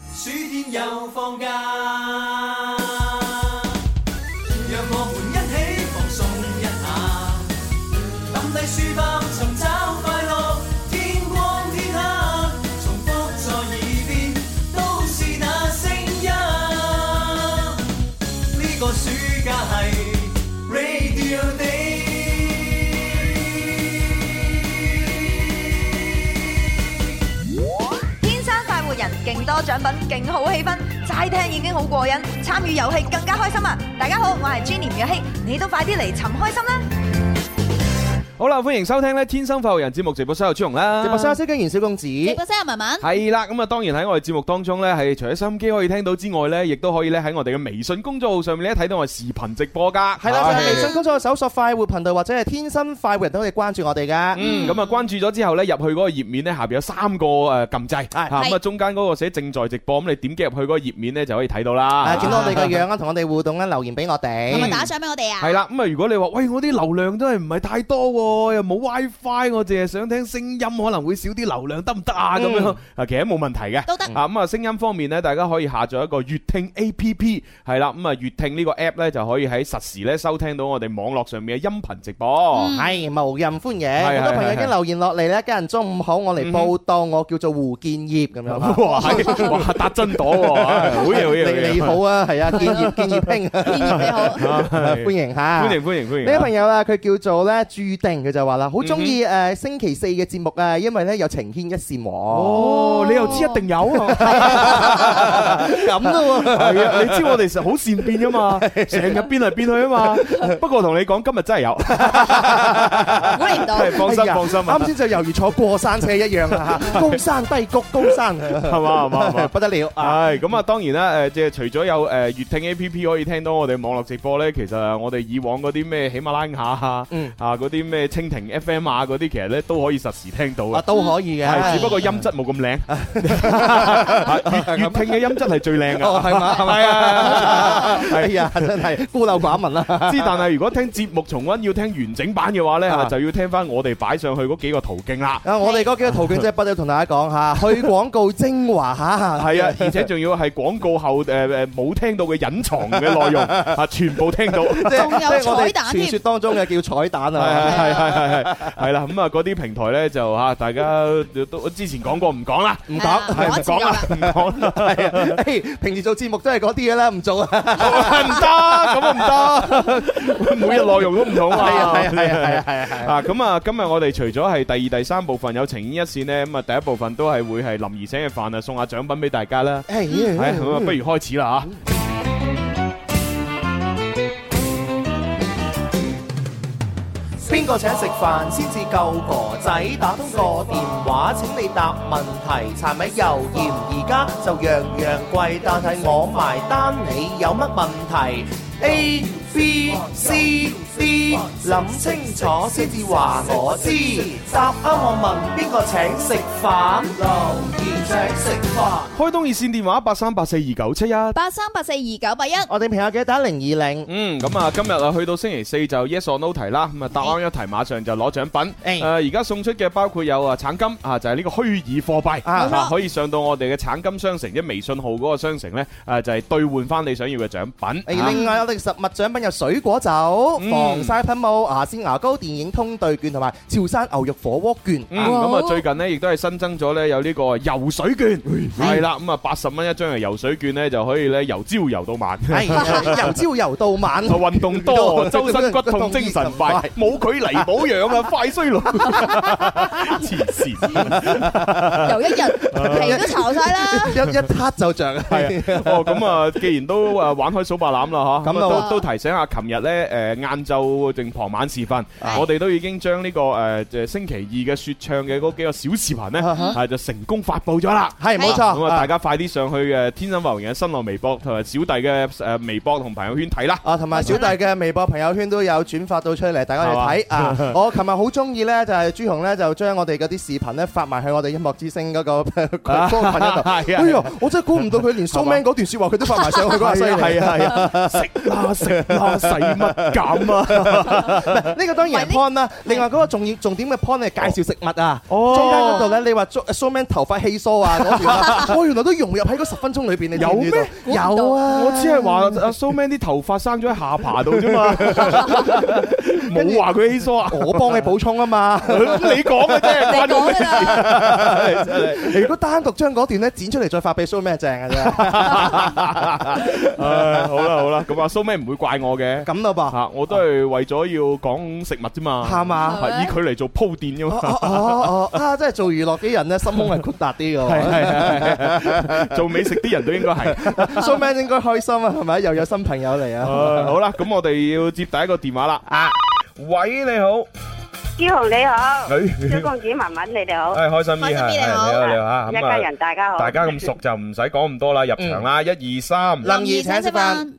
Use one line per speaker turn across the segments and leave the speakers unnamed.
暑天又放假，讓我們一起放鬆一下，抌低書包尋找快樂，天光天黑，重複在耳邊都是那聲音。呢個暑假係 Radio Day。
天生快活人，勁多獎品，勁好氣氛，齋聽已經好過癮，參與遊戲更加開心啊！大家好，我係 Jenny 吳若希，你都快啲嚟尋開心啦！
好啦，歡迎收聽咧《天生快活人》節目直播室有朱紅啦，
直播室有蕭敬元小公子，
直播室有文文，
係啦，咁啊，當然喺我哋節目當中咧，係除咗收音機可以聽到之外咧，亦都可以咧喺我哋嘅微信公眾號上面咧睇到我哋視頻直播噶。
係啦，就係微信公眾號搜索快活頻道或者係天生快活人都可以關注我哋噶。
嗯，咁啊，關注咗之後咧，入去嗰個頁面咧，下邊有三個誒撳掣，嚇
係
咁啊，
係
中間嗰個寫正在直播，咁你點擊入去嗰個頁面咧就可以睇到啦
啊，。見到我哋個樣啊，同我哋互動啊，留言俾我哋
同。埋打賞俾我哋啊！
係啦，咁啊，如果你話喂，我啲流量都係唔係太多喎，又冇 WiFi，我淨係想聽聲音，可能會少啲流量得唔得啊？咁樣啊，其實冇問題嘅。
都得
啊咁啊，聲音方面咧，大家可以下載一個粵聽 A P P，係啦，咁啊粵聽呢個 app 咧就可以喺實時咧收聽到我哋網絡上面嘅音頻直播。
係無任歡
係
迎，好多朋友已經留言落嚟咧，家人中午好，我嚟報道，我叫做胡建業咁樣啊。
哇，係哇，搭真朵 喎，唉好嘢嗯好嘢好嘢，
你你好啊， 係啊，建業建業兄，啊
建業 你好，
歡
歡迎嚇，
歡迎歡迎歡迎。
呢位朋友啊，佢叫做咧注定，佢就話啦，好中意
嗯
誒星期四嘅節目啊，因為咧有情牽一線喎。
哦，你又知一定有啊？
咁咯喎，
係 啊，你知我哋實好善變噶嘛，成日變嚟變去啊嘛。不過同你講，今日真係有，
估你唔到，
係 放心
哎呀
放心啊
啱，先就猶如坐過山車一樣 啊，高山低谷，高山
係嘛係嘛係嘛。
不得了啊！
係咁啊，當然啦，誒即係除咗有誒粵聽 A P P 可以聽到我哋網絡直播咧，其實啊我哋以往嗰啲咩喜馬拉雅啊，
嗯
啊嗰啲咩蜻蜓 F M 啊嗰啲，其實咧都可以實時聽到
啊
嘅。
都可以嘅，
係，只不過音質冇咁 靚。係粵粵聽嘅音質係最靚
哦
㗎。
係嘛係
係啊
嘛，哎呀真 係孤陋寡聞啊啦，
之但係如果聽節目重温要聽完整版嘅話咧，
啊
就要聽翻我哋擺上去嗰幾個途徑啦。
啊我哋嗰幾個途徑真係不得了同大家講 嚇，去廣告精華嚇，
係啊，而且仲要係廣告後誒誒冇聽到嘅隱藏嘅內 容啊，全部聽到。
即係
仲有
即係我哋
彩蛋添
傳說當中嘅叫彩蛋
係
啊。
係係係係係啦，咁啊嗰啲平台咧就嚇大家都之前講過唔講啦，
唔講
係
係唔講啦，唔講啦，
係 啊，誒，平時做節目都係嗰啲嘅啦，唔做啊，
唔得，咁 啊唔得，每日內容都唔同啊，
係啊，係啊，係啊，係啊，係啊，
啊，咁啊，今日我哋除咗係第二、第三部分有情牽一線呢，咁啊，第一部分都係會係林兒請嘅飯啊，送下獎品俾大家啦。
哎
係
係
咁啊，不如開始啦
邊個請食飯先至夠哥仔？打通個電話請你答問題，柴米油鹽而家就樣樣貴，但係我埋單，你有乜問題？A B C D，諗清楚先至話我知。答啱我問邊個請食飯？留言請食飯。
嚇！開通熱線電話八三八四二九七一。
八三八四二九八一，
我哋朋友記得打零二零。
嗯，咁啊，今日啊去到星期四就 yes or no 題啦，咁啊答啱一題馬上就攞獎品。
哎
誒，而家送出嘅包括有啊橙金啊，就係呢個虛擬貨幣
啊
啊，可以上到我哋嘅橙金商城，即係微信號嗰個商城呢，誒就係兌換翻你想要嘅獎品。
而另外我哋實物獎品有水果酒、
嗯
防曬噴霧、牙線牙膏、電影通兌券同埋潮汕牛肉火鍋券。
嗯，咁啊最近呢，亦都係新增咗呢有呢個游水券， 係啦，咁啊八十蚊一張嘅游水券呢，就可以呢由朝游到 晚，
係由朝游到晚，
就運動 多，周身骨痛，
動
精神快，冇距離保養啊，快衰 老，黐線。
由一日皮都巢晒啦，
一一撻就着。
係啊，哦咁啊，既然都誒玩開數白欖啦嚇，咁
咁啊
啊都都提醒下，琴日咧誒晏晝定傍晚時分，
係
我哋都已經將呢個誒誒星期二嘅説唱嘅嗰幾個小視頻咧，
啊哈
係就成功發布咗啦。
係冇
咁
錯。
啊，大
啊
家快啲上去誒天生發人嘅新浪微博同埋小弟呃嘅誒微博同朋友圈睇啦。
啊，同埋小弟嘅微博朋友圈都有轉發到出嚟，大家去睇啊！我琴日好中意咧，就係朱紅咧就將我哋嗰啲視頻咧發埋去我哋音樂之星嗰個官方頻道度。哎
係啊
呀，我真係估唔到佢連
係嘛
So Man 嗰段説話佢都發埋上去嗰下犀利。
係啊係啊，食啦食啦，使乜咁啊？
呢個當然係 point 啦。另外嗰個重要重點嘅 point 係介紹食物啊。
哦
中間嗰度咧，你話 So- So Man 頭髮稀疏啊嗰段啊，我原來都融入喺嗰十分鐘裏邊。你知唔知道
有咩
有啊！
我只係話阿呃 So Man 啲頭髮生咗喺下巴度啫 嘛，冇話佢稀疏啊。
我幫你補充啊 嘛。
咁 你講嘅啫，關我咩
你講㗎啦
事？真係
如果單獨將嗰段咧剪出嚟再發俾 So Man 正啊嘅啫。
唉，好啦好啦，咁阿蘇咩唔會怪我嘅，
咁咯 噃，
吓我都係為咗要講食物啫嘛，
係嘛？
啊係以佢嚟做鋪墊啫
哦
嘛，
哦哦哦啊！真係做娛樂啲 人咧，心胸係豁達啲嘅喎。
做美食啲人都應該係。
So man 應該開心啊，係咪？又有新朋友嚟 啊！
唉好啦，咁我哋要接第一個電話啦。啊，喂，你好，
朱豪你好，
誒
小公子文文你哋 好，
唉，開心
開
啲
心
係
啲你好
係你好
一
你好
家
嚇，咁
人大家
啊，
好。
大家咁熟就唔使講咁多啦，入場啦，一二三，
林怡請食飯，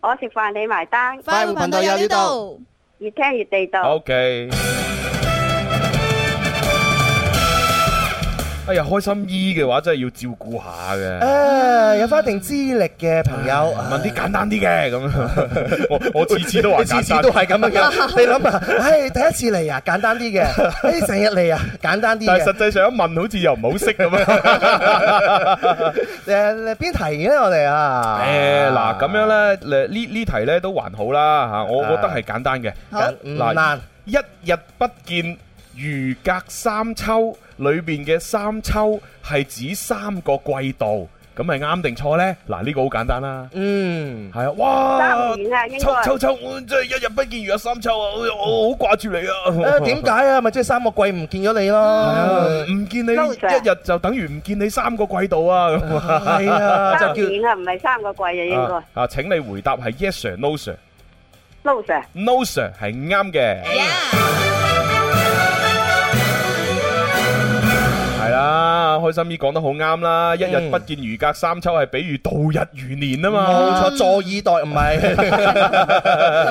我食飯你埋單，
快活頻道有料到
越聽越地道。
OK。哎呀，開心醫嘅話真係要照顧下嘅。
誒，有翻一定資歷嘅朋友，啊
問啲簡單啲嘅咁樣，我我次次啊都話
你次
簡
次
單
都，係咁樣嘅。 你諗下，唉，第一次嚟啊，簡單啲嘅；唉，成日嚟啊，簡單啲
但係實
嘅。
際上一問好似又唔好識咁樣。
誒，邊題咧？我哋啊，
誒嗱咁樣咧，呢呢題咧都還好啦嚇，
啊
我覺得係簡單嘅。
緊唔嗯難。
一日不見，如隔三秋，裏邊嘅三秋係指三個季度，咁係啱定錯呢？嗱，呢個好簡單啦，
嗯，
係啊，哇
三！年啊，應
秋
該
秋秋，我真係一日不見，如隔三秋啊！我我好掛住你啊！
誒點解啊？咪即係三個季唔見咗你
係啊
咯。
唔見你
撈上
一日就等於唔見你三個季度啊！咁啊
係 啊，
三
就叫
年啊，唔係三個季啊，應
啊
該。
啊！請你回答係 yes sir no sir。
撈 Sir，
No sir 係啱嘅，係啦，開心姨講得好啱啦，一日不見如隔三秋係比喻度日如年啊嘛，
冇錯，坐以待唔 係，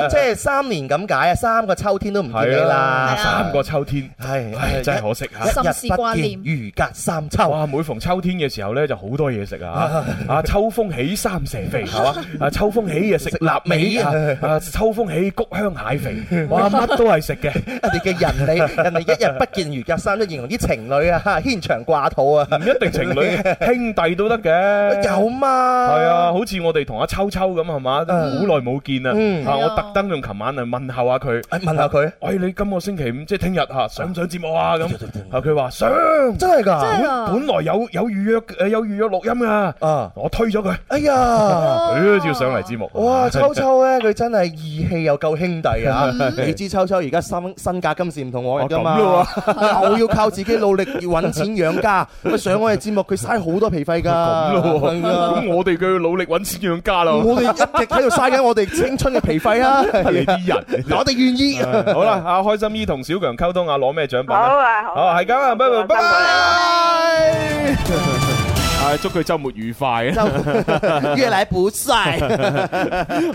即係三年咁解啊，三個秋天都唔見你
係啦，
啦，
三個秋天，
係
唉真係可惜嚇。
心
啊一
事
日不
掛
見
念
如隔三秋。
哇！每逢秋天嘅時候呢，就好多嘢食啊！啊，秋風起三蛇肥，係嘛？啊，秋風起啊食臘味
Dạ.
啊，啊，秋風起谷香蟹肥，哇！乜都係食嘅，
人哋嘅人 哋，人哋一日不見如隔三秋，形容啲情侶啊， 牽腸掛肚 啊，
唔一定情侶兄弟都得嘅。
有嘛？
係啊，，好似我哋同阿秋秋咁係嘛，都好耐冇見
嗯
啦。啊，我特登用琴晚嚟問候下佢。
問下佢，
喂，你今個星期五即係聽日
啊
嚇上唔上節目啊？咁 啊，佢話上，
真係㗎？
本來有有預約誒有預約錄音啊，
啊，
我推咗佢，
哎呀！
佢都照上嚟節目。
哇！秋秋咧，佢真係義氣又夠兄弟啊！
嗯
你知秋秋而家身身價今時唔同往日噶嘛，
哦
又要靠自己努力要揾錢養家。佢上我哋節目，佢嘥好多皮費㗎。
咁咯喎，
係啊
咁我哋嘅努力揾錢養家啦，
我哋一直喺度嘥緊我哋青春嘅皮費啊！
你啲人。
我哋 願意。
好啦，阿開心姨同小強溝通下攞咩獎品
好
啊？
啊，好
好係咁啊，拜
à,
拜拜拜。係祝佢週末愉快啊
就 越嚟 補晒。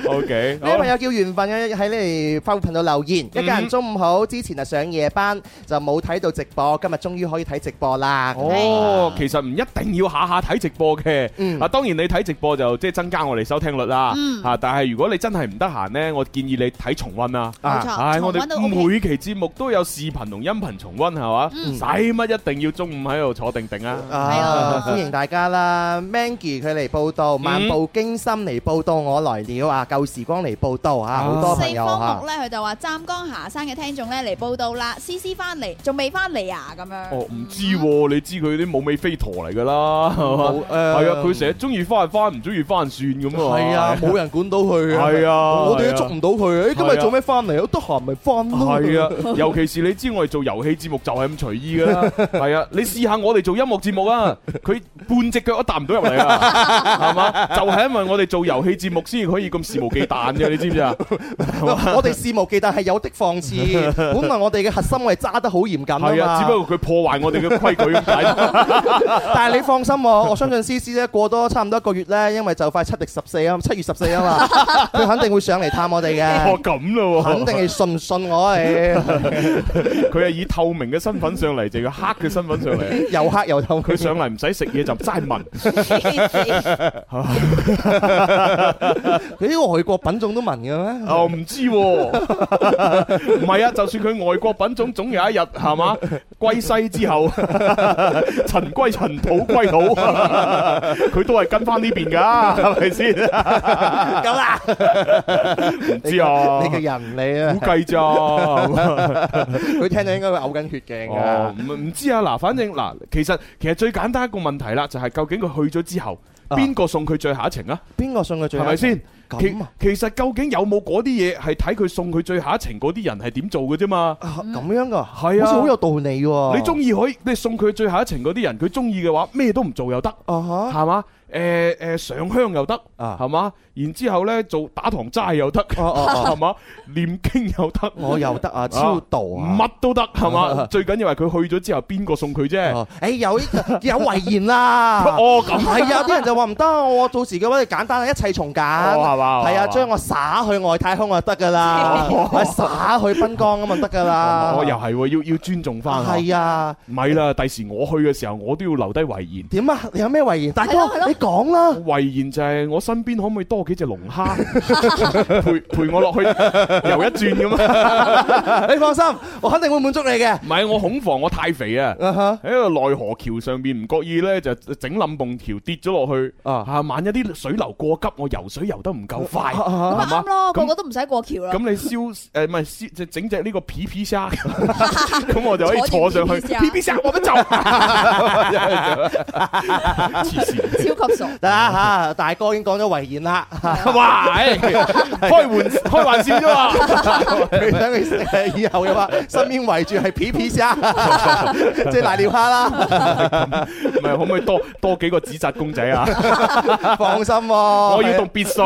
！OK，
呢
好
位。朋友叫緣分嘅喺你哋快活頻道留言，
嗯
一家人中午好，之前啊上夜班就冇睇到直播，今日終於可以睇直播啦。
哦，其實唔一定要下下睇直播嘅，
嗯
啊當然你睇直播就即係增加我哋收聽率啦，
嗯
啊但係如果你真係唔得閒呢，我建議你睇重温啦。
冇
啊
錯
唉，我
重
哋
溫都 OK 嗯
每期節目都有視頻同音頻重温係嘛，使乜一定要中午喺度坐定定啊？嗯
係
啊
啊！
歡迎大家啦，Mangy 佢嚟報道，漫步驚心嚟報道，我來了啊，舊時光嚟報道啊，好多朋
四
友
方
嚇
木。咧，佢就話湛江霞山嘅聽眾咧嚟報道啦，思思翻嚟，仲未翻嚟啊咁樣。
哦，唔知喎，你知佢啲冇尾飛陀嚟㗎啦，係
冇
嗯
嘛？
誒
係啊，佢成日中意翻翻，唔中意翻算咁啊。
係啊，冇人管到佢啊！
係啊
我哋都捉唔到佢。誒，今
係
日
啊
做咩翻嚟？我得閒咪翻咯。
係啊，尤其是你知 我哋做遊戲節目就係咁隨意噶啦，係啊，你試下我哋做音樂節目啊，佢半五隻腳都踏唔到入嚟 啊，係嘛？就係因為我哋做遊戲節目先可以咁肆無忌憚啫，你知唔 知啊？
我哋肆無忌憚係有的放矢， 本來我哋嘅核心我係揸得好嚴謹啊
係啊，
嘛
只不過佢破壞我哋嘅規矩咁 解。
但係你放心喎，我相信 C C 咧過多差唔多一個月咧，因為就快七月十四啊，七月十四啊 嘛，佢肯定會上嚟探我哋
哦
嘅，，
咁咯喎，
肯定係信唔信我 係
佢係以透明嘅身份上嚟，就要黑嘅身份上 嚟。
又黑又透。
佢上嚟唔使食嘢就齋問，
佢啲外國品種都 聞嘅咩？
我哦唔知喎， 唔係啊，就算佢外國品種，總有一日係嘛，歸西之後， 塵歸塵，土歸土， 佢都係跟翻呢邊㗎，係咪先？
咁啦，
唔知啊
你，嘅人嚟 啊
估，計 咋？
佢聽到應該會嘔緊血嘅。
哦，唔唔知啊，嗱，反正嗱，其實其實最簡單一個問題啦，就係究竟佢去咗之後，
啊
邊個送佢最下一程啊？
邊個信佢最？
係咪？先？其
咁啊，
其實究竟有冇嗰啲嘢係睇佢送佢最下一程嗰啲人係點做嘅啫嘛？
啊咁樣噶，好
係
似
啊
好有道理喎。
你中意可以，你送佢最下一程嗰啲人，佢中意嘅話，咩都唔做又得，
啊 哈？
係嘛？誒誒上香又得，
啊
係嘛？然之後咧做打堂齋又得，
哦哦 哦
係嘛？念經又 得，
我又得啊，超度啊，
乜都得，係 嘛？最緊要係佢去咗之後，邊個送佢啫？
哦，誒有呢個 有遺言啦。
哦咁，
係啊，有啲人就話唔得，我到時嘅話就簡單，一切從簡。
哦係嘛
係
係嘛
啊，將我撒去外太空就得㗎啦，我撒去濱江咁就得㗎啦。
哦我又係喎，要要尊重翻。
係啊，
唔係啦，第時我去嘅時候，我都要留低遺言。
點啊？你有咩遺言？大哥
係咯係，咯
你講啦。
遺言就係我身邊可唔可以多幾隻龍蝦 陪陪我落去遊一轉咁啊？
你放心，我肯定會滿足你嘅。
唔係我恐防我太肥啊！
啊哈！
喺個奈河橋上邊唔覺意咧就整冧埲橋跌咗落去
啊
嚇，萬一啲水流過急，我游水游得唔夠快，
啊啊
咁咪
係嘛
啱？咯，個
咁
個都唔使過橋啦
咁。你燒誒唔係燒就整隻呢個皮皮蝦，咁我就可以坐
坐住
上去
皮皮蝦
皮皮蝦，我們走。 黐線！
超級熟，
得啦嚇，大哥已經講咗遺言啦，
哇！唉開玩開玩笑啫嘛，
佢想佢食以後嘅話，身邊圍住係皮皮蝦，啊 即係瀨尿蝦啦。
唔係可唔可以多多幾個紙紮公仔啊？
放心喎，我
我要棟別墅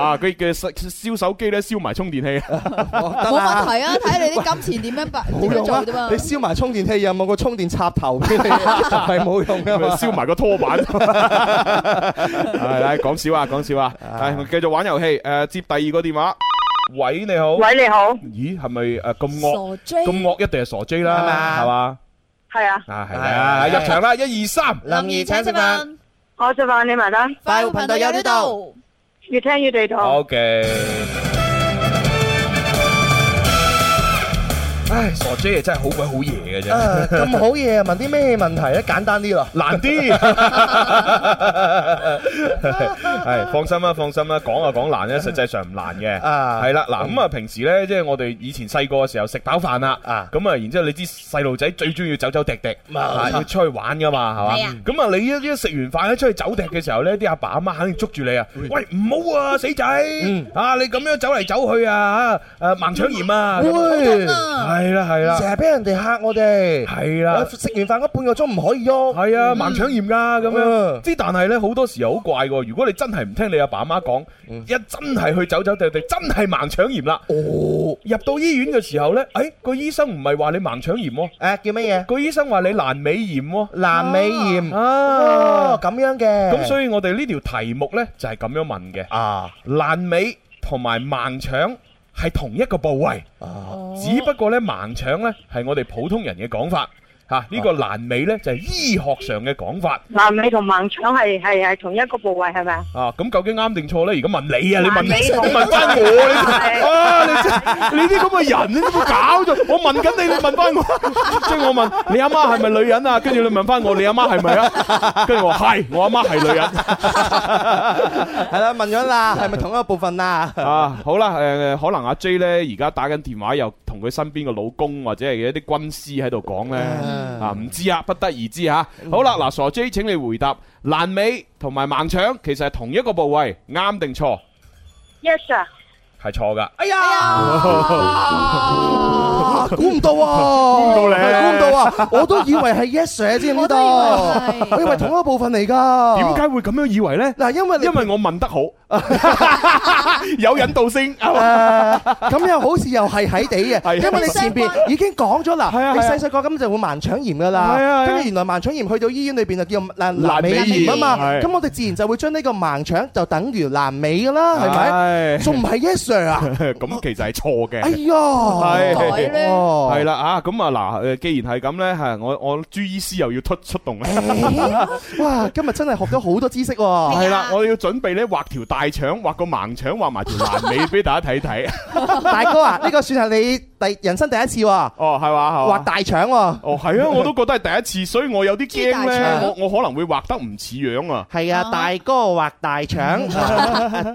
啊！佢嘅燒手機咧燒埋充電器，
得
冇
啦
問。題啊！睇你啲金錢點樣 辦，點
冇
樣
用
做
啊
啫！嘛
你。燒埋充電器有冇個充電插 頭俾你？係冇用噶 嘛。
燒埋個拖板。係啦，講笑啊，講笑啊！係繼續玩遊戲，誒接第二個電話。喂，你好。
喂，你好，
咦，係咪誒咁惡
傻 J，
咁惡一定係傻 J
係
啦，
嘛
係嘛？
系啊，
啊係啊，
係
入場啦，一二三。
林怡請食飯，
我食飯你埋單，
快活頻道有呢度，
越聽越地道。
OK。唉，傻 J 真係好鬼好嘢嘅啫。
啊咁好嘢，問啲咩問題咧？簡單啲咯。
難 啲，係放心啦，放心啦，講啊講難咧，實際上唔難嘅，
嗯啊
係啦，嗱咁啊，平時咧，即係我哋以前細個嘅時候食飽飯啦，
啊
咁啊，然之後你知細路仔最中意走走趯趯，
冇
啊
錯
要出去玩噶嘛，係
係
嘛
啊，
咁啊，你一一食完飯咧出去走趯嘅時候咧，啲阿爸阿媽肯定捉住你啊，
嗯
喂唔好啊死仔，啊你咁樣走嚟走去啊，誒盲腸炎啊，咁
喂，
係啦係啦
成日俾人哋嚇我哋。
係啦
我。食完飯嗰半個鐘唔可以喐。
系啊，盲腸炎噶咁樣，
嗯
之但係咧好多時候好怪喎。如果你真係唔聽你阿爸阿媽講，
嗯
一真係去走走趯趯，真係盲腸炎啦。
哦，
入到醫院嘅時候咧，诶個醫生唔係話你盲腸炎喎，
誒叫乜嘢？
個醫生話你阑尾炎喎。
藍美炎。
啊
哦，，咁樣嘅。
咁所以我哋呢條題目咧就係咁樣問嘅，
啊
阑尾同埋盲腸係同一個部位。
啊
只不過咧盲腸咧係我哋普通人嘅講法，嚇、呢、
哦
個阑尾咧就係、醫學上嘅講法。
南美同盲腸係係係同一個部位係咪啊？
啊，咁究竟啱定錯咧？而家問你啊，你問
你同
你問翻我， 你
係
啊，你真你啲咁嘅人，你都冇搞咗？我問緊你，你問翻我，即係我問你阿媽係咪女人啊？跟住你問翻我，你阿媽係咪啊？跟住我係，我阿媽係女人
係啦，問咗啦，係咪同一個部分啊？
啊。好啦，誒、可能阿 J 咧而家打緊電話，又同佢身邊嘅老公或者係一啲軍師喺度講咧。啊，唔知啊，不得而知吓。好啦，嗱，傻 J，請你回答，爛尾同埋盲腸其實係同一個部位，啱定錯？哎
Yes sir，
係錯噶。
哎呀！
啊
哇，估唔到喎，
估唔到你
係估唔到啊！我都以為係 yes sir，知唔知道？
我都以為係
我以為同一部分嚟㗎。
點解會咁樣以為呢？
嗱，因為 你
因為我問得好，有引導性。
誒啊咁又好似又係喺地嘅，
係啊
因為你前邊已經講咗啦
係，啊
你
係啊
細細個咁就會盲腸炎噶
係啊係
啦，
啊
跟住原來盲腸炎去到醫院裏邊就叫爛爛
爛
尾
尾
炎啊嘛，
炎係
咁我哋自然就會將呢個盲腸就等於爛尾噶啦， 係咪？
唉
仲唔係 yes sir 啊？
咁其實係錯嘅
哎。呀，
係
改咧
哦
係啦啊，咁啊嗱，诶，既然係咁呢，係我我朱醫師又要出出動
哎
啦。
誒哇，今日真係學咗好多知識喎。
係啦，我要準備呢，畫條大腸，畫個盲腸，畫埋條爛尾俾大家睇睇。
大哥啊，呢個算係你第人生第一次喎，
哦，係嘛，係嘛
畫大腸喎。
哦，係 啊，我都覺得係第一次，所以我有啲驚
豬大
呢，
腸
我我可能會畫得唔似樣啊。
係啊，
啊
大哥畫大腸，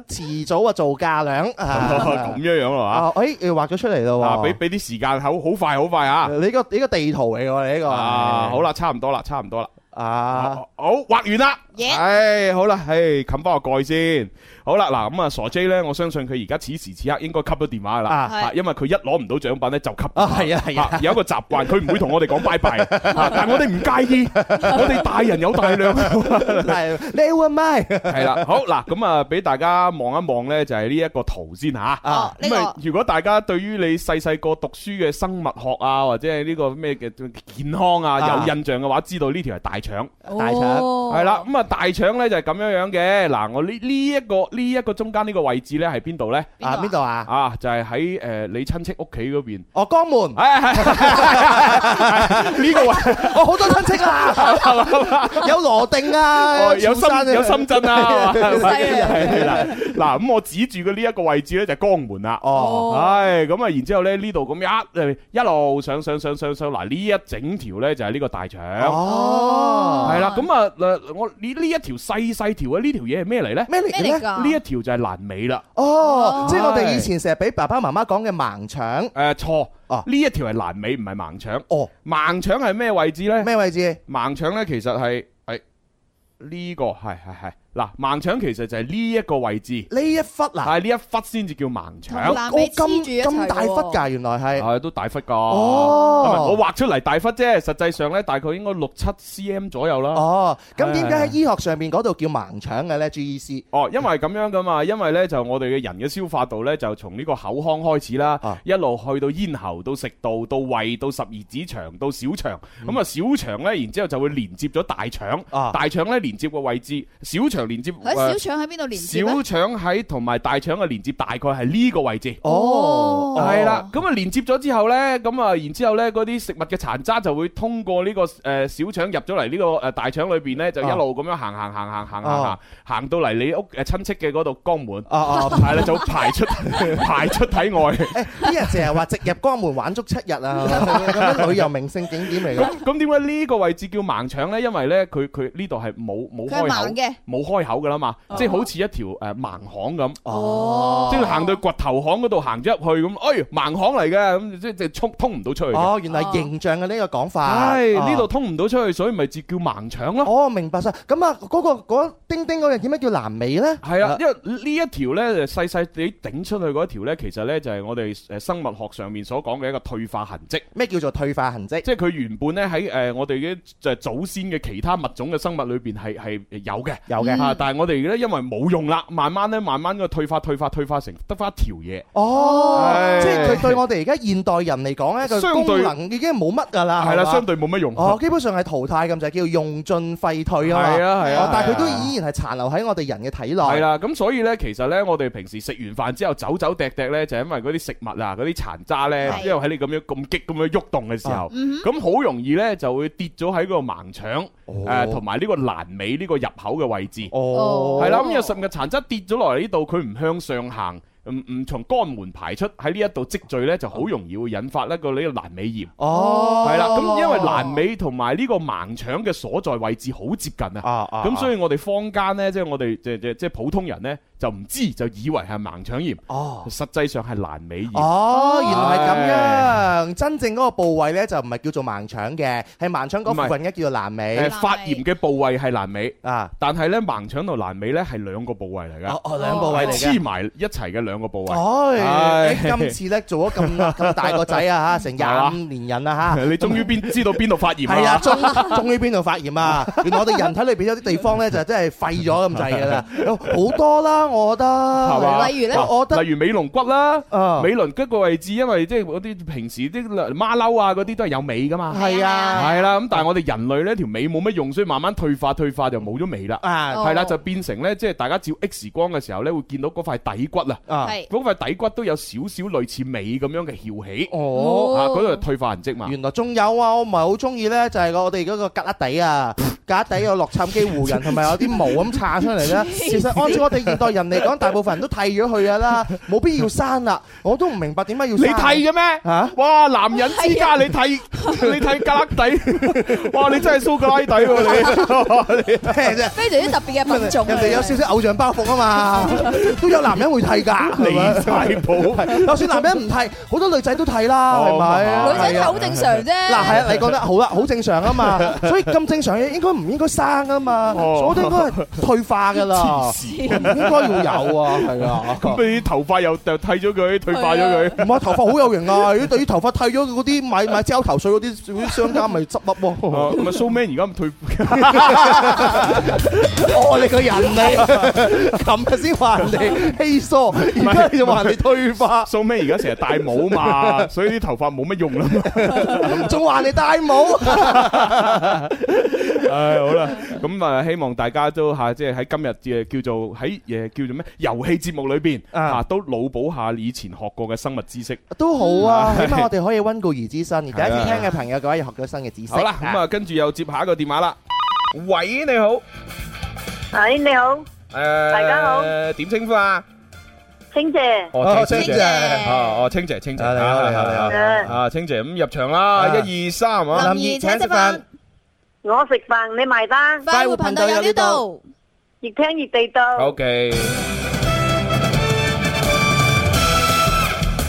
遲早啊做嫁娘啊
哦咁。樣樣啦
啊，誒，你畫咗出嚟
嚇，
咯
啊，俾
喎。
俾啲時間，好好快，好快啊！
你個你個地圖嚟喎，你呢個
啊，好啦，差唔多啦，差唔多啦。
啊，
好，畫完啦。
Yeah
唉，好啦，唉，冚翻個蓋先。好啦，嗱咁啊，傻 J 咧，我相信佢而家此時此刻應該吸咗電話噶啦，
啊
係
啊因為佢一攞唔到獎品咧就吸。
啊係啊係啊
有一個習慣，佢唔會同我哋講拜拜， 啊但我哋唔介意，我哋大人有大 量。
係你會咪
係啦，好嗱，咁啊，俾大家望一望咧，就係呢一個圖先吓。
哦，呢
咁啊
個，
如果大家對於你細細個讀書嘅生物學啊，或者係呢個咩嘅健康
啊
啊有印象嘅話，知道呢條係大腸。
大腸
哦
系啦，咁啊大腸咧就係咁樣樣嘅。嗱，我呢呢一個呢一個中間呢個位置咧係邊度咧？
啊邊度啊？
啊，就係喺诶你親戚屋企嗰邊。
哦，江門，
哎係呢個位
我哦好多親戚 啊，有羅定啊，
哦有
潮汕啊
深有深圳啊， 係咪
犀利
係啦。嗱，咁我指住嘅呢一個位置咧就係江門啦。
哦，
唉，咁啊，然之後咧呢度咁一誒一路上上上上上，嗱呢一整條咧就係呢個大腸，
哦，
係啦，咁啊嗱我呢呢一條細細條啊嘅呢條嘢係咩嚟咧？
咩嚟嘅
咩嚟
咧？
㗎？
呢一條就係爛尾啦。
哦，即係我哋以前成日俾爸爸媽媽講嘅盲腸，
誒呃錯，
哦
呢一條係爛尾，唔係盲腸。
哦，
盲腸係咩位置呢？
咩位置？
盲腸呢，其實係係呢個係係係嗱，盲腸其實就係呢一個位置，
呢一忽嗱，
係呢一忽先至叫盲
同
腸，
爛
我
尾黐
咁
住一齊
咁大忽
喎，
㗎，原來係，
係都大忽㗎。咁啊
哦
我。畫出嚟大忽啫，實際上呢，大概應該六七 cm 左右啦。
哦，咁
係
點解喺 E 醫學上面嗰度叫盲腸嘅咧？朱醫師，
哦，因為咁樣噶 嘛，因為呢，就我哋嘅人嘅消化道呢，就從呢個口腔開始啦，
啊
一路去到咽喉，到食道，到胃，到十二指腸，到小腸。咁啊、小腸呢，然之後就會連接咗大腸，
嗯啊
大腸呢連接個位置，小腸連接。呃
喺小腸喺邊度連接咧
小腸喺同埋大腸嘅連接大概係呢個位置。
哦，
係啦，咁啊連接咗之後呢，咁啊然之後呢，嗰啲食物嘅殘渣就會通過呢個誒小腸入咗嚟呢個誒大腸裏邊呢，就一路咁樣行行行行行行行行到嚟你屋誒親戚嘅嗰度江門，
哦哦，
係啦就排出 排出體外。
誒啲人成日話直入江門玩足七日 啊，咁樣旅遊名勝景點嚟㗎。
咁咁點解呢個位置叫盲腸呢？因為呢，佢佢呢度係冇冇
佢係
開
盲
口
嘅，
冇開口噶啦嘛，即係好似一條誒盲巷咁。
哦
即係行到掘頭巷嗰度行咗入去咁，哎盲巷嚟嘅，咁即即係通通唔到出去嘅。
哦，原來形象嘅呢個講法。
唉，
哦
呢度。通唔到出去，所以咪就叫盲腸咯。
哦，明白晒。咁啊，嗰個嗰丁丁嗰樣點解叫南美咧？
係啊，因為呢一條呢，細細地頂出去嗰一條咧，其實呢就係我哋誒生物學上面所講嘅一個退化痕跡，
咩叫做退化痕跡？
即係佢原本呢喺誒我哋嘅就係祖先嘅其他物種嘅生物裏邊係係有嘅。
有嘅。
啊！但係我哋咧，因為冇用啦，慢慢咧，慢慢個退化、退化、退化成得翻一條嘢，
哦，
係
即係佢對我哋而家現代人嚟講咧，佢
相對
功能已經冇乜㗎啦。
係啦，
啊嘛
相對冇乜用。
哦，基本上係淘汰咁就叫用盡廢退啊嘛。
係啊係啊
哦但係
係
佢
啊
都依然係殘留喺我哋人嘅體內。
系啦，咁所以呢，其實呢，我哋平時食完飯之後走走趯趯呢，就因為嗰啲食物啊、嗰啲殘渣呢，
係嗯
因為喺你咁樣咁激咁樣喐動嘅時候，咁好容易呢就會跌咗喺個盲腸
哦
誒同埋呢個爛尾呢個入口嘅位置，
哦，
哦
係啦，咁有食物殘渣跌咗落嚟呢度，佢唔向上行。唔唔從肛門排出喺呢一度積聚呢，就好容易會引發呢個呢個爛尾炎，
哦，
係啦。咁因為爛尾同埋呢個盲腸嘅所在位置好接近啊，
啊啊，
咁所
以
以我哋坊間呢，即係我哋即即即係普通人呢，就唔知就以為係盲腸炎，
哦。
實際上係闌尾炎。
哦，原來係咁樣。真正嗰個部位咧就唔係叫做盲腸嘅，係盲腸嗰
唔係
部分咧叫做闌
誒
尾
尾
發炎嘅部位係闌尾，
啊。
但係呢盲腸同闌尾呢係兩個部位嚟㗎，
哦哦，兩部位嚟嘅
黐。埋一齊嘅兩個部位。
哦，
唉
誒今次咧做咗咁咁大個仔啊嚇，成廿五年人啦嚇。
你終於 邊知道邊度發炎
係啊，
啦？
終終於邊度發炎 啊！原來我哋人體裏邊有啲地方咧就真係廢咗咁滯㗎 啦，有好多啦，我覺
係
得。
嘛？
例如呢
嗱
我覺得
例如尾龍骨啦。
啊
尾輪骨個位置，因為即係嗰啲平時啲馬騮啊嗰啲都係有尾噶嘛，
係啊
係啦。咁但係我哋人類呢條尾冇乜用，所以慢慢退化退化就冇咗尾啦。
啊
哦
係啦，就變成呢，即係大家照 X 光嘅時候呢，會見到嗰塊底骨啊，
啊！
係
嗰塊底骨都有少少類似尾咁樣嘅翹起，
哦，
啊嗰度係退化痕跡嘛。
原來仲有啊！我唔係好中意咧，就係我哋嗰個格拉底啊，格拉底有洛杉磯湖人同埋有啲毛咁撐出嚟 咧。其實按照我哋現代人嚟講，大部分人都剃咗佢噶啦，冇必要生啦。我都唔明白點解要
你
生
剃嘅咩？
嚇
哇！男人之家你剃
啊
你剃格拉 底，哇！你真係蘇格拉底喎你。
咩啫？
非常之特別嘅品種嚟
人
嘅。
哋有少少偶像包袱啊嘛， 都有男人會剃㗎，係咪
離晒譜，
就算男人唔剃，好多女仔都剃啦，
哦
係咪？
女仔睇好正常啫。
嗱，係啊，你講得好啦，好正常啊嘛， 所以咁正常嘅應該唔應該生啊嘛，
哦
所以我覺得應該係退化噶啦，唔應該要有啊，係啊。
咁你啲頭髮又又剃咗佢，退化咗佢。
唔係頭啊髮好有型啊！如果對於頭髮剃咗嗰啲買買膠頭水嗰啲嗰啲商家咪執笠喎。
哦咁啊，so man 而家唔退，
哦，你個人 你，琴日先話人哋稀疏，而家你就話人哋退 化，
so man 而家成日戴帽嘛，所以啲頭髮冇乜用啦。
仲話人哋戴帽。
唉，好啦，咁啊，希望大家都啊吓，即係喺今日嘅叫做喺誒叫做咩遊戲節目裏邊
啊
啊，都腦補下以前學過嘅生物知識。
都好啊，起碼我哋可以温故而知新。而第一次
係啊
聽嘅朋友嘅話，又學咗新嘅知識。
好啦，咁啊，跟住又接下一個電話啦。喂，你好，誒，
係你好，
大
家好，
點稱呼啊？
清姐，
哦
Dạ.
清姐
哦哦，清姐，清姐，
啊，你好，你好，你
Ờ.
好。
誒，
啊，清姐咁入場
啊
啦，一二三啊！
林怡請食飯，
我食飯你埋單，
快活頻道有料到。
越聽越地道
O。K。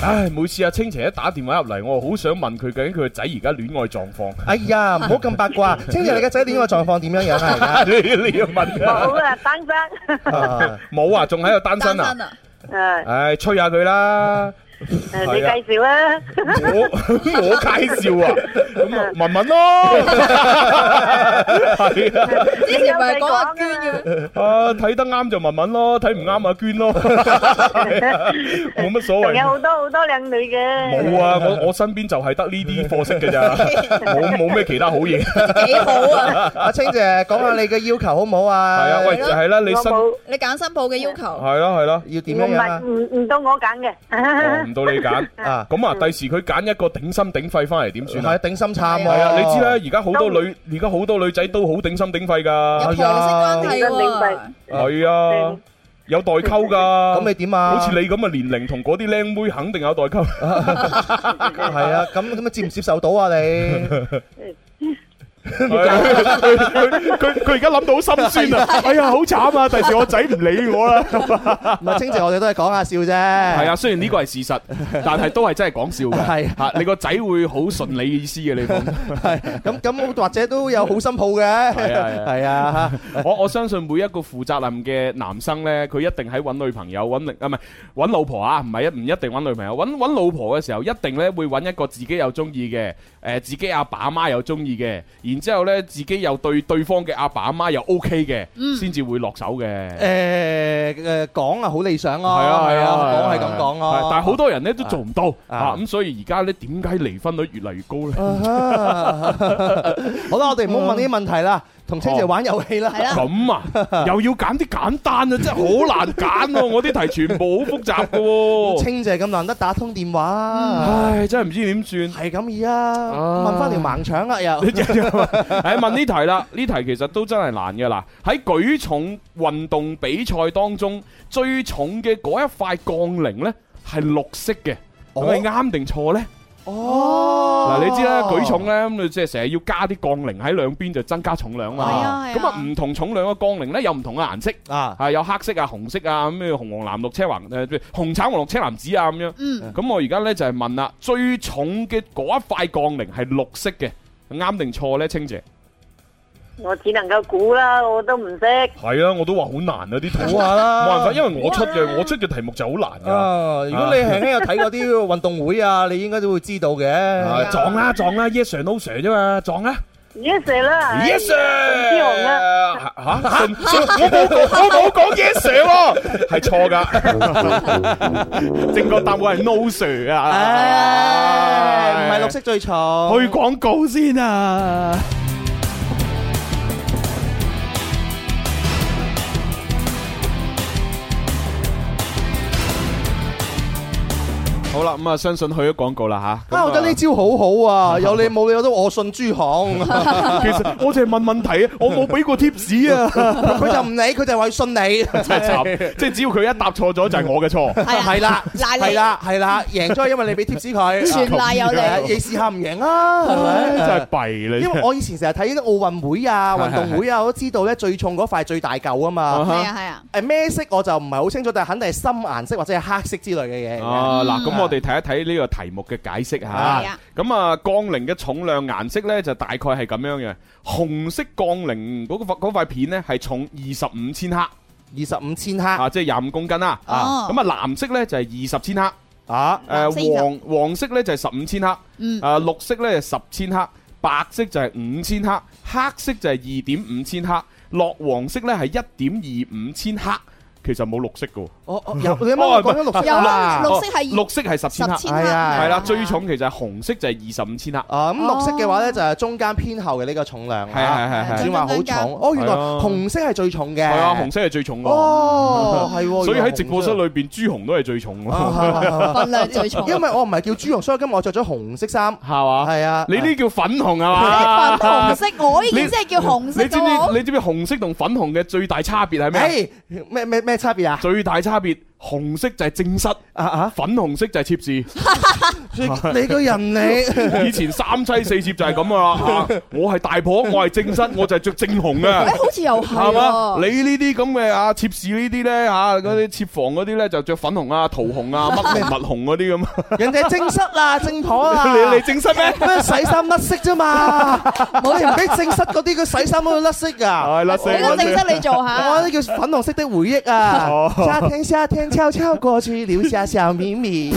唉，每次阿清姐一打電話入嚟，我好想問佢究竟佢個仔而家戀愛狀 況。
哎呀，唔好咁八 卦。清姐，你嘅仔戀愛狀況點樣樣 啊？
你你要問
好
啊？
啊，單身，
而家啊
冇啊，仲喺度單
單
身啊
身？啊！
誒
唉，吹下佢 啦。啊
誒，你介紹啊啦，
我我介紹啊，咁啊文文咯。係啊
之前唔係講阿娟嘅咩？
啊，睇得啱就文文咯，睇唔啱阿娟 咯，啊冇乜所
仲有
謂。
好多好多靚女嘅。
冇 啊！我我身邊就係得呢 啲貨色嘅咋，冇冇咩其他好 嘢。
幾好啊！
阿清姐，講下你嘅要求好唔好
係
啊？
啊，喂，
係咯
係啦，你
我
身
冇，
你揀新抱嘅要求，
係啦係啦，
要點
我唔
樣樣啊
係唔唔到我揀
哦
嘅。
唔到你揀。
啊？
咁啊，第時佢揀一個頂心頂肺翻嚟點算
係
啊？
頂心慘
係啊，
喎。
你知啦，而家好多女，而家好多女仔都好頂心頂肺
有
㗎
婆，媳
Dạ,
關係喎，
係啊，有代溝㗎。
咁你點啊？
好似你咁嘅年齡同嗰啲靚妹肯定有代 溝。
係啊，咁咁接唔接受到啊？你
佢佢佢佢而家諗到好心 酸啊！哎呀，好慘啊！第時我仔唔理我啦。
唔係清姐，我哋都係講下笑啫。係
係啊，，雖然呢個係事實，但係都係真係講笑嘅。
係
嚇，你個仔會好順你嘅意思嘅，你放心。
咁咁或者都有好心抱嘅。
係啊係啊
係啊，
我我相信每一個負責任嘅男生呢，佢一定喺揾女朋友、揾另啊唔係揾老婆啊，唔係一唔一定揾女朋友，揾揾老婆嘅時候，一定呢會揾一個自己又中意嘅，誒、自己阿爸阿媽又中意嘅，然之後呢，自己又對對方嘅阿爸阿媽又 OK 嘅，先至會落手嘅。
誒誒講啊，好理想咯。
係啊係啊，
講係咁講咯
係。但係好多人咧都做唔到
啊
啊，咁所以而家咧點解離婚率越嚟越高咧？
Ờ 啊 好啦，我哋唔好問呢啲問題啦，同清姐玩遊戲啦。
係啦，
咁啊，又要揀啲簡單啊，真係好難揀喎！我啲題全部好複雜噶喎，
清姐咁難得打通電話，
唉，真係唔知點算。
係咁意啊！問翻條盲腸啦又，
唉，問呢題啦，呢題其實都真係難嘅嗱。喺舉重運動比賽當中，最重嘅嗰一塊槓鈴咧係綠色嘅，咁
哦
係啱定錯咧？
哦，
嗱，你知啦，
À.
舉重咧咁，你即係成日要加啲槓鈴喺兩邊，就增加重量
係
嘛
啊。係啊
咁啊，唔同重量嘅槓鈴咧有唔同嘅顏色，
啊，
係有黑色啊、紅色啊、咩紅黃藍綠青黃誒紅橙黃綠青藍紫啊咁樣。
嗯，
咁我而家咧就係問啦，最重嘅嗰一塊槓鈴係綠色嘅，啱定錯咧，清姐？
我只能夠估啦，我都唔識。
係啊，我都話好難啊啲題
好下啦，
冇辦法，因為我出嘅我出嘅題目就好難噶。
啊，如果你輕輕有睇過啲運動會啊，你應該都會知道
啊
嘅。
撞啦撞啦，yes sir no sir 啫嘛，撞啦
Yes sir 啦
，yes
哎呀咁
sir
之紅啦。
嚇嚇信信我冇講我冇講 yes sir 喎，係錯 噶，正確答案係 no sir
唉，
啊，
唔係綠色最重，
去廣告先啊！好啦，咁啊，相信去咗廣告啦吓。
啊，我覺得呢招好好啊，有你冇你我都我信朱行，
其實我淨係問問題啊，我冇俾過 tips 啊，
佢就唔理，佢就話信 你。
啊
真係慘！即係只要佢一答錯咗，就係我嘅錯。
係啊
係啦，
賴你
係啦，係啦，贏咗係因為你俾 tips
啊
佢，
全賴有
係
你。
你試下唔贏啊，係咪？
真係弊啦！
因為我以前成日睇啲奧運會啊、
係
運動會啊，我都知道咧最重嗰塊最大嚿啊
啊
嘛。
係
哈
啊係啊，
誒咩色我就唔係好清楚，但係肯定係深顏色或者係黑色之類嘅嘢嚟嘅。
啊嗱，咁我哋睇一睇呢個題目嘅解釋
嗯係
吓
啊。
咁啊，鋼鈴嘅重量顏色呢，就大概係咁樣嘅，紅色鋼鈴嗰塊嗰塊片呢，係重二十五千克
二十五千克
啊，即係廿五公斤啦。
啊哦
咁啊，藍色呢，就係二十千克，
啊，
藍色
誒黃黃色呢，就係十五千克，
嗯
啊綠色呢，就十千克，白色就係五千克，黑色就係二點五千克，落黃色呢，係一點二五千克。其實冇綠色嘅喎，
我我哦
哦
有你啱啱講咗綠色
有
啊
啊綠色係
哦綠色係十千克
十，千
係
克
啊
係啦，最重其實係紅色就係二十五千克。
啊，咁
哦
綠色嘅話咧就係中間偏後嘅呢個重量
係係
啊，
係係
唔算話好重。哦，原來
係啊
紅色係最重嘅。
係啊，紅色係最重嘅，
哦，係喎。
所以
原來
喺
紅
直播
色
室裏邊，朱紅都係最重嘅，
啊係係係係
份量最重。
因為我唔係叫朱紅，所以今日我着咗紅色衫。
係嘛？
係啊，
你呢叫粉紅係
粉
嘛
紅？色，我呢件先係叫紅色
你知
嘅
唔
喎
知你知唔知紅色同粉紅嘅最大差別係咩？啊
誒咩咩咩差別啊？
最大差別，紅色就係正室，
啊啊！
粉紅色就係妾侍。
你 個人你
以前三妻四妾就係咁噶啦，嚇我係大婆，我係正室，我就係着正紅嘅
誒，。好似又
係啊
係
嘛？
喎。
你呢啲咁嘅啊，妾侍呢啲咧嚇，嗰啲妾房嗰啲咧就着粉紅啊、桃紅 啊、乜紅蜜紅嗰啲咁。
人哋係正室啊，正婆啊，
你你正室咩？
咩洗衫甩色 啫嘛？冇人俾正室嗰啲佢洗衫都甩色噶。
係啦，四
俾個正室你做
我
下，
呢叫粉紅色的回憶
哦
啊！夏天夏天悄悄過去留下小秘密，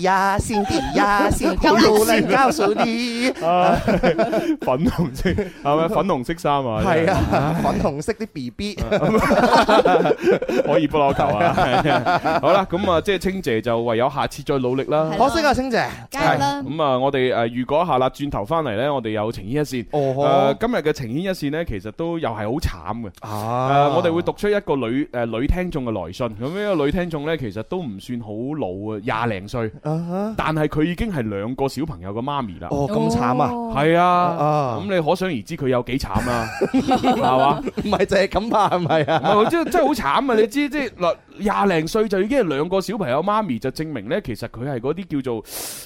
呀辛迪呀辛迪，無人告訴你。
啊， 粉紅色係咪？粉紅色衫啊，
係啊，粉紅色啲 B B。
可以不攞球 啊！好啦，咁啊，即係清姐就唯有下次再努力啦。
係
可惜啊，星姐。
梗係啦。
咁啊，我哋誒預告一下啦，轉頭翻嚟呢，我哋有情牽一線。
哦
誒、今日嘅情牽一線呢，其實都又係好慘嘅。誒、
啊
我哋會讀出一個女誒、女聽眾嘅來信。咁呢個女聽眾呢，其實都唔算好老啊，廿零歲，
啊哈
但係佢已經係兩個小朋友嘅媽咪啦。
哦，咁慘啊！
啊！
係啊，
啊
咁你可想而知佢有幾慘 啦，係嘛？
唔係就係咁吧，係咪啊？
唔係，真真係好慘啊！你知即係嗱，廿零歲就已經係兩個小朋友媽咪，就證明呢，其實佢係嗰啲叫做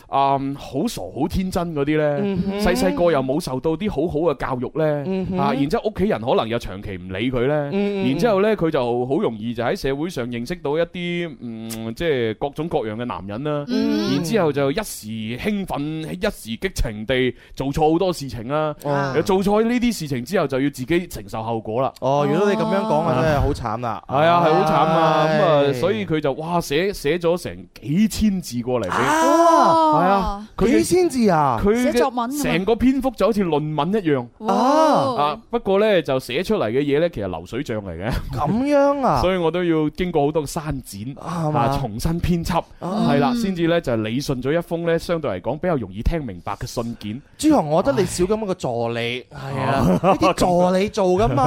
啊好、傻好天真嗰啲呢。
嗯
細細個又冇受到啲好好嘅教育呢。啊，然之後屋企人可能又長期唔理佢呢。
嗯
然之後呢，佢就好容易就喺社會上認識到一啲嗯，即係各種各樣嘅男人啦。
嗯
然之後就一時興奮，一時激情地做錯好多事情啦。
哦
做錯呢啲事情之後，就要自己承受後果啦。
哦，如果你咁樣講啊，真係好慘啦。
系啊，係好慘啊！咁
唉
啊，所以佢就哇寫寫咗成幾千字過嚟俾
啊，
係啊，佢
幾
嘅
千字啊，哦
佢
寫作文
嘅
㗎嘛
成個篇幅就好似論文一樣啊
哇！。
不過呢，就寫出嚟嘅嘢呢，其實流水帳嚟嘅，
咁樣啊，
所以我都要經過好多刪剪
係
啊，
嘛？啊
重新編輯係啦，先至呢，就理順咗一封呢，相對嚟講比較容易聽明白嘅信件。
朱紅，我覺得你少咁一個助理，係啊，
哦
呢啲助理做噶嘛，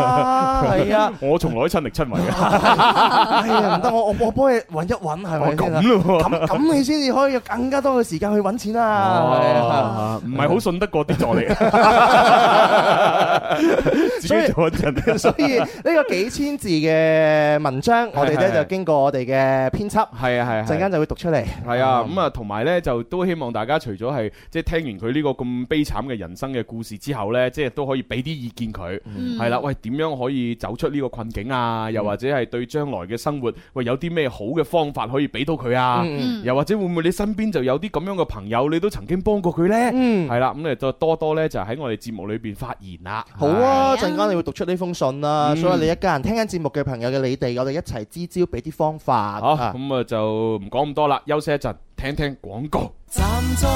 係啊， 啊
我從來都親力親為嘅，
哎呀，唔唔得，我我我幫你揾一揾係
哦
咪先啊
咁咯喎
咁咁你先至可以有更加多嘅時間去揾錢啊！
哦唔係好信得過啲 助理， 自
所以
己做一陣。
所以呢個幾千字嘅文章，我哋
係
咧
係係
就經過我哋嘅編輯，
係啊係啊，
陣間就會讀出嚟。
係啊，咁啊，同埋呢，就都希望大家除咗係即係聽完佢呢個咁悲慘嘅人生嘅故事之後呢，即係都可以俾啲意見佢，
Ừ.
係啦，喂，點樣可以走出呢個困境啊？又或者係對將來嘅生活，喂，有啲咩好嘅方法可以俾到佢啊？
Ừ.
嗯
又或者會唔會你身邊就有啲咁樣嘅朋友，你都曾經幫過佢呢？
嗯
係啦，咁你就多多呢，就喺我哋節目裏邊發言啦。
好
係
啊！
啊
陣間你會讀出呢封信啦，
嗯
所以你一家人聽緊節目嘅朋友嘅你哋，我哋一齊支招，俾啲方法。
好，
啊
咁啊就唔講咁多啦，休息一陣，聽聽廣告。
站在這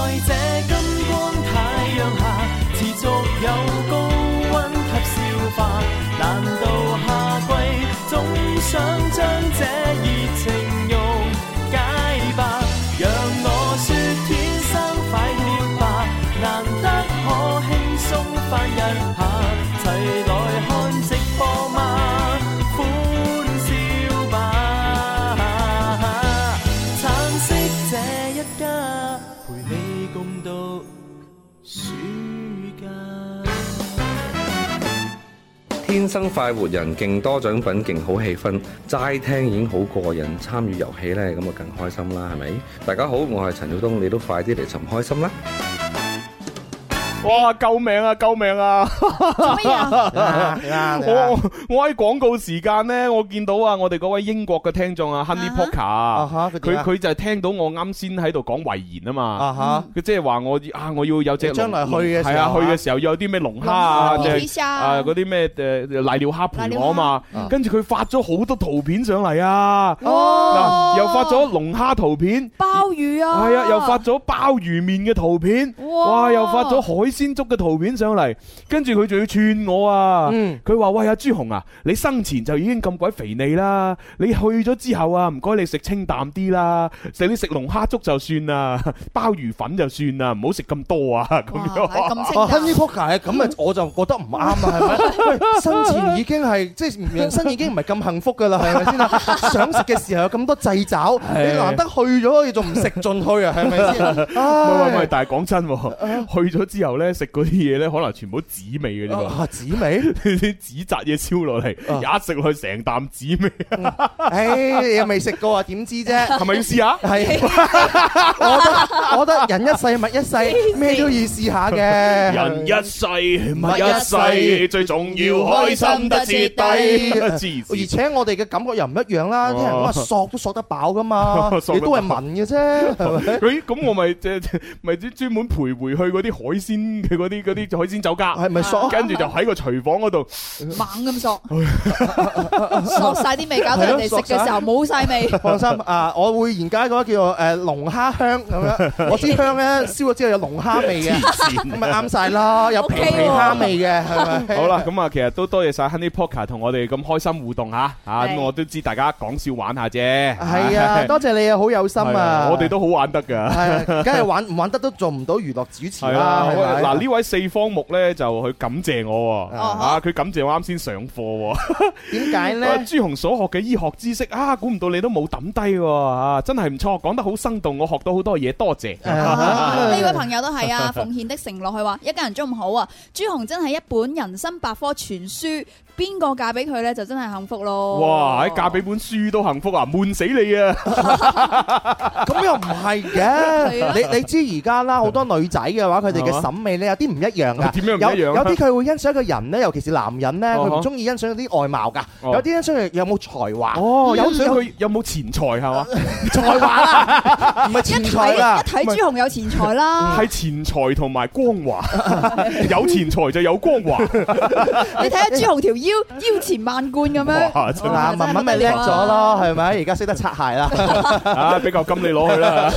金光太陽下，持續有高温及消化。難道夏季總想將這熱情溶解吧？讓我説天生快活吧，難得可輕鬆快一下，齊來看直播嗎？歡笑吧！橙色這一家，陪你共度暑假。
天生快活人，勁多獎品，勁好氣氛，齋聽已經好過癮，參與遊戲呢，咁啊更開心啦，係咪？大家好，我係陳曉東，你都快啲嚟尋開心啦！
哇！救命啊！救命啊！
做乜嘢啊？
啊點啊點啊
我我喺廣告時間呢，我見到啊，我哋嗰位英國嘅聽眾啊，Honey
啊
Poker，
哈佢
佢
點啊
佢就係聽到我啱先喺度講遺言啊
啊
嘛，
哈
佢即係話我啊，我要有隻
將來去嘅時候
係啊，
啊
去嘅時候要有啲咩龍蝦啊，
龍蝦
即係
皮蝦
啊嗰啲咩誒瀨尿蝦陪我啊
瀨尿
嘛
蝦，
跟住佢發咗好多圖片上嚟啊，
哦
嗱又發咗龍蝦圖片。
鮑魚啊！
系啊，又發咗鮑魚面嘅圖片，
哇
哇，又發咗海鮮粥嘅圖片上嚟，跟住佢仲要串我啊
嗯，
佢話：喂阿朱紅啊，你生前就已經咁鬼肥膩啦，你去咗之後啊，唔該你食清淡啲啦，食你食龍蝦粥就算啦， 鮑魚粉就算啦，唔好食咁多啊，咁
哇
樣。
咁
哦
清
Honey Poker
嗯
咁啊，我就覺得唔啱啊，係咪？喂，生前已經係即係人生已經唔係咁幸福噶啦，係咪 先啊？想食嘅時候有咁多掣肘，你難得去咗，你仲唔食進去啊？係咪先？
喂喂
唉
喂，但係講真喎，去咗之後呢，食嗰啲嘢呢，可能全部都紫味嘅啫喎。
啊，紫味，
啲紙扎嘢燒落嚟，一食落去成啖紫味，
唉，你又未食過啊？點知 啫？
係咪要啊試下？
係， 我覺得我覺得人一世物一世，咩都要試下嘅。
人一世物一
物一
世，
世
最重要開心得徹底。 黐
而
線，
且我哋嘅感覺又唔一樣啦，啲人話索都索得飽噶嘛
哦 索
你
得飽
都係聞嘅啫， 係咪？
佢咁我咪即係 咪專專門徘徊去嗰啲海鮮嘅嗰啲嗰啲海鮮酒家，
係哦咪 索？
跟住就喺個廚房嗰度，
淡，猛咁索， 索晒啲味，搞到人哋食嘅時候冇晒 味。
放 心啊，我會研究一個叫做誒龍蝦香咁 樣，我支香咧燒咗之後有龍蝦味嘅，咁咪啱晒 啦，有皮
OK 喎
皮蝦味嘅，係咪？
好啦，咁啊，其實都多謝晒 Honey Poker 同我哋咁開心互動吓，吓咁
係
我都知大家講笑玩下啫，
係啊，多謝你啊，好有心
係
啊！
我哋都好玩得噶。
係啊，梗係玩唔玩得都做唔到娛樂主持
係啦，
啦，係咪
嗱呢位四方木咧就佢感謝我喎，
哦
啊佢感謝我啱先上課喎。
點解
啊
咧？
朱紅所學嘅醫學知識啊，估唔到你都冇抌低喎，啊真係唔錯，講得好生動，我學到好多嘢，多謝。
啊 呢位朋友都係 啊，奉獻的承諾，佢話一家人中唔好啊。朱紅真係一本人生百科全書，邊個嫁俾佢呢？就真係幸福咯。
哇！喺嫁俾本書都幸福啊，悶死你啊！
啊咁又唔係
啊
嘅，你你知而家啦，好多女仔嘅話，佢哋嘅審美咧有啲唔一樣噶。
點樣唔一樣啊
有有啲佢會欣賞一個人咧，尤其是男人咧，
哦
佢唔中意欣賞啲外貌噶，
哦
有啲欣賞佢有冇才華。
哦，有
有
想佢有冇錢財係嘛？
才華啦，唔係
一
錢財
睇哎
啦
一。睇朱紅有錢財
啊
啦，
係錢財同埋光華， 有錢財就有光華。
你睇下朱紅條腰腰纏萬貫咁
哇
樣，
哦真係
哇
嗱，文文咪叻咗。咯，係咪？而家識得擦鞋啦。
啊，比較金你攞去啦。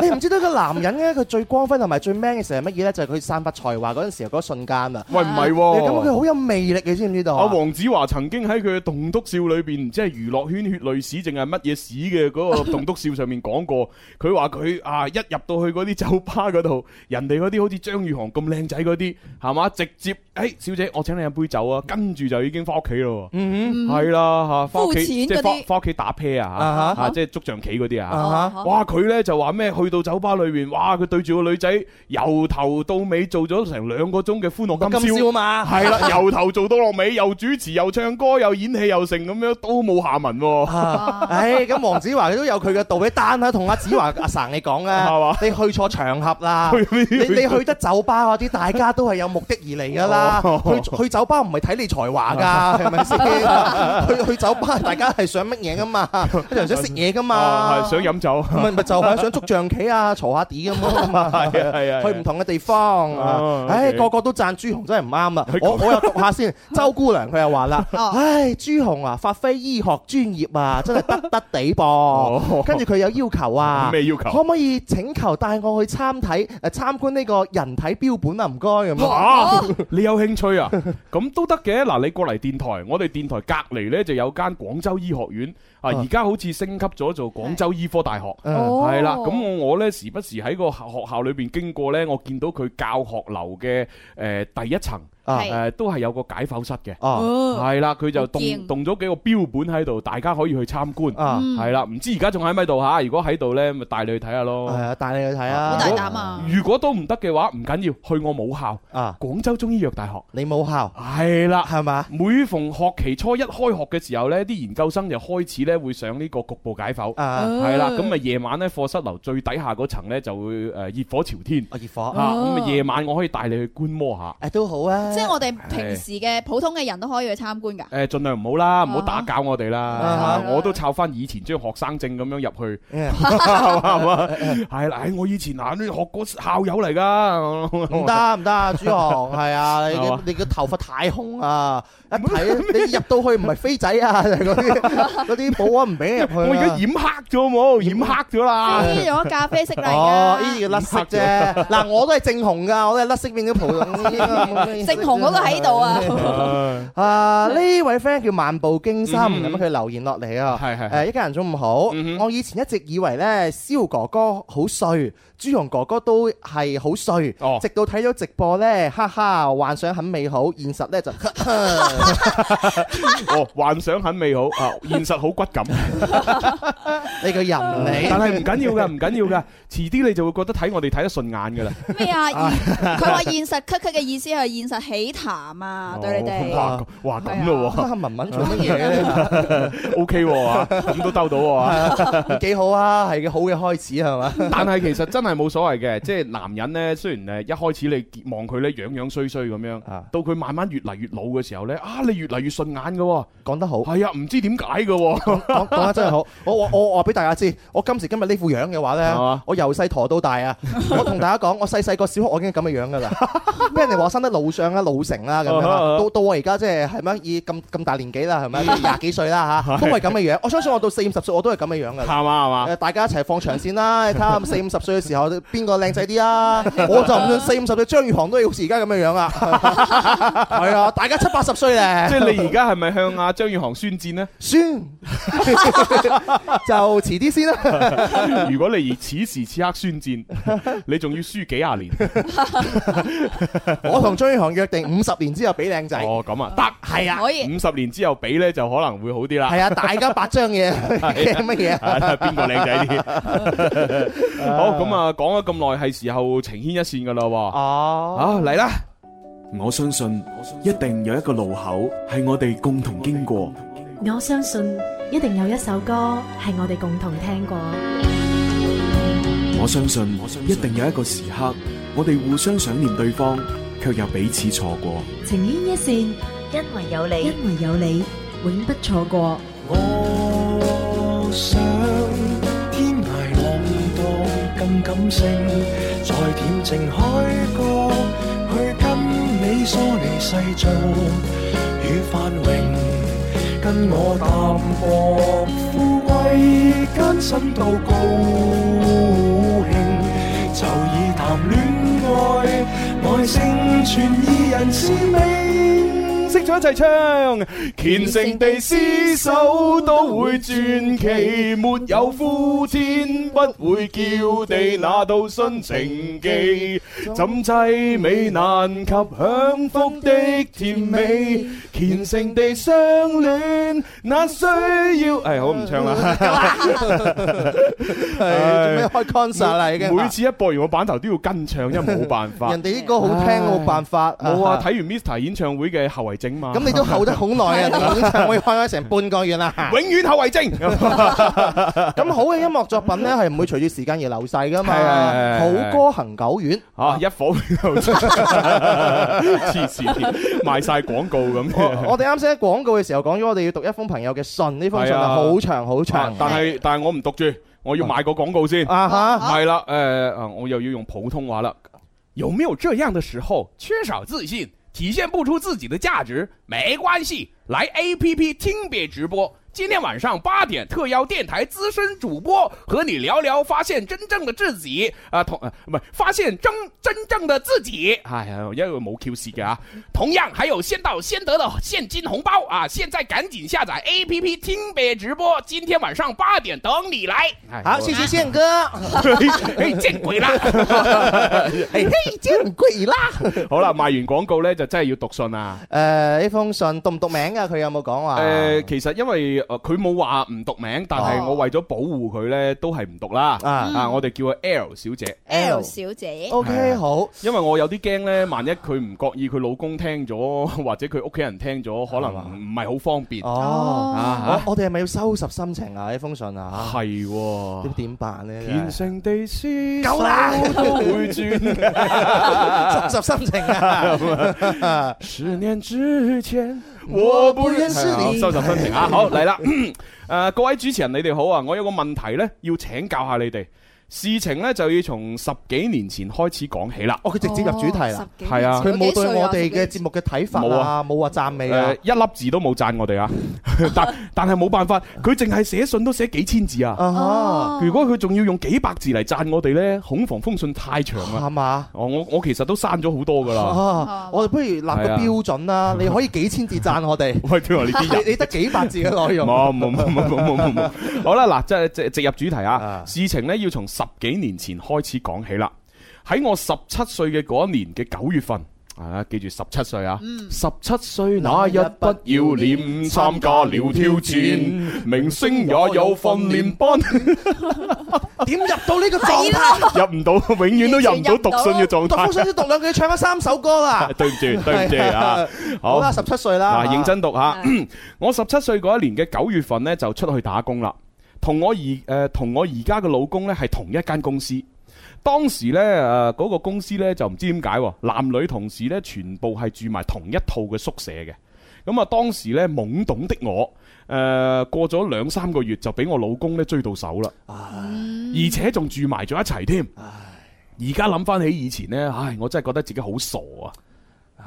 你唔知道個男人咧，佢最光輝同埋最 man 嘅時候係乜嘢咧？就係佢散發才華嗰陣時候嗰個瞬間啊！
喂，唔係
咁佢
喎。
好有魅力，你知唔知道
阿
啊？
黃子華曾經喺佢嘅《棟篤笑》裏邊，唔知係娛樂圈血淚史定係乜嘢史嘅嗰個《棟篤笑》上面講過， 佢話佢啊一入到去嗰啲酒吧嗰度，人哋嗰啲好似張宇航咁靚仔嗰啲，係嘛？直接誒、哎小姐，我請你飲杯酒啊，跟住住就已經翻屋企咯喎。
嗯
係啦吓，翻屋企
膚淺
即係
嗰
翻
啲
翻屋企打啤
哼，
啊
啊
吓，啊即係捉象棋嗰啲啊
哈，。啊
哦
哇！佢呢就話咩？去到酒吧裏面，哇！佢對住個女仔由頭到尾做咗成兩個鐘嘅歡
哈，
樂今
今
宵
宵。嘛，
係啦， 由頭做到落尾，又主持又唱歌又演戲又成咁樣，都冇下文 喎。
啊 唉，咁黃子華佢都有佢嘅道理，但係同阿子華阿神你講
係嘛
咧，你去錯場合啦。
去邊
你你去得酒吧嗰啲，大家都係有目的而嚟㗎啦。
哦
去去酒吧唔係睇你才華 㗎，係咪先？去去酒吧，大家係想乜嘢㗎 嘛？有人想食嘢㗎嘛？
啊係想飲酒。
咪咪就係想捉象棋 啊，嘈下啲咁啊嘛，係
啊係啊
去唔同嘅地方
哦
啊，唉，
OK 哦
個個都讚朱紅真係唔啱啦
佢。
我我又讀 下先，周姑娘佢又話啦，
哦
唉，朱紅啊，發揮醫學專業啊，真係得得地
哦
噃。跟住佢有要 求啊，
咩要求
可唔可以請求帶我去參睇誒參觀呢個人體標本啊？唔該咁樣。
哦
啊！你有興 趣啊？咁都得嘅。嗱，你過嚟電台，我哋電台隔離呢就有間廣州醫學院啊，而家好似升級咗做廣州醫科大學。
嗯
哦
係啦，咁我我咧時不時喺個學校裏邊經過呢，我見到佢教學樓嘅誒第一層
啊
係
誒都係有個解剖室嘅，
啊
哦
係啦，佢就
好
動
驚
動咗幾個標本喺度，大家可以去參觀。
啊，
嗯
係啦，唔知而家仲喺咪度嚇？如果喺度呢，咪帶你去睇下咯
係。啊，帶你去睇
好大
啊。
膽啊！
如果都唔得嘅話，唔緊要，去我母校
啊，
廣州中醫藥大學。
你冇效
係啦。
係嘛？
每逢學期初一開學嘅時候呢啲研究生就開始呢會上呢個局部解剖，
啊，
哦
係啦，咁咪夜晚呢課室樓最底下嗰層呢就會誒熱火朝天，
我熱火
啊，咁咪夜晚我可以帶你去觀摩下，
誒都好啊。
即係我哋平時嘅普通嘅人都可以去參觀㗎。
誒盡量唔好啦，唔好打攪我哋啦，
啊
啊我都抄翻以前張學生證咁樣入去，
嗯
係嘛係嘛， 係啦，唉我以前啊學過校友嚟㗎，
唔得唔得啊，朱紅係啊，你
係
嘅
嘛
你嘅頭髮太空啊，一睇你入到去唔係飛仔啊， 就係嗰啲嗰啲保安唔俾你入去啊。
我而家染黑咗冇，染黑咗 啦。
飛咗咖啡色嚟
哦，呢
㗎，
啲叫甩色啫。嗱，我都係正紅噶，我都係甩色變咗葡萄。
正紅嗰個喺度啊！
唉
啊！呢位 friend 叫漫步驚心，
嗯
咁佢留言落嚟啊，
係係係
誒一家人中午好。
嗯哼
我以前一直以為呢，蕭哥哥好衰，朱紅哥哥都係好衰
哦，
直到睇咗直播呢，哈哈，幻想很美好，現實呢就
哦，幻想很美好啊，現實好骨 感。
你個人嚟。
但係唔緊要噶，唔緊要噶，遲啲你就會覺得睇我哋睇得順眼噶啦。
咩啊？現佢話現實咳咳嘅意思係現實起痰啊，
哦
對你哋。
哦哇哇咁咯
啊文文做乜嘢咧？
喎，OK 喎，啊咁都兜到喎。啊
幾好啊，係個好嘅開始係嘛？
但係其實真係冇所謂嘅，即係男人呢，雖然誒一開始你望佢呢樣樣衰衰咁樣
啊，
到佢慢慢越嚟越老嘅時候呢，啊你越嚟越順眼噶喎，
講得好。
係啊，唔知點解嘅 喎。
講講得真係好，我我我我話俾大家知，我今時今日呢副樣嘅話
係嘛
呢，我由細陀到大 啊！我同大家講，我細細個小學我已經係咁嘅樣㗎啦，俾人哋話生得老相啊、老成啦咁樣
啊哈
啦，到到我而家即係係咪以咁咁大年紀啦，係咪廿幾歲啦嚇，都係咁嘅樣。我相信我到四五十歲我都係咁嘅樣㗎啦。
係嘛係嘛，
誒，大家一齊放長線啦！你 睇下四五十歲嘅時候，邊個靚仔啲啊？ 我就唔信四五十歲張宇航都係好似而家咁嘅 樣啊！係啊，大家七八十歲咧
即。係你而家係咪向阿張宇航宣 戰呢？
孫就遲啲先啦。
如果你而此時此刻宣 戰，你仲要輸幾廿年？
我同張宇航約定五十年之後俾靚仔，
哦，咁啊，得
係啊，
可以
五十年之後比呢，就可能會好啲 啦。
係啊，大家八張嘢 乜嘢啊？
啊，睇下邊個靚仔啲？ 好，咁啊，講咗咁耐，係時候情牽一線噶啦喎。
哦，
啊，嚟啦！
我相信一定有一個路口係我哋共同經過，
我相信一定有一首歌係我哋共同聽過，
我相信一定有一個時刻，我哋互相想念對方，卻又彼此錯過。
情牽一線，
因為有你。
因為有你，永不錯過。
我想天涯浪蕩更感性，在恬靜海角去跟你梳理世俗與繁榮，跟我淡薄富貴艱辛到高興，就以談戀愛，愛性全二人滋味。
識咗一齊唱，虔誠地厮守都會傳奇，沒有呼天不會叫地，那道殉情記，怎凄美難及享福的甜美，虔誠地相戀，那需要，唉，好唔唱啦。
係做咩開 concert 啊啦已經？啊
每次一播完個版頭都要跟唱，因為冇辦 法。
人哋啲歌好聽，冇辦法。
冇啊，睇完 Mr 演唱會嘅後遺症嘛。
咁你都候得好 耐啊！演唱會開咗成半個月啦。
永遠後遺症。
咁好嘅音樂作品咧，係唔會隨住時間而流逝噶嘛
係係係。係
好歌行久 遠。
啊！一火黐線，賣晒廣告咁。
我我哋啱先喺廣告嘅時候講咗，我哋要讀一封朋友嘅信，呢封信
係
係
啊
好長好長
但。係但係我唔讀住，我要賣個廣告先。
啊哈，
係啦，誒啊，我又要用普通話啦。有沒有這樣的時候，缺少自信，體現不出自己的價值？沒關係，來 A P P 聽別直播。今天晚上八點，特邀電台資深主播和你聊聊，發現真正的自己啊，同啊唔係發現真真正的自己。哎呀，因為冇 Q C 嘅啊。同樣還有先到先得的現金紅包啊！現在趕緊下載 A P P 聽別直播，今天晚上八點等你來。哎
好，
我
謝謝憲哥。
哎，見鬼啦！
嘿，真貴啦。
好啦，賣完廣告呢，就真係要讀信啊！
誒，呢封信讀唔讀名㗎？佢有冇講
誒、
話？
其實因為誒佢冇話唔讀名，但係我為咗保護佢呢，都係唔讀啦。
啊
啊，我哋叫佢 L 小姐，
L 小姐，
，OK，好。
因為我有啲驚呢，萬一佢唔覺意佢老公聽咗， 或者佢屋企人聽咗，可能唔唔係好方便。
哦，
啊
我我哋係咪要收拾心情啊？呢封信啊，
係喎
點。點辦咧？
虔
真係
誠地思
夠啦
手都會轉。
收拾心情啊！
十年之前，我不認識你。收集心情 啊，好嚟啦。 誒、各位主持人，你哋好啊！我有個問題呢，要請教下你哋。事情呢，就要從十幾年前開始講起啦。
哦，佢直接入主題啦。
十幾
係啊
佢冇對我哋
幾歲
嘅
啊
節目嘅睇法
冇
啊，
啊
冇話讚美
誒、
啊。
一粒字都冇讚我哋啊！ 但但係冇辦法，佢淨係寫信都寫幾千字啊！
啊
哦
如果佢仲要用幾百字嚟讚我哋呢，恐防封信太長
哈，
啦。
係嘛？
哦，我我其實都刪咗好多噶啦。
啊，我哋不如立個
係啊
標準啦，你可以幾千字讚我哋，
喂，點話呢啲人？
你你得幾百字嘅內容。
冇冇冇冇冇冇冇 冇。好啦，嗱，即係直直入主題
啊
啊！事情呢，要從十幾年前開始講起啦。喺我十七歲嘅嗰一年嘅九月份。啊！記住十七歲啊！十七歲那日不要臉，參加了挑戰，明星也有訓練 班，
點入到呢個狀態？
入唔到，永遠都入唔到讀信嘅狀
讀封
態。
信先讀兩句，唱咗三首歌啦。
對唔住，對唔住 啊！
好
好
啦，，十七歲啦，啊
嗱，認真讀下。 我十七歲嗰一年嘅九月份呢，就出去打工啦，同我而誒、呃同我而家嘅老公呢，係同一間公司。當時呢，誒、呃嗰個公司呢，就唔知點解喎，男女同事呢，全部係住埋同一套嘅宿舍嘅。咁啊，當時呢，懵懂的我，誒、呃過咗兩三個月就俾我老公呢追到手啦，而且仲住埋咗一齊添。而家諗翻起以前呢，唉，我真係覺得自己好傻啊！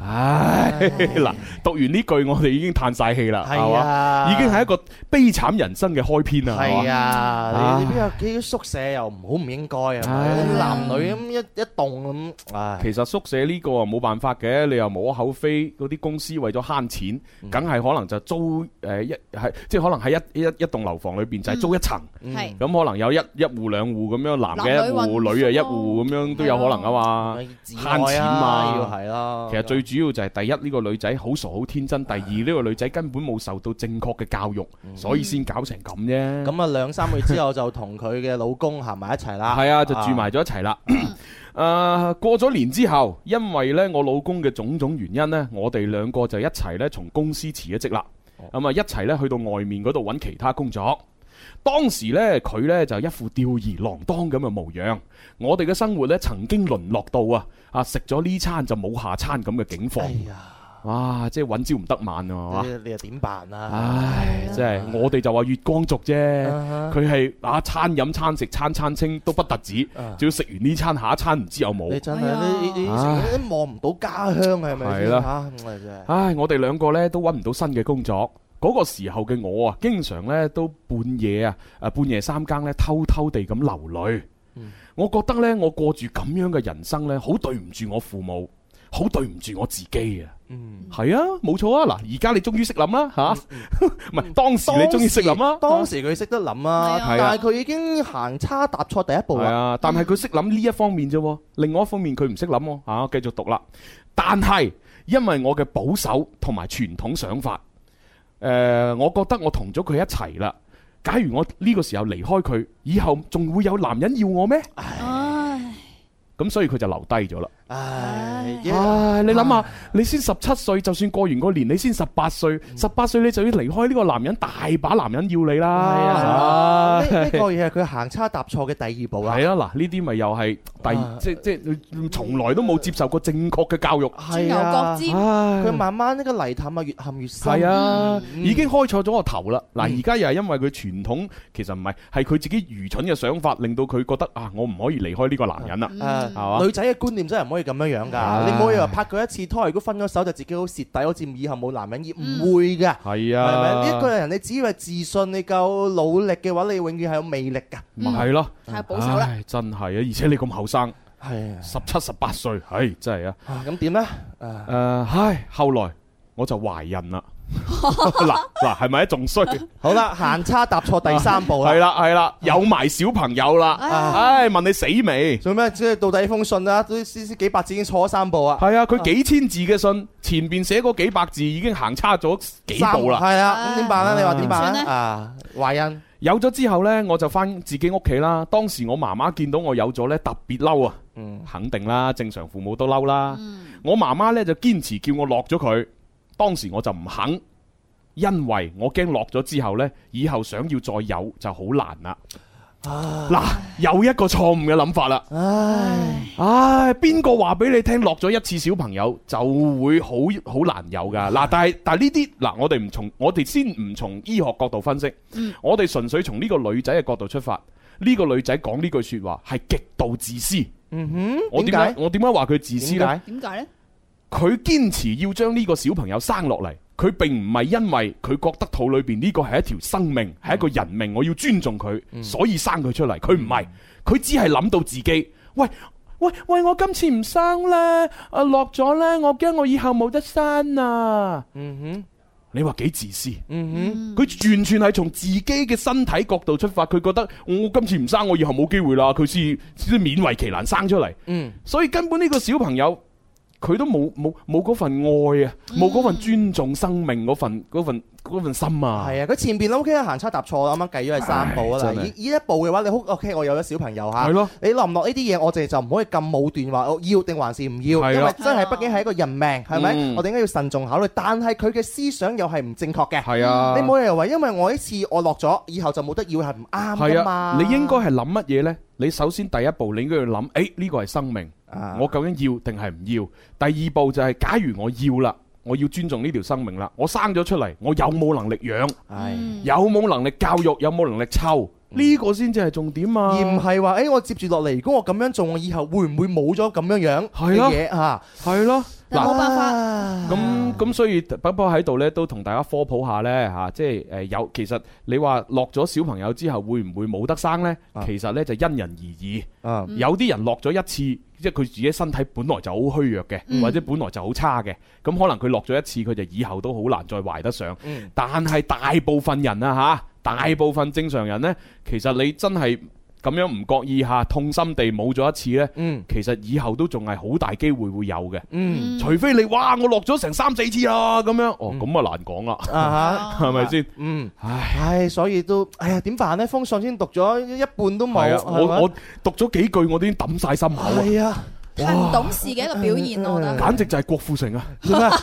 唉，嗱，讀完呢句我哋已經嘆晒氣啦，係
係
嘛？
啊，
已經係一個悲慘人生嘅開篇啦，係
係
嘛？
啊，
啊
你你邊有幾宿舍又唔好唔應該啊？
唉
男女咁一一棟咁，唉，
其實宿舍呢個啊冇辦法嘅，你又無可厚非，嗰啲公司為咗慳錢，梗係可能就租誒一係，即係可能喺一一一棟樓房裏邊就係租一層，
係
咁可能有一一戶兩戶咁樣，男嘅一
男女
戶，
混
女啊一
宿
戶
咯
咁樣都有可能啊嘛。慳錢嘛
要係
啊
啦。
其實最主要就係第一呢個女仔好傻好天真，第二呢個女仔根本冇受到正確嘅教育，所以先搞成咁啫。
咁啊，兩三個月之後就同佢嘅老公行埋一齊啦。
係啊，就住埋咗一齊啦。誒，過咗年之後，因為呢我老公嘅種種原因呢，我哋兩個就一齊呢從公司辭咗職啦。咁啊，一齊呢去到外面嗰度揾其他工作。當時呢，佢呢就一副吊兒郎當咁嘅模樣。我哋嘅生活呢曾經淪落到啊啊食咗呢餐就冇下餐咁嘅境況
哎。呀，哎
哇！即係揾朝唔得晚啊，係嘛
你你又點辦啊？
唉，真係我哋就話月光族啫，佢係啊餐飲餐食餐餐清都不特止，
啊
仲要食完呢餐下一餐唔知有
你
冇。
真係
哎呀
你你你
唉
你望唔到家鄉係咪先
係啦
嚇？咁啊真係。
唉，我哋兩個呢都揾唔到新嘅工作。嗰個時候嘅我啊，經常呢都半夜啊，誒半夜三更呢偷偷地咁
嗯
流淚。我覺得呢，我過住咁樣嘅人生呢，好對唔住我父母，好對唔住我自己啊。
嗯
係啊，冇錯啊！嗱，而家你終於識諗啦吓， 唔係當時你終於識諗啦。
當時佢識得諗啊，
哦
啊
係
但係佢已經行差踏錯第一步
係
啦。
啊，但係佢識諗呢一方面啫喎，另外一方面佢唔識諗喎
嗯
啊，繼續讀啦。但係因為我嘅保守同埋傳統想法，誒、我覺得我同咗佢一齊啦。假如我呢個時候離開佢，以後仲會有男人要我咩？
唉，
咁所以佢就留低咗啦。
唉，一
唉，你諗下，你先十七歲，就算過完個年，你先十八歲，十八歲你就要離開呢個男人，大把男人要你啦。
係啊，
啊
呢呢個嘢係佢行差踏錯嘅第二步啦。
系啊，嗱呢啲咪又係
啊
第即即從來都冇接受過正確嘅教育，
鑽
係
牛角
啊，
尖，
唉
佢慢慢呢個泥潭啊越陷越深。
係啊，
嗯
已經開錯咗個頭啦。嗱，
嗯
而家又係因為佢傳統，其實唔係，係佢自己愚蠢嘅想法，令到佢覺得啊，我唔可以離開呢個男人啦，
嗯
係
啊
嘛？啊
女仔嘅觀念真係唔可以咁樣樣㗎，
唉
你唔可以話拍佢一次拖，如果分咗手就自己好蝕底，好似以後冇男人要，唔會㗎。
嗯係
係咪？一個
啊，
人你只要係自信，你夠努力嘅話，你永遠係有魅力㗎。
咪係咯，
太保守啦。
唉，真係啊！而且你咁後生，
係
十七、十八歲，唉，真係啊！
啊，咁點呢？啊，
诶，唉，後來我就懷孕 啦。 嗱嗱，係咪啊仲衰？
好啦，行差踏錯第三步
係啊
啦。
啦係啦，有埋小朋友啦，唉，問你死未？
做咩？即係到底封信啦，都先先幾百字已經錯咗三步啊。
係啊，佢幾千字嘅信，前边寫嗰幾百字已經行差咗幾步啦。
系啊，咁點辦咧？你話點辦
點算
咧？
呢
啊，懷孕
有咗之後呢，我就翻自己屋企啦。當時我媽媽見到我有咗呢，特別嬲啊，肯定啦，正常父母都嬲啦。我媽媽呢，就堅持叫我落咗佢，當時我就唔肯，因為我驚落咗之後呢，以後想要再有就好難啦。嗱，有一個錯誤嘅諗法啦。唉，邊個話俾你聽落咗一次小朋友就會好好難有㗎？嗱，但係但係呢啲嗱，我哋唔從我哋先唔從醫學角度分析，我哋純粹從呢個女仔嘅角度出發。呢個女仔講呢句説話係極度自私。嗯哼，我點
點
解
解
我點解話佢自私
點
呢？
解？
點解咧？
佢堅持要將呢個小朋友生落嚟，佢並唔係因為佢覺得肚裏邊呢個係一條生命，係一個人命，我要尊重佢，所以生佢出嚟。佢唔係，佢只係諗到自己，喂。喂喂，我今次唔生呢，啊落咗呢，我驚我以後冇得生啊！嗯哼，你話幾自私？嗯哼，佢完全係從自己嘅身體角度出發，佢覺得嗯我今次唔生，我以後冇機會啦，佢先先勉為其難生出嚟。
嗯，
所以根本呢個小朋友佢都冇冇冇嗰份愛啊，
嗯
冇嗰份尊重生命嗰份嗰份嗰份心啊。
係啊，佢前邊都 OK 啊，行差踏錯啦，啱啱計咗係三步啊
唉
啦。
真係
依依一步嘅話，你好 OK，我有咗小朋友嚇。
係咯
你落唔落呢啲嘢，我哋就唔可以咁武斷話我哦要定還是唔
係啊
要，因為真係畢竟係一個人命，係
嗯
咪？我哋應該要慎重考慮。但係佢嘅思想又係唔正確嘅。
係啊，
你冇理由話，因為我呢次我落咗，以後就冇得要係唔啱
係
噶
啊
嘛。，
你應該係諗乜嘢呢？你首先第一步，你應該要諗，誒呢個係生命，
啊
我究竟要定係唔要？第二步就係、假如我要啦。我要尊重呢條生命啦，我生咗出嚟，我有冇能力養，
係。
嗯
有冇能力教育，有冇能力湊，呢、個先至係重點啊！
嗯而唔係話，誒、哎我接住落嚟，如果我咁樣做，我以後會唔會冇咗咁樣樣
係
嘅
咯
嘢啊嚇？
係咯，嗱
冇辦法
法
咁咁所以不不喺度呢，都同大家科普下呢。吓、即係誒有其實你話落咗小朋友之後會唔會冇得生呢？
啊
其實呢就因人而異，
啊，
有啲人落咗一次。即係佢自己身體本來就好虛弱嘅，或者本來就好差嘅，咁可能佢落咗一次，佢就以後都好難再懷得上。
嗯
但係大部分人啊嚇，大部分正常人呢，其實你真係咁樣唔覺意嚇，痛心地冇咗一次呢，
嗯
其實以後都仲係好大機會會有嘅。
嗯
除非你哇，我落咗成三四次啦，咁樣哦，
嗯
咁啊難講啦，
啊嚇，
係咪先？
嗯，
唉，
唉，所以都，哎呀，點辦呢？封信先讀咗一半都冇
係，啊，
係咪
我我讀咗幾句，我都已經抌晒心口啊，
係啊，
太唔懂事嘅一個表
嗯
現，我覺得。
簡直就係郭富城啊！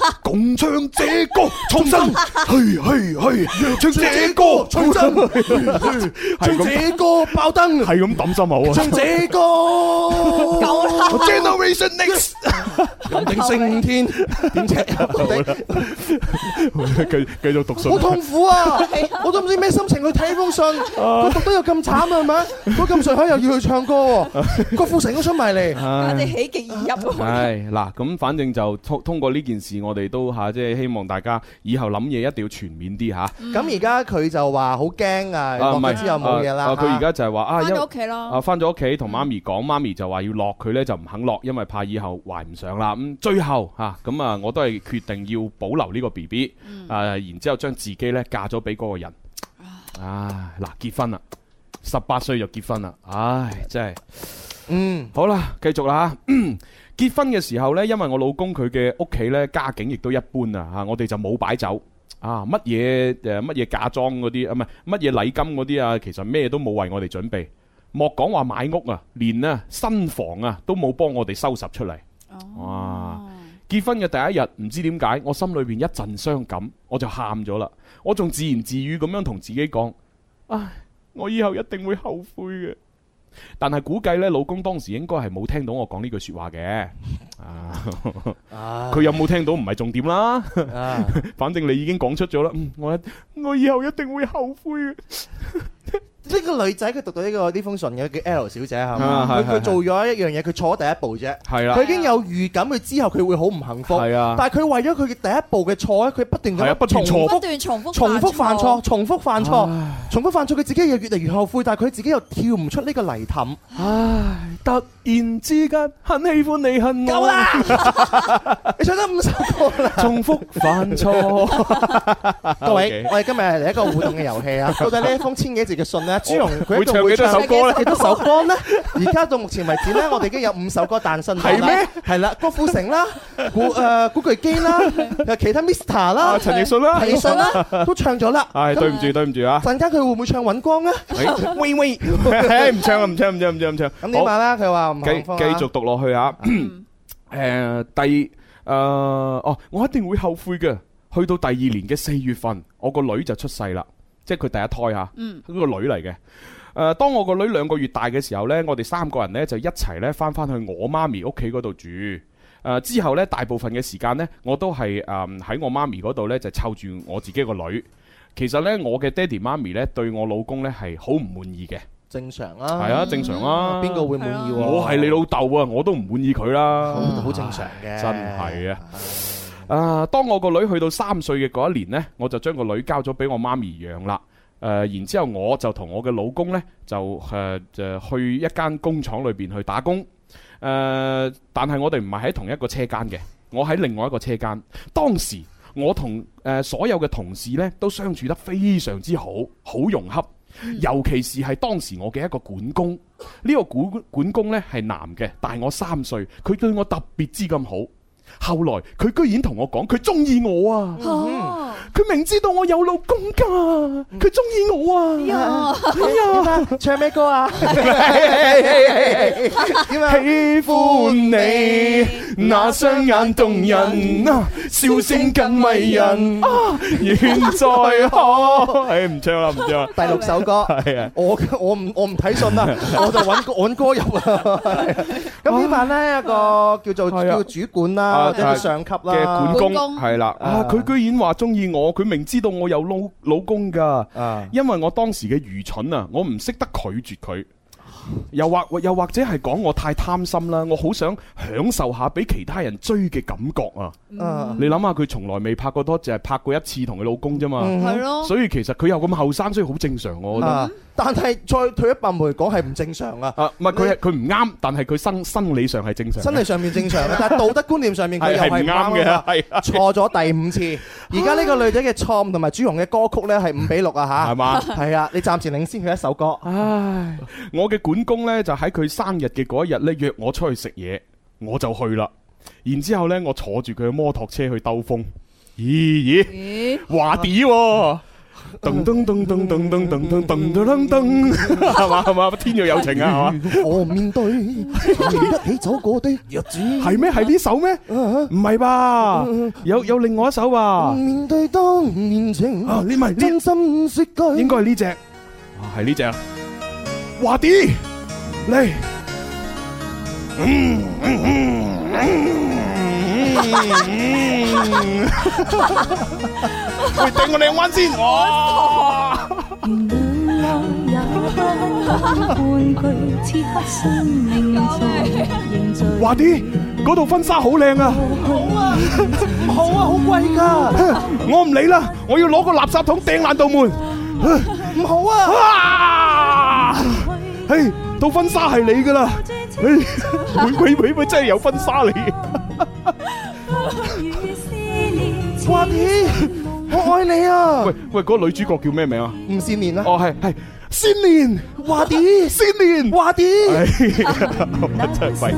共唱這歌，重生，去去去，唱這歌，重生，係
將
咁
這個爆燈，
係咁抌心口啊！
將 這個夠啦，Generation Next，人定勝天， 點啫？
繼繼續讀信
好，痛苦啊！我都唔知咩心情去睇呢 封信，佢讀得又咁慘啊，係咪？佢咁順口又要去唱歌喎，郭富城都想埋嚟，
我哋
喜極而泣 喎。
唉，嗱，咁反正就通通過呢件事，我哋都吓，即係希望大家以後諗嘢一定要全面啲吓。
咁而家佢就話好驚啊，
啊
落咗之後冇嘢啦。
啊佢而家就係話啊，
翻
因
咗屋企咯，
啊翻咗屋企同媽咪講，媽咪就話要落，佢呢就唔肯落，因為怕以後懷唔上啦。咁最後吓，咁啊，我都係決定要保留呢個 B B，啊，
嗯
然之後將自己呢嫁咗俾嗰個人。唉，嗱，結婚啦，十八歲就結婚啦，唉，真係。
嗯，
好啦，繼續啦 嚇結婚嘅時候呢，因為我老公佢嘅屋企呢，家境亦都一般啊，嚇我哋就冇擺酒啊，乜嘢誒乜嘢嫁妝嗰啲啊，唔係乜嘢禮金嗰啲啊，其實咩都冇為我哋準備。莫講話買屋啊，連啊新房啊都冇幫我哋收拾出嚟。
哦
哇！結婚嘅第一日，唔知點解，我心裏邊一陣傷感，我就喊咗啦。我仲自言自語咁樣同自己講：，唉，我以後一定會後悔嘅。但係估計呢，老公當時應該係冇聽到我講呢句说話嘅。啊，
啊
佢有冇聽到唔係重點啦，
啊
反正你已經講出咗啦。嗯，我一我以後一定會後悔嘅。
呢個女仔佢讀到呢個呢封信嘅叫 L 小姐係嘛？
啊係
佢
係
佢做咗一樣嘢，佢錯咗第一步啫。
係啦
佢，已經有預感，佢之後佢會好唔幸福。
係啊
但係佢為咗佢嘅第一步嘅錯咧，佢不斷
係啊
咁
不斷
重
錯
不
複、
斷重複
重複犯錯、，重複犯錯、
唉
重複犯錯，佢自己又越嚟越後悔，但係佢自己又跳唔出呢個泥氹。
唉，突然之間，很喜歡你，恨我
夠啦！你唱得五首歌啦，
重複犯 錯，
各
OK
位，我哋今日嚟一個互動嘅遊戲啊！到底呢一封千幾字嘅信咧，朱容佢
會
一
唱
共會
幾多
唱
首歌呢
幾多首歌呢？而家到目前為止咧，我哋已經有五首歌誕生咗
係
啦。
咩？
係啦，郭富城啦，古誒古巨基啦，誒其他 Mr
啊
啦，
陳奕迅啦。
陳奕迅啦，都唱咗啦。
唉，對唔住，對唔住啊！
陣間佢會唔會唱尹光啊？
喂喂，唉唔唱啊，唔唱，唔唱，唔唱，唔唱。
咁點
好
辦啦？佢話唔
繼
幸福啊嗯
繼續讀落去啊！誒第 誒哦，我一定會後悔嘅。去到第二年嘅四月份，我個女就出世啦，即係佢第一胎嚇，
嗯
佢個女嚟嘅。誒、當我個女兩個月大嘅時候呢，我哋三個人呢就一齊呢翻翻去我媽咪屋企嗰度住。誒、之後呢，大部分嘅時間呢，我都係誒喺我媽咪嗰度呢，就湊住我自己個女。其實呢，我嘅爹哋媽咪呢對我老公呢係好唔滿意嘅，
正常
係
啦。
啊，正常啊。
邊個會滿意喎？
我係你老豆啊，我都唔滿意佢啦。
咁好正常嘅。
真係啊！啊，當我個女去到三歲嘅嗰一年呢，我就將個女交咗俾我媽咪養啦。誒、然之後我就同我嘅老公呢，就誒、就去一間工廠裏邊去打工。誒、呃但係我哋唔係喺同一個車間嘅，我喺另外一個車間。當時我同誒、呃所有嘅同事呢，都相處得非常之好，好融洽。尤其是係當時我嘅一個管工，呢、個管管工呢係男嘅，大我三歲，佢對我特別之咁好。後來佢居然同我講，佢中意我啊！
哦
佢明知道我有老公㗎，佢中意我啊！
呀
哎呀，
唱咩歌啊？點啊？
喜歡你那雙眼動人啊，笑聲更迷人啊，現在可唉哎唔唱啦，唔唱啦，
第六首歌
係啊。
我我唔我唔睇 信啦，我就揾個揾歌入啦。咁呢晚咧有個叫做
係啊
叫主管
啊
啦，或者叫
係
上級
嘅管
啦
管
工
工
係啦，啊
啊
佢居然話中意我，佢明知道我有老老公㗎，
啊，
因為我當時嘅愚蠢啊，我唔識得拒絕佢。又或又或者係講我太貪心啦，我好想享受下俾其他人追嘅感覺啊！
啊
你諗下佢從來未拍過拖，就係拍過一次同佢老公啫嘛，
嗯
係咯，
所以其實佢又咁後生，所以好正常我覺得。
啊，但係再退一百步嚟講係唔正常 啊。
啊，唔係佢係佢唔啱，但係佢生生理上係正常嘅，
身體上面正常，啊但係道德觀念上面佢
係
又
係
係
唔啱
啊嘛
嘅，係啊
錯咗第五次。而家呢個女仔嘅錯誤同埋朱紅嘅歌曲咧係五比六
係
啊
嘛？
嚇，係啊，你暫時領先佢一首歌。
唉，我嘅管工呢，就喺佢生日嘅嗰一日呢，約我出去食嘢，我就去啦。然之後咧，我坐住佢嘅摩托車去兜風。咦咦，
咦
華啲喎！噔噔噔噔噔噔噔噔噔噔噔，係嘛係嘛，天若有情 啊，係嘛？
我面 對曾經一起走過的日子。
係咩？係呢首咩？唔係吧？有有另外一首吧？
面對當年情，
啊，呢咪呢
真心說句，
應該係呢只，啊係呢只啦。華啲嚟。嗯 喂，掟我兩彎先。哇！
原諒
哇啲，嗰度婚紗好靚啊！
好啊，好貴㗎，
我唔理啦，我要攞個垃圾桶掟爛道門。
唔好啊！
啊！嘿，到婚紗係你噶啦，你佢佢咪真係有婚紗你？
哇啲，我愛你啊！
喂喂，嗰個女主角叫咩名啊？
吳善年啦，
哦，係係，先年，
哇啲，
先年，
哇啲，
哎呀真係喂，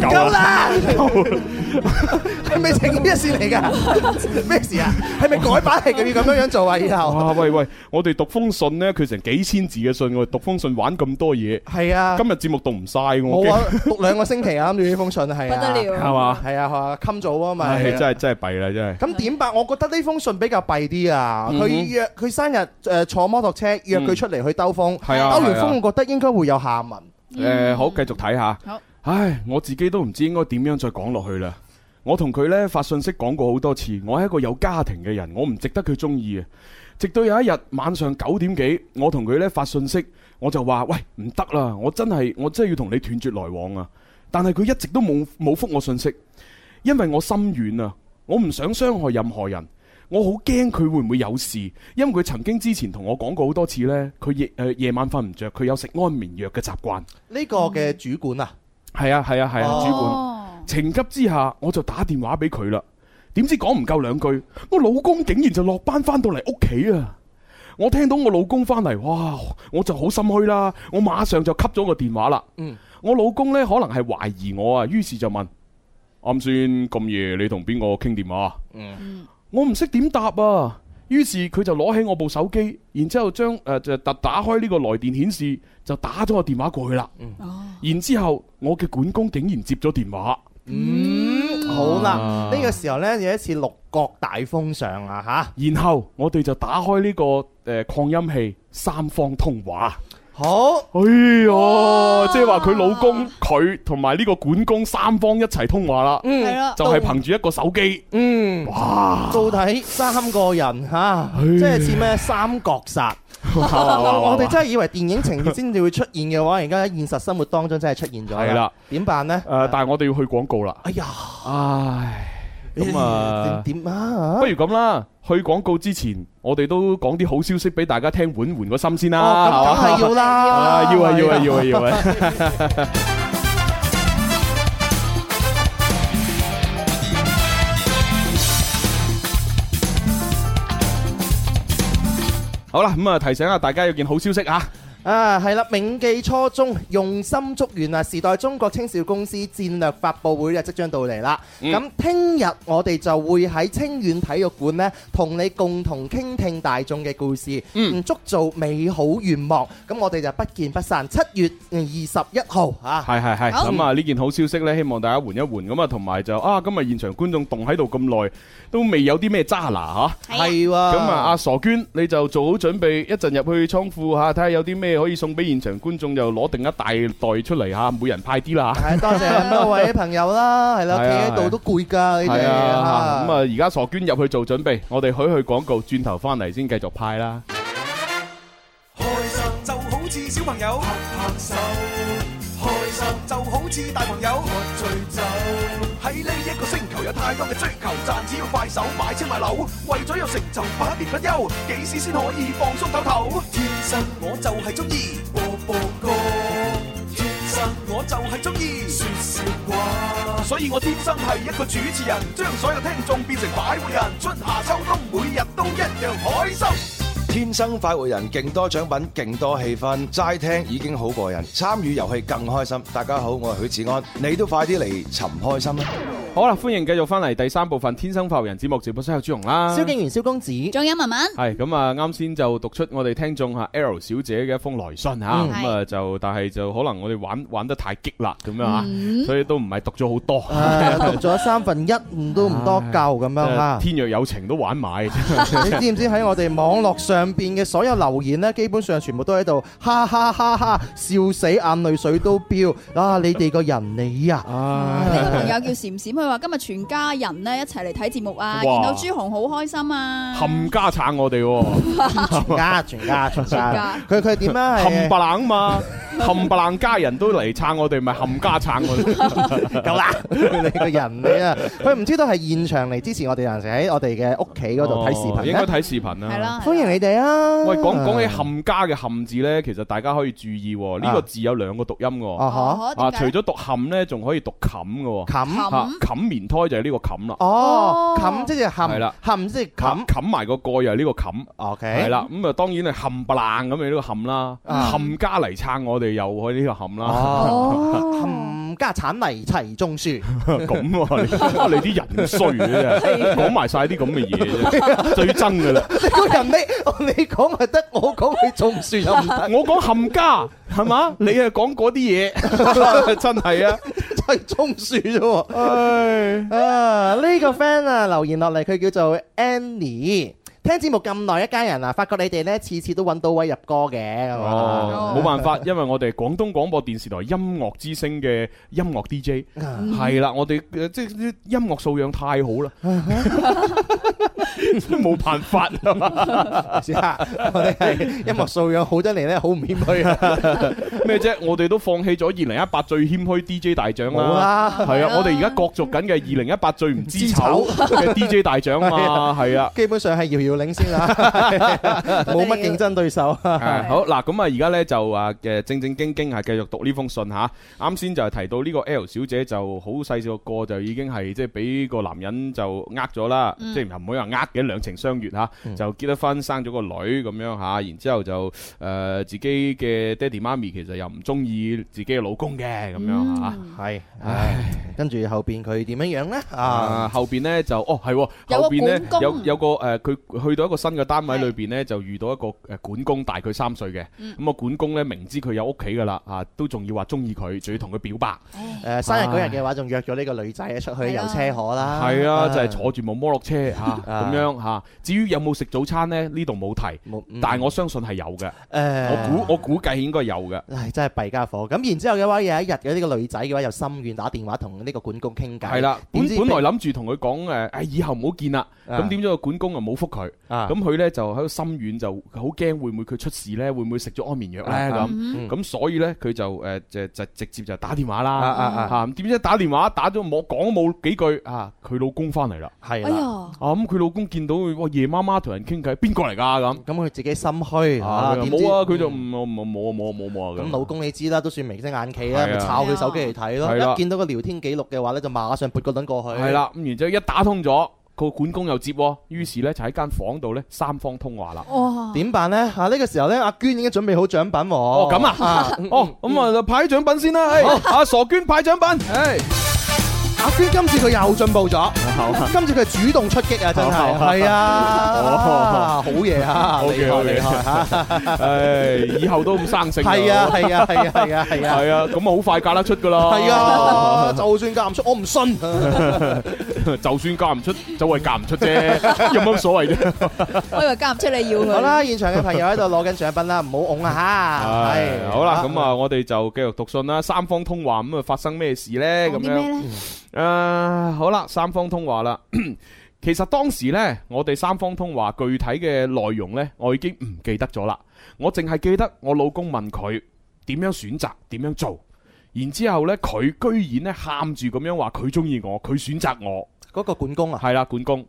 夠
夠啦！
啦！係咪情牽一線嚟 㗎？咩事啊？係咪改版係要咁樣樣做啊？以後
哇喂喂，我哋讀封信咧，佢成幾千字嘅信，我哋讀封信玩咁多嘢，
係啊，
今日節目讀唔晒我
冇
驚
啊，讀兩個星期啊，諗住呢封信係
不
啊，
得
係
了，
嘛？
係啊，係啊，襟早啊嘛，
唉，
係啊
真係真係弊啦，真係。
咁點辦？我覺得呢封信比較弊啲啊！
嗯
佢約佢生日誒坐摩托車約佢出嚟去兜風，
係嗯啊
兜完
係啊
風我覺得應該會有下文。
诶、呃好，繼續睇下。
好
唉，我自己都唔知應該點樣再講落去啦。我同佢呢發信息講過好多次，我係一個有家庭嘅人，我唔值得佢中意嘅。啊直到有一日晚上九點幾，我同佢呢發信息，我就話：喂，唔得啦，我真係我真係要同你斷絕來往啊！但係佢一直都冇冇复我信息，因為我心軟啊，我唔想傷害任何人。我好驚佢會唔會有事，因為佢曾經之前同我講過好多次呢，佢夜诶夜晚瞓唔着，佢有食安眠藥嘅習慣。
呢個嘅
嗯
主管啊，
系啊系啊系啊，主管
哦，
情急之下，我就打電話俾佢啦。點知講唔夠兩句，我老公竟然就落班翻到嚟屋企啊！我聽到我老公翻嚟，哇！我就好心虛啦，我馬上就吸咗個電話啦。
嗯，
我老公呢，可能係懷疑我啊，於是就問：啱先咁夜你同邊個傾電話？啊
嗯，
我唔識點答啊！於是佢就攞起我部手機，然之後將誒、呃就打打開呢個來電顯示，就打咗個電話過去啦。
哦，
然之後我嘅管工竟然接咗電話。
嗯，好啦
啊，
呢個時候呢，有一次六角大風上啊吓，
然後我哋就打開呢、個呃擴音器，三方通話。
好
哎呀，即係話佢老公、佢同埋呢個管工三方一齊通話啦，
係咯，
嗯就係憑住一個手機。
嗯，
哇！
到底三個人吓，
唉
即係似咩三角 殺？ 我哋真係以為電影情節先至會出現嘅話，而家喺現實生活當中真係出現咗。
係啦，
點辦呢？
誒、但係我哋要去廣告啦。
哎呀，
唉，咁啊，
點點啊
不？如咁啦，去廣告之前，我哋都講啲好消息俾大家聽，緩緩個心先啦。
哦，
係嘛
咁梗係要啦，
啊，要啊，要啊，要啊，要啊！ 好啦，咁啊，提醒下大家有件好消息啊！
啊，係啦，銘記初衷，用心祝願啊！時代中國青少公司戰略發佈會就即將到嚟啦。咁聽日我哋就會喺清遠體育館呢，同你共同傾聽大眾嘅故事，嗯，築造美好願望。咁我哋就不見不散。七月二十一號啊！
係係係，
好
咁啊呢件好消息呢，希望大家緩一緩咁啊，同埋就啊，今日現場觀眾凍喺度咁耐，都未有啲咩渣拿嚇。
係喎，
咁啊，阿傻娟你就做好準備，一陣入去倉庫嚇，睇下有啲咩可以送俾現場觀眾，就攞定一大袋出嚟嚇，每人派啲啦嚇。
係多謝各位朋友 啦，係啦，
係啊
企喺度都攰㗎，你
系
哋
啊，咁啊，而家傻娟入去做準備，我哋許去廣告，轉頭翻嚟先繼續派啦。
开心就好似小朋友拍拍手，开心就好似大朋友喝醉酒。喺呢一個星球有太多嘅追求，賺只要快手買車買樓，為咗有成就百變不休，幾時先可以放鬆唞唞？天生我就係中意播播歌，天生我就係中意说笑話，所以我天生係一個主持人，將所有聽眾變成擺活人，春夏秋冬每日都一樣開心。
天生快活人，勁多獎品，勁多氣氛，齋聽已經好過癮，參與遊戲更開心。大家好，我係許志安，你都快啲嚟尋開心啦！
好啦，歡迎繼續翻嚟第三部分《天生發育人》節目，直播室有朱紅啦。
蕭敬元、蕭公子。
仲有文文，
係咁啊！啱先就讀出我哋聽眾吓 L 小姐嘅一封來信吓，
嗯
咁啊就但係就可能我哋玩玩得太激啦，咁樣啊，
嗯
所以都唔係讀咗好多。
啊，讀咗三分一唔都唔多 夠咁樣
誒
嚇。
天若有情都玩埋，
你知唔知喺我哋網絡上邊嘅所有留言呢，基本上全部都喺度哈哈哈哈笑死，眼淚水都飆啊！你哋個人你啊，
呢個朋友叫閃閃佢話今日全家人咧一齊嚟睇節目啊，見
哇
到朱紅好開心啊！
冚家撐我哋喎，
全家呃全家全家，佢佢點啊？
冚唪唥嘛，冚唪唥家人都嚟撐我哋，咪冚家撐我哋，
夠啦！你個人你啊，佢唔知道係現場嚟支持我哋，還是喺我哋嘅屋企嗰度睇視頻咧
哦應該睇視頻啦。
歡迎你哋啊！
喂，講講起冚家嘅冚字呢，其實大家可以注意喎，呢個字有兩個讀音喎。
啊哈
啊，
點
除
解
咗讀冚呢，仲可以讀冚嘅喎。
冚
啊冚棉胎就係呢個冚啦。
哦，冚即係
係
冚
啦，
冚即係冚
啊，冚埋個蓋又係呢個冚。
OK
係啦，咁啊當然係冚唪唥咁樣呢個冚啦，
啊
冚家嚟撐我哋又可以呢個冚啦。
哦，冚家產泥齊種樹，
咁喎，你哇你啲人衰嘅
啊
啫，講埋晒啲咁嘅嘢啫，最憎噶啦。
你 個人你你講係得，我講佢種樹又唔得，
我講冚家係嘛？你係講嗰啲嘢，真係啊！
就係種樹啫 喎。
唉
啊，呢個 friend 啊留言落嚟，佢叫做 Annie。聽節目咁耐，一家人啊，發覺你哋咧次次都揾到位入歌嘅，
哦，冇辦法，因 為我哋廣東廣播電視台音樂之聲嘅音樂 DJ
嗯
係啦，我哋呃即係啲音樂素養太好 啦，冇辦法啊嘛。
試下我哋係音樂素養好得嚟咧，好唔謙虛啊！
咩啫？我哋都放棄咗二零一八最謙虛 DJ 大獎
冇啦
啦，係啊！我哋而家角逐緊嘅二零一八最唔知醜嘅 DJ 大獎嘛， 係啊。
基本上係遙遙領 先啦，冇乜競爭對手。
啊好嗱，咁啊，而家咧就啊誒正正經經係繼續讀呢封信吓。啱先就係提到呢個 L 小姐就好細個個就已經係即係俾個男人就呃咗啦，
嗯
即係唔可以話呃嘅兩情相悅吓，就結咗婚生咗個女咁樣吓，然之後就誒、呃自己嘅爹哋媽咪其實又唔中意自己嘅老公 嘅咁樣
嗯
吓，
係唉，跟住後邊佢點樣樣咧？
啊，後邊咧就哦係喎，
有個
後邊咧
管工
有有個誒，佢、去到一個新嘅單位裏邊咧，就遇到一個誒管工大佢三歲嘅，咁啊、
嗯
管工咧明知佢有屋企噶啦，啊都仲要話中意佢，仲要同佢表白，
誒生日嗰日嘅話，仲約咗呢個女仔啊出去遊車河啦。
係啊，就係坐住部摩托車嚇
啊
咁樣嚇。至於有冇食早餐呢？呢度冇嗯提，
嗯
但係我相信係有
啊
嘅。我估我估計應該有嘅。
唉，真係弊家伙！咁然之後嘅話，有一日嘅呢個女仔嘅話，又心軟打電話同呢個管工傾偈。
係啦，本
點知
本來諗住同佢講誒，誒以後唔好見啦。
啊
咁點知個管工啊冇覆佢，
啊
咁佢呢就喺度心軟，就好驚會唔會佢出事呢？會唔會食咗安眠藥呢？
啊
咁
嗯
咁所以呢，佢就誒就就直接就打電話
啊啊
啦
啊。
嚇咁點知打電話打咗冇講冇幾句啊，佢老公翻嚟啦。
係
啦
哎呀
啊咁佢老公見到佢哇夜媽媽同人傾偈，邊個嚟㗎咁？
咁佢自己心虛
啊
啊，
佢話
點知
冇啊，佢就唔冇冇冇冇冇啊
咁老公你知啦，都算明星眼企
係
啦，
啊
咪抄佢手機嚟
係
睇
啦
咯。一見到個聊天記錄嘅話咧，就馬上撥個輪過去。
係啦，咁然之後一打通咗，個管工又接喎，於是呢，就喺間房度呢，三方通話啦。
哇！
點辦呢？嚇呢個時候呢，阿娟已經準備好獎品喎。
哦
哦
咁啊，哦
嗯
咁啊就派獎品先啦，哎阿傻娟派獎品，哎
阿娟今次佢又進步咗
啊，
今次佢係主動出擊啊，真係係
哦
啊，好嘢啊，
好嘅
厲害
好
厲害嚇！
嘅，唉以後都咁生性。
係啊係啊係啊係啊係啊
係啊，咁啊好快嫁得出噶啦。
係啊，就算嫁唔出，我唔信。
就算嫁唔出，就係嫁唔出 啫，有乜所謂啫？
我以為夾唔出你要 佢。
好啦，現場嘅朋友喺度攞緊獎品啦，唔好拱啊嚇！
係好啦，咁啊，我哋就繼續讀信啦。三方通話咁啊，發生咩事呢？咁
講啲咩呢
樣誒，好啦，三方通話啦。 其實當時呢，我哋三方通話具體嘅內容呢，我已經唔記得咗啦。我淨係記得我老公問佢點樣選擇，點樣做，然之後呢，佢居然呢喊住咁樣話佢中意我，佢選擇我。
嗰個管工啊，
係啦，管工。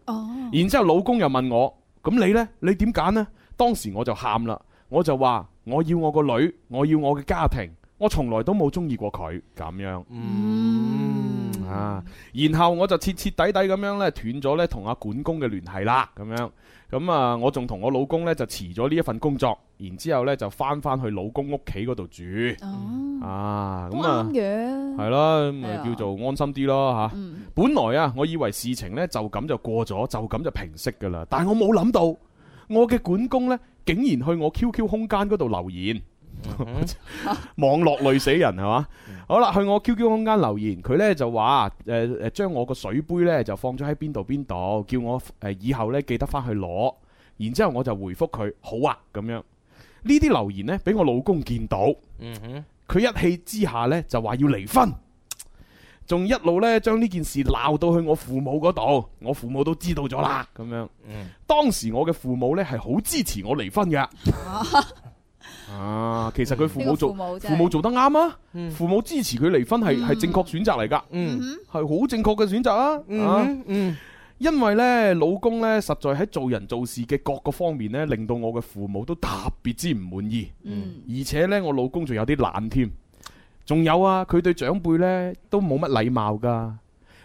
然之後老公又問我：咁你呢？你點揀呢？當時我就喊啦，我就話我要我個女，我要我嘅家庭，我從來都冇中意過佢咁樣。嗯啊，然後我就徹徹底底咁樣呢，斷咗呢同阿管工嘅聯繫啦，咁樣。咁啊，我仲同我老公呢就辭咗呢一份工作，然之後呢就翻翻去老公屋企嗰度住。啊，咁啊
啱。嘅。
係啦，咪
係啊
叫做安心啲咯吓。本來啊，我以為事情呢就咁就過咗，就咁就平息噶啦。但係我冇諗到，我嘅管工呢竟然去我 QQ 空間嗰度留言，網絡累死人係嘛？好啦，去我 QQ 空間留言，佢呢就話誒誒，將我個水杯呢就放咗喺邊度邊度，叫我誒、呃以後呢記得翻去攞。然之後我就回覆佢好啊咁樣。呢啲留言呢，俾我老公見到。
嗯哼，
佢一氣之下呢，就話要離婚。仲一路呢將呢件事鬧到去我父母嗰度，我父母都知道咗啦，咁樣。當時我嘅父母呢係好支持我離婚嘅。啊，其實佢父母做
呢個父
父
母真係嗯
母做得啱啊，父母支持佢離婚係係正確選擇嚟㗎，係好正確嘅選擇啊。啊
嗯
因為呢老公呢實在喺做人做事嘅各個方面呢，令到我嘅父母都特別之唔滿意。
嗯，
而且呢，我老公仲有啲懶添，仲有啊，佢對長輩呢都冇乜禮貌噶。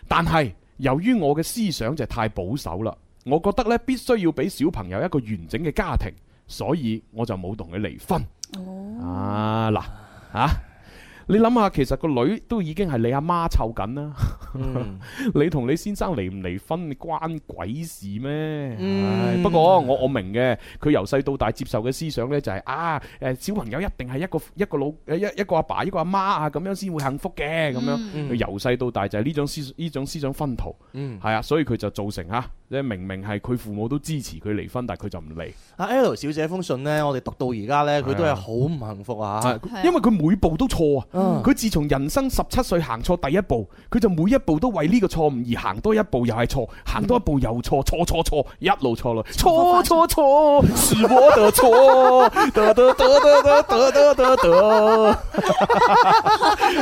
但係由於我嘅思想就太保守啦，我覺得呢必須要俾小朋友一個完整嘅家庭，所以我就冇同佢離婚。啊嗱啊！你諗下，其實個女都已經係你阿媽湊緊啦，
嗯
你同你先生離唔離婚關鬼事咩？
嗯
唉不過我我明嘅，佢由細到大接受嘅思想呢，就係、啊，誒小朋友一定係一個一個老誒一一個阿爸一個阿媽啊，咁樣先會幸福嘅咁樣。
嗯
佢由細到大就係呢種思呢種思想薰陶，
嗯，
係啊，所以佢就造成嚇，即係明明係佢父母都支持佢離婚，但係佢就唔離，
阿啊 L 小姐封信呢，我哋讀到而家呢，佢都係好啊唔幸福啊！
係啊
因為佢每步都錯啊。
嗯
佢自從人生十七歲行錯第一步，佢就每一步都為呢個錯誤而行多一步又係錯，行多一步又錯，錯錯錯，一路錯落，錯錯錯，是我的錯，得得得得得得得得得，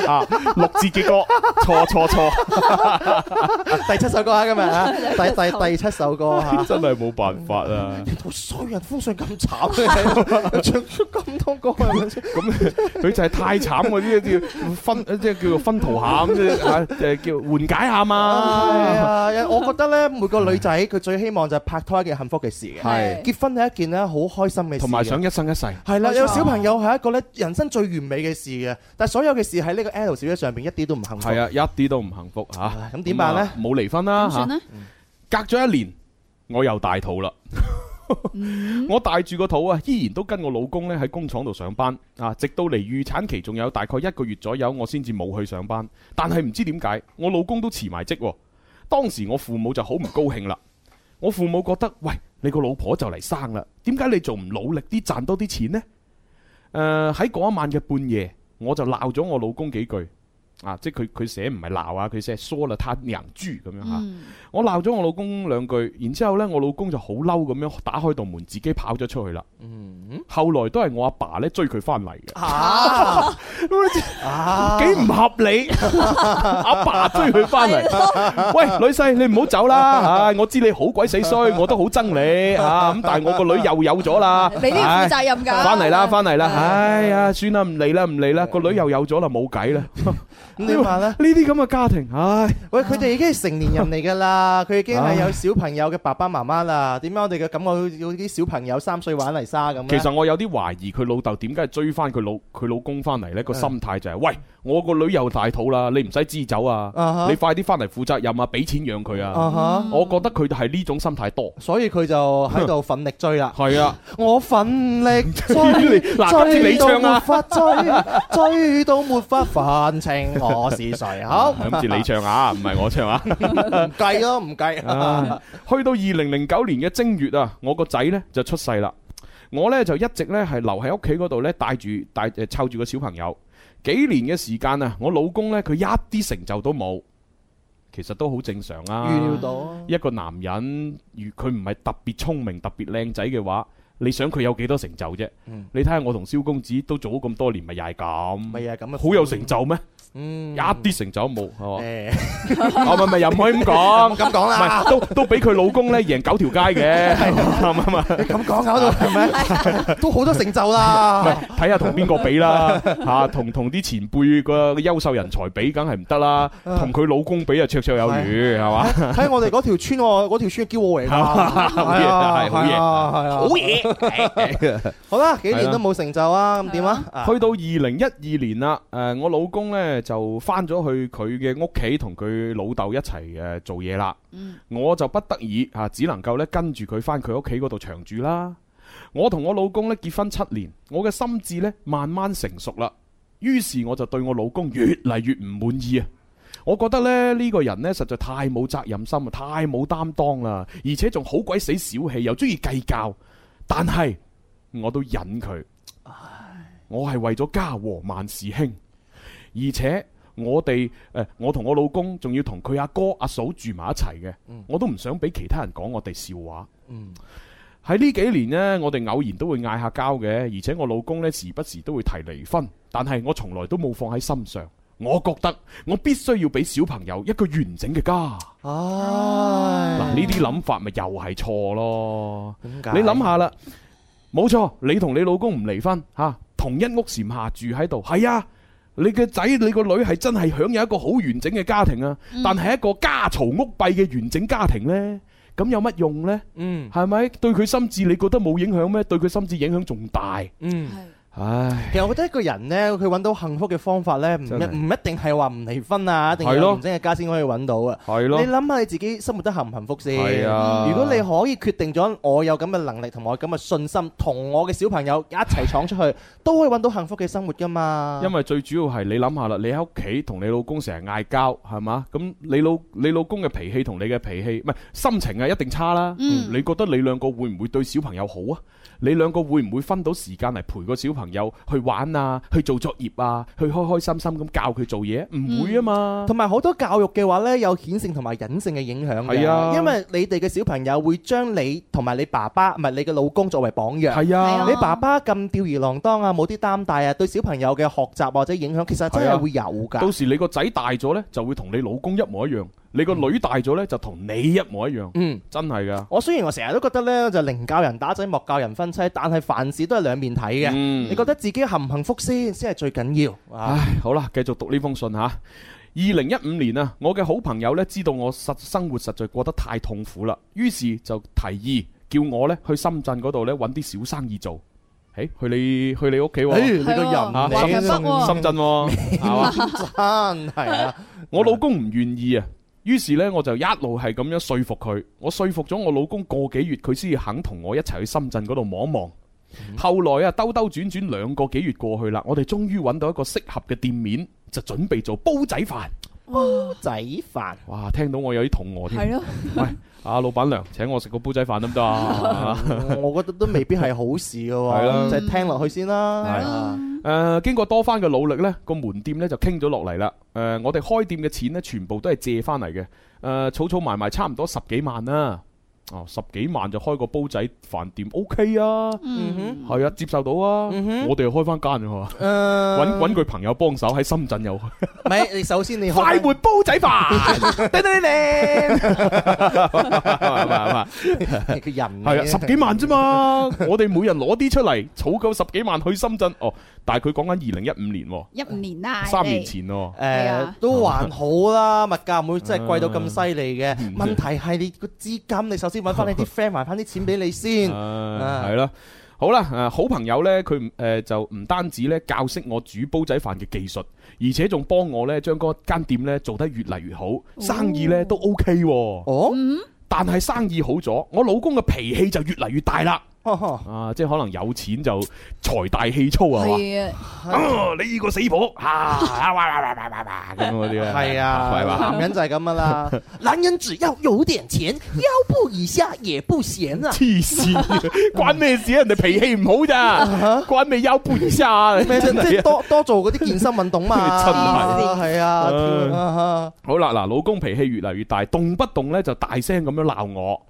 啊，六字嘅歌，錯錯錯，
第七首歌啊，今日啊， 第第第七首歌啊 嚇。
真係冇辦法 啊！
好衰人封信咁慘 嘅，又唱出咁多歌啊係咪先？
咁佢就係太慘嗰啲叫分，即係叫做分途下咁啫，啊誒叫緩解下
係
嘛。
啊，我覺得咧，每個女仔佢最希望就係拍拖一件幸福嘅事嘅，
係
結婚係一件咧好開心嘅事嘅，
同埋想一生一世，
係啦，
冇錯
有小朋友係一個咧人生最完美嘅事嘅，但係所有嘅事喺呢個 L 小姐上邊一啲都唔幸福。
係啊，一啲都唔幸福吓。
唉，咁點辦
咁
咧
啊？？冇離婚啦
點算呢？
隔咗一年，我又大肚啦。 我大住個肚啊，依然都跟我老公咧喺工廠度上班啊，直到嚟預產期仲有大概一個月左右，我先至冇去上班。但係唔知點解，我老公都辭埋職喎。當時我父母就好唔高興啦。我父母覺得，喂，你個老婆就嚟生啦，點解你仲唔努力啲賺多啲錢呢？誒喺嗰一晚嘅半夜，我就鬧咗我老公幾句啊，即係佢佢寫唔係鬧啊，佢寫疏啦他娘豬咁樣嚇。
嗯，
我鬧咗我老公兩句，然之後呢，我老公就好嬲咁樣打開道門，自己跑咗出去啦。嗯，後來都係我阿爸咧追佢翻嚟嘅，
啊啊！
幾唔合理。阿爸追佢翻嚟，喂，女婿你唔好走啦，唉，我知你好鬼死衰，我都好憎你啊，咁但係我個女又有咗啦，
你都要
唉
負責啊任㗎。
翻嚟啦，翻嚟啦，
係
唉呀，算啦，唔理啦，唔理啦，個女又有咗啦，冇計啦。
咁點辦 咧？
呢啲咁嘅家庭，唉，
喂，佢哋已經係成年人嚟 㗎啦，佢已經係有小朋友嘅爸爸媽媽啦。點解我哋嘅感覺好似啲小朋友三歲玩泥沙咁
其
咧？
實我有啲懷疑佢老豆點解追翻佢老佢老公翻嚟呢個心態就係、喂，我個女又大肚啦，你唔使支走啊
啊哈
你快啲翻嚟負責任啊，俾錢養佢啊
啊哈，
我覺得佢係呢種心態多。
所以佢就喺度奮力追啦。
係啊，
我奮 力追，
嗱今次
追
你
到
唱
沒
啊
法追，追到沒法分清我是誰。好，
諗住你唱 啊，唔係我唱啊。
唔計咯，唔計。
去到二零零九年嘅正月啊，我個仔呢就出世啦。我呢就一直呢係留喺屋企嗰度呢，帶住帶誒湊住個小朋友。幾年嘅時間啊，我老公呢，佢一啲成就都冇，其實都好正常啊。
預料到啊，
一個男人，如佢唔係特別聰明、特別靚仔嘅話，你想佢有幾多成就啫？
嗯
你睇下我同蕭公子都做咗咁多年，咪又係
咪
咁，
又係咁啊，
好有成就咩？
嗯，
一啲成就都冇，係嘛？
誒，
啊咪咪又唔可以咁講，
咁講
唔
啦，
係都都俾佢老公咧贏九條街嘅，啱唔啱啊？
你咁講搞到 係咪？都好多成就啦
唔。係睇下同邊個比 啦，嚇同同啲前輩個優秀人才比，梗係唔得啦。同佢老公比啊，綽綽有餘，係嘛？
喺我哋嗰條村喎，嗰條村嘅驕傲嚟㗎，
好嘢
係啊，
係好嘢
係啊，係啊，好嘢。好啦，幾年都冇成就啊，咁點啊？啊
去到二零一二年啦，誒、呃我老公呢就翻咗去佢嘅屋企同佢老豆一齊誒、呃做嘢啦，
嗯
我就不得已嚇、啊只能夠咧跟住佢翻佢屋企嗰度長住啦。我同我老公咧結婚七年，我嘅心智呢慢慢成熟啦，於是我就對我老公越嚟越唔滿意啊！我覺得咧呢、個人呢實在太冇責任心啊，太冇擔當啦，而且仲好鬼死小氣，又中意計較，但係我都忍佢。我係為咗家和萬事興，而且我哋誒，我同我老公仲要同佢阿哥阿嫂住埋一齊嘅，我都唔想俾其他人講我哋笑話。
嗯，
喺呢幾年呢，我哋偶然都會嗌下交嘅，而且我老公呢，時不時都會提離婚，但係我從來都冇放喺心上。我覺得我必須要俾小朋友一個完整嘅家。
啊唉，
嗱，呢啲諗法咪又係錯咯。
點解
你諗下啦，冇錯，你同你老公唔離婚吓、啊同一屋檐下住喺度，係啊。你嘅仔、你個女係真係享有一個好完整嘅家庭啊，但係一個家嘈屋閉嘅完整家庭呢，咁有乜用呢？
嗯
係咪對佢心智你覺得冇影響咩？對佢心智影響仲大。
嗯。
唉，
其實我覺得一個人呢，佢揾到幸福嘅方法呢，唔一
真係
唔一定係話唔離婚啊，一定
係
有
咯
完整嘅家先可以揾到啊。
係
你
咯，
諗下你自己生活得幸唔幸福先？
係啊
如果你可以決定咗我有咁嘅能力同埋我咁嘅信心，同我嘅小朋友一齊闖 出去，都可以揾到幸福嘅生活噶嘛。
因為最主要係你諗下啦，你喺屋企同你老公成日嗌交，係嘛？咁你老你老公嘅脾氣同你嘅脾氣，唔係心情啊，一定差啦。
嗯
你覺得你兩個會唔會對小朋友好啊？你兩個會唔會分到時間嚟陪個小朋友去玩啊，去做作業啊，去開開心心咁教佢做嘢？唔會啊嘛。
同埋好多教育嘅話呢，有顯性同埋隱性嘅影響嘅
係啊
因為你哋嘅小朋友會將你同埋你爸爸，唔係你嘅老公作為榜樣。
係啊
係
你
啊，
爸爸咁吊兒郎當啊，冇啲擔帶啊，對小朋友嘅學習或者影響，其實真
係啊
係會有㗎。
到時你個仔大咗呢，就會同你老公一模一樣；你個女大咗呢，就同你一模一樣。
嗯，
真係噶。
我雖然我成日都覺得呢，就寧教人打仔，莫教人分妻，但係凡事都係兩面睇嘅。
嗯
你覺得自己幸唔幸福先，先係最緊要。啊，
唉，好啦，繼續讀呢封信吓。二零一五年啊，我嘅好朋友呢，知道我實生活實在過得太痛苦啦，於是就提議叫我呢去深圳嗰度呢揾啲小生意做。誒，去你去你屋企喎，
你個人
係
喎
嚟嘅
深圳喎
深圳喎，係嘛？
真係啊！
我老公唔願意啊，於是呢，我就一路係咁樣說服佢，我說服咗我老公個幾月，佢先至肯同我一齊去深圳嗰度望一望。後來啊，兜兜轉轉兩個幾月過去啦，我哋終於揾到一個適合嘅店面，就準備做煲仔飯。
仔飯
哇！聽到我有啲肚餓
係
添。
咯，
喂，阿老闆娘，請我食個煲仔飯得唔得 啊？
我覺得都未必係好事嘅
係啦
喎，就係聽落去先啦。
係啦
誒、經過多番嘅努力呢個門店呢就傾咗落嚟啦。誒、我哋開店嘅錢呢，全部都係借翻嚟嘅。誒、儲儲埋埋差唔多十幾萬啦。哦，十幾萬就開個煲仔飯店，OK 啊，
嗯，
係啊，接受到啊。
嗯哼嗯
我哋又開翻間喎，
誒，
揾
揾
揾佢朋友幫手喺深圳又開
唔係你首先你
快
開
活煲仔 飯， 叮叮叮叮，係嘛係嘛
你個人
係啊，
嚟嘅
十幾萬啫 嘛，我哋每人攞啲出嚟，儲夠十幾萬去深圳。哦，但係佢講緊二零一五年喎，
一五年啦，
三年前喎。
誒
係啊
呃都還好啦，物價唔會真係貴到咁犀利嘅
嗯。
問題係你個資金，你首先揾 翻你啲 friend 還翻啲錢俾你先。
啊係啦。好啦，誒好朋友呢，佢唔誒就唔單止呢教識我煮煲仔飯嘅技術，而且仲幫我呢將嗰間店呢做得越嚟越好，生意呢都 OK 喎。
哦，
但係生意好咗，我老公嘅脾氣就越嚟越大啦。
呵
嗯
呵
啊，即係可能有錢就財大氣粗啊，係嘛
係啊，
哦，你呢個死婆 啊，哇哇哇哇哇哇咁嗰啲咧，
係
係
啊，
嘛，
男人就係咁噶啦。 男人只要有點錢，腰部以下也不嫌 啊。
黐線，關咩事啊？人哋脾氣唔好咋，關你優半咋？
啊咩啫？即
真係啊
係多多做嗰啲健身運動嘛。
真係
係啊
唉
啊哈，
好啦，嗱，老公脾氣越嚟越大，動不動咧就大聲咁樣鬧我，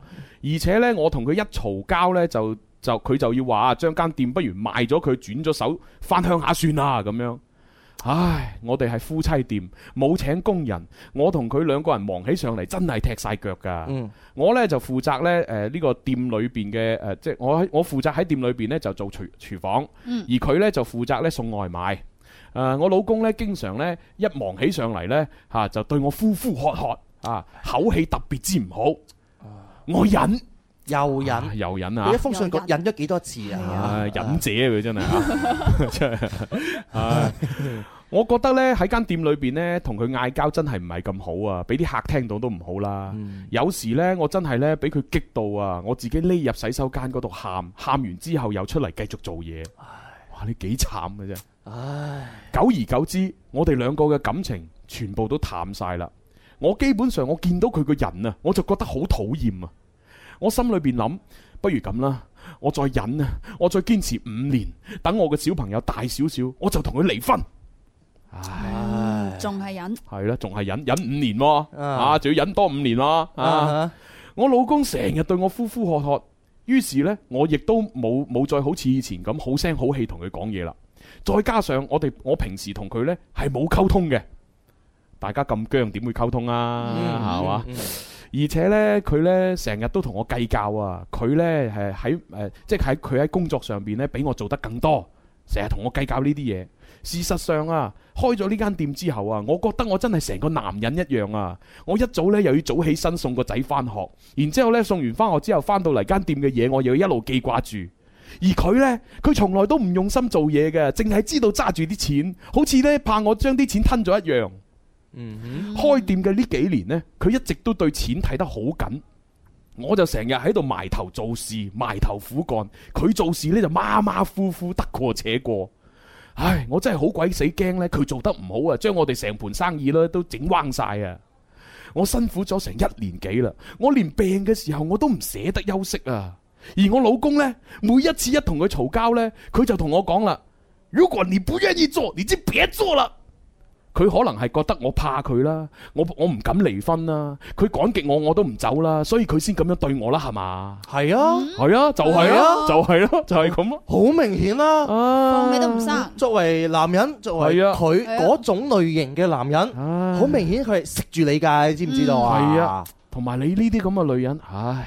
而且咧我同佢一嘈交咧就就佢就要話啊將間店不如賣咗佢，轉咗手翻鄉下算啦咁樣。唉，我哋係夫妻店，冇請工人，我同佢兩個人忙起上嚟真係踢晒腳㗎。
嗯
我呢就負責呢誒呢個店裏邊嘅誒，即係我喺我負責喺店裏邊呢就做廚廚房，
嗯
而佢呢就負責呢送外賣。誒、啊我老公呢經常呢一忙起上嚟呢，嚇、就對我呼呼喝喝啊，口氣特別之唔好。我忍
又忍
啊。又忍啊
啊你一！封信局忍咗幾多次啊？
啊，忍者佢真係啊， 真係啊！我覺得呢，喺間店裏邊呢，同佢嗌交真係唔係咁好啊，俾啲客聽到都唔好啦。
嗯
有時呢，我真係呢，俾佢激到啊，我自己匿入洗手間嗰度喊，喊完之後又出嚟繼續做嘢。哇！你幾慘嘅啫〜
唉，
久而久之，我哋兩個嘅感情全部都淡晒啦。我基本上我見到佢個人啊，我就覺得好討厭啊。我心裏邊諗，不如咁啦，我再忍啊，我再堅持五年，等我嘅小朋友大少少，我就同佢離婚。唉，
仲係忍，
系啦，仲係忍忍五年喎，啊，仲要忍多五年喎，啊，我老公成日對我呼呼喝喝，於是呢，我亦都冇冇再好似以前咁好聲好氣同佢講嘢啦。再加上我哋我平時同佢呢係冇溝通嘅，大家咁僵點會溝通啊？係嘛？而且呢，佢呢成日都同我計較啊！佢呢係喺誒，即係喺佢喺工作上邊呢，比我做得更多，成日同我計較呢啲嘢。事實上啊，開咗呢間店之後啊，我覺得我真係成個男人一樣啊！我一早呢又要早起身送個仔返學，然之後呢送完返學之後返到嚟間店嘅嘢，我又要一路記掛住。而佢呢，佢從來都唔用心做嘢嘅，淨係知道揸住啲錢，好似呢怕我將啲錢吞咗一樣。開店嘅呢幾年呢，佢一直都對錢睇得好緊，我就成日喺度埋頭做事，埋頭苦幹。佢做事呢就馬馬虎虎，得過且過。唉，我真係好鬼死驚呢，佢做得唔好啊，將我哋成盤生意呢都整彎晒啊！我辛苦咗成一年幾啦，我連病嘅時候我都唔捨得休息啊。而我老公呢，每一次一同佢嘈交呢，佢就同我講啦：如果你不願意做，你就別做啦。佢可能係覺得我怕佢啦，我我唔敢離婚啦，佢趕極我我都唔走啦，所以佢先咁樣對我啦，係嘛？
係
嗯
啊，
係啊，就係啊，就係咯，就係咁咯。
好明顯啦。
啊，
放你 都唔生。
作為男人，作為
係啊
佢
係啊
嗰種類型嘅男人，
唉
好明顯佢係食住你㗎，你知唔知道啊？
係啊，同埋你呢啲咁嘅女人，唉，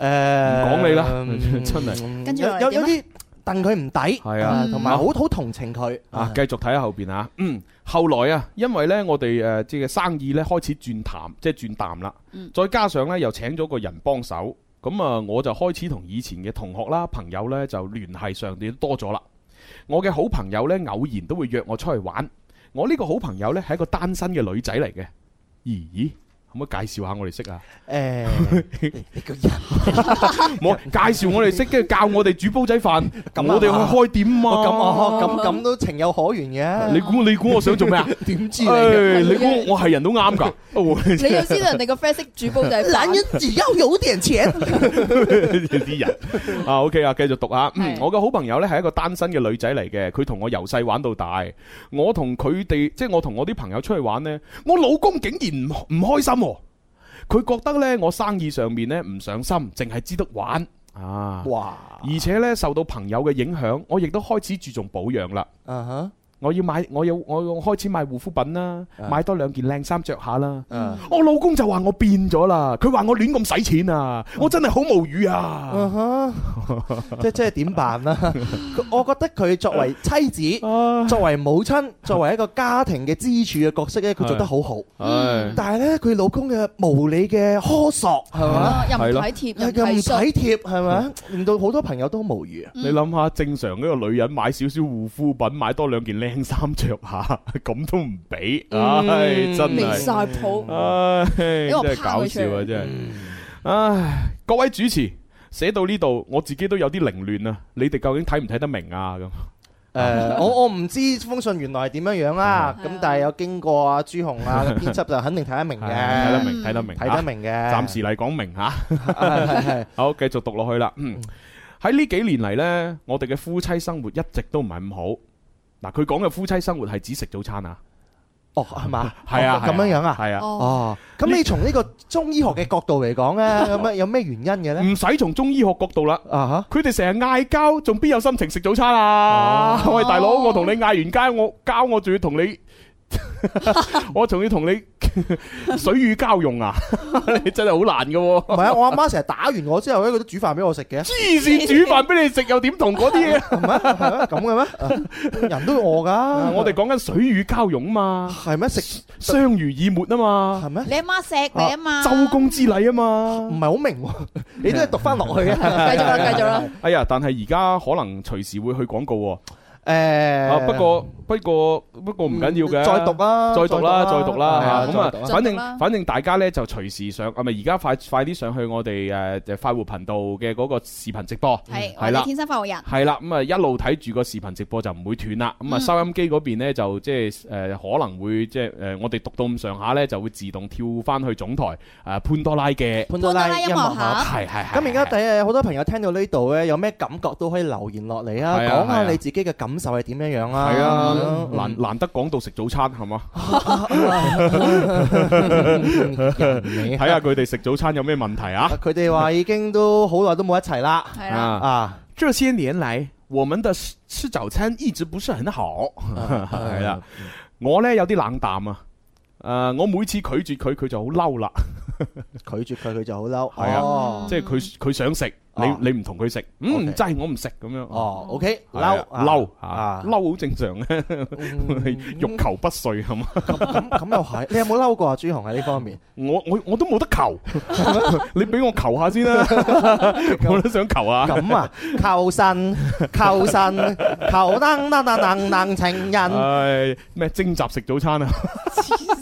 誒，
講你啦
嗯
真係
嗯
跟住
有
落嚟
有
點
有
啊
啲戥佢唔抵，
係啊
同埋好好同情佢
啊，繼續睇下後邊啊。嗯，後來啊，因為呢，我哋誒即係生意呢開始轉淡，即係轉淡啦。
嗯
再加上呢，又請咗個人幫手，咁啊，我就開始同以前嘅同學啦、朋友呢，就聯繫上面多咗啦。我嘅好朋友呢，偶然都會約我出去玩。我呢個好朋友呢，係一個單身嘅女仔嚟嘅。咦咦，可唔可以介紹下我哋識 啊？
誒，你個人
冇介紹我哋識，跟住教我哋煮煲仔飯，
咁啊
我哋去開店啊嘛。
我咁哦我咁咁都情有可原嘅，
你估你估我想做咩啊？
點知你嘅？
唉你估我係人都啱㗎？
你要知道人哋個 friend 識煮煲仔飯，
男人只要有點錢，
啲人啊，OK 啊，繼續讀啊。嗯
係
我嘅好朋友呢係一個單身嘅女仔嚟嘅，佢同我由細玩到大。我同佢哋，即係我同我啲朋友出去玩呢，我老公竟然唔唔開心喎。佢覺得呢，我生意上面呢唔上心，淨係知得玩啊。
哇！
而且呢，受到朋友嘅影響，我亦都開始注重保養啦。
啊哈，
我要買，我要我要開始買護膚品啦，買多兩件靚衫着下啦。
嗯
我老公就話我變咗啦，佢話我亂咁使錢啊，
嗯
我真係好無語
啊
啊！
哈，即即係點辦啦？佢 我覺得佢作 為妻子。
啊
作為母親，作為一個家庭嘅支柱嘅角色咧，佢做得好好。
唉
但係咧，佢老公嘅無理嘅苛索係嘛，
哦又唔
係咯
體貼，又
又
唔
唔
體恤，
體貼係咪，令到好多朋友都無語啊。
你諗下，正常一個女人買少少護膚品，買多兩件靚衫着下， 咁都唔俾，唉，真
離
係，
晒譜。
唉，真
嗯為我
係
怕
搞
佢
笑啊，
出
真係，唉，各位主持。寫到呢度，我自己都有啲凌亂啊！你哋究竟睇唔睇得明啊？啊咁
誒，我我唔知封信原來係點樣樣啦。咁但係有經過啊朱紅 啊嘅編輯就肯定睇得明
唉睇得
嘅，
明，睇得明，
睇得明嘅。
啊。暫時嚟講明吓。
係係係
好，繼續讀落去啦。嗯，喺呢幾年嚟呢，我哋嘅夫妻生活一直都唔係咁好。嗱，佢講嘅夫妻生活係指食早餐啊，
哦係嘛？
係啊，
哦咁樣樣啊。
係啊，
哦，
哦，咁你從呢個中醫學嘅角度嚟講 咧，有咩有咩原因嘅咧？
唔使從中醫學角度啦。
啊哈，
佢哋成日嗌交，仲邊有心情食早餐啊？喂，大佬，我同你嗌完交，我交我仲要同你， 我仲要同你 水乳交融啊！ 你真係好難噶、喎。
唔係啊，我阿媽成日打完我之後咧，佢都煮飯俾我食 嘅。
黐線煮飯俾你食又點同嗰啲嘢？
係咩咁 嘅咩？人都餓噶，
啊我哋講緊水乳交融嘛，
係咩食
相濡以沫啊嘛
係。咩？
你阿媽錫你啊嘛，
周公之禮啊嘛
唔。係好 明喎，你都係讀翻落去
繼
嘅。
續啦，繼續啦，
哎呀，但係而家可能隨時會去廣告喎。啊，
誒，嗯
不過不過不過唔緊要嘅。
再讀啦，
再讀啦，再讀啦，
係
嚇咁
再讀
啊，反
再讀啦
正反正大家呢就隨時上，啊咪而家快快啲上去我哋誒誒快活頻道嘅嗰個視頻直播，
係我
係啦
哋天生發育人，
係啦，咁啊一路睇住個視頻直播就唔會斷啦。咁啊
嗯
收音機嗰邊呢就即係誒可能會即係誒我哋讀到咁上下呢就會自動跳翻去總台誒潘多拉嘅，
潘
潘多拉音樂
盒。
盒，
係係係。
咁而家第日好多朋友聽到呢度咧，有咩感覺都可以留言落嚟啊，
係啊
講
係啊
下你自己嘅感受係點樣樣啦。
係啊
咁樣，嗯
難難得講到食早餐係嘛？
睇
睇下佢哋食早餐有咩問題啊？
佢哋話已經都好耐都冇一齊啦。
係啦。
啊！這些年來，我們的吃吃早餐一直不是很好，
啊
係啦。我呢有啲冷淡啊。誒，我每次拒絕佢，佢就好嬲啦。
拒絕佢，佢就好嬲。
係啊
哦
即係佢佢想食，
哦
你你唔同佢食，嗯，
OK
真係我唔食咁樣。
哦，OK，
係啊
嬲
嬲
啊嗯
啊，嬲好正常 嘅，欲求不遂係嘛？
咁咁又係。你有冇嬲過啊？朱紅喺呢 方面，
我我我都冇得求，你俾我求 下先啦，我都想求下。
咁啊，求神，求神，求登登登登登情
啊
人，
唉，咩徵集食早餐啊？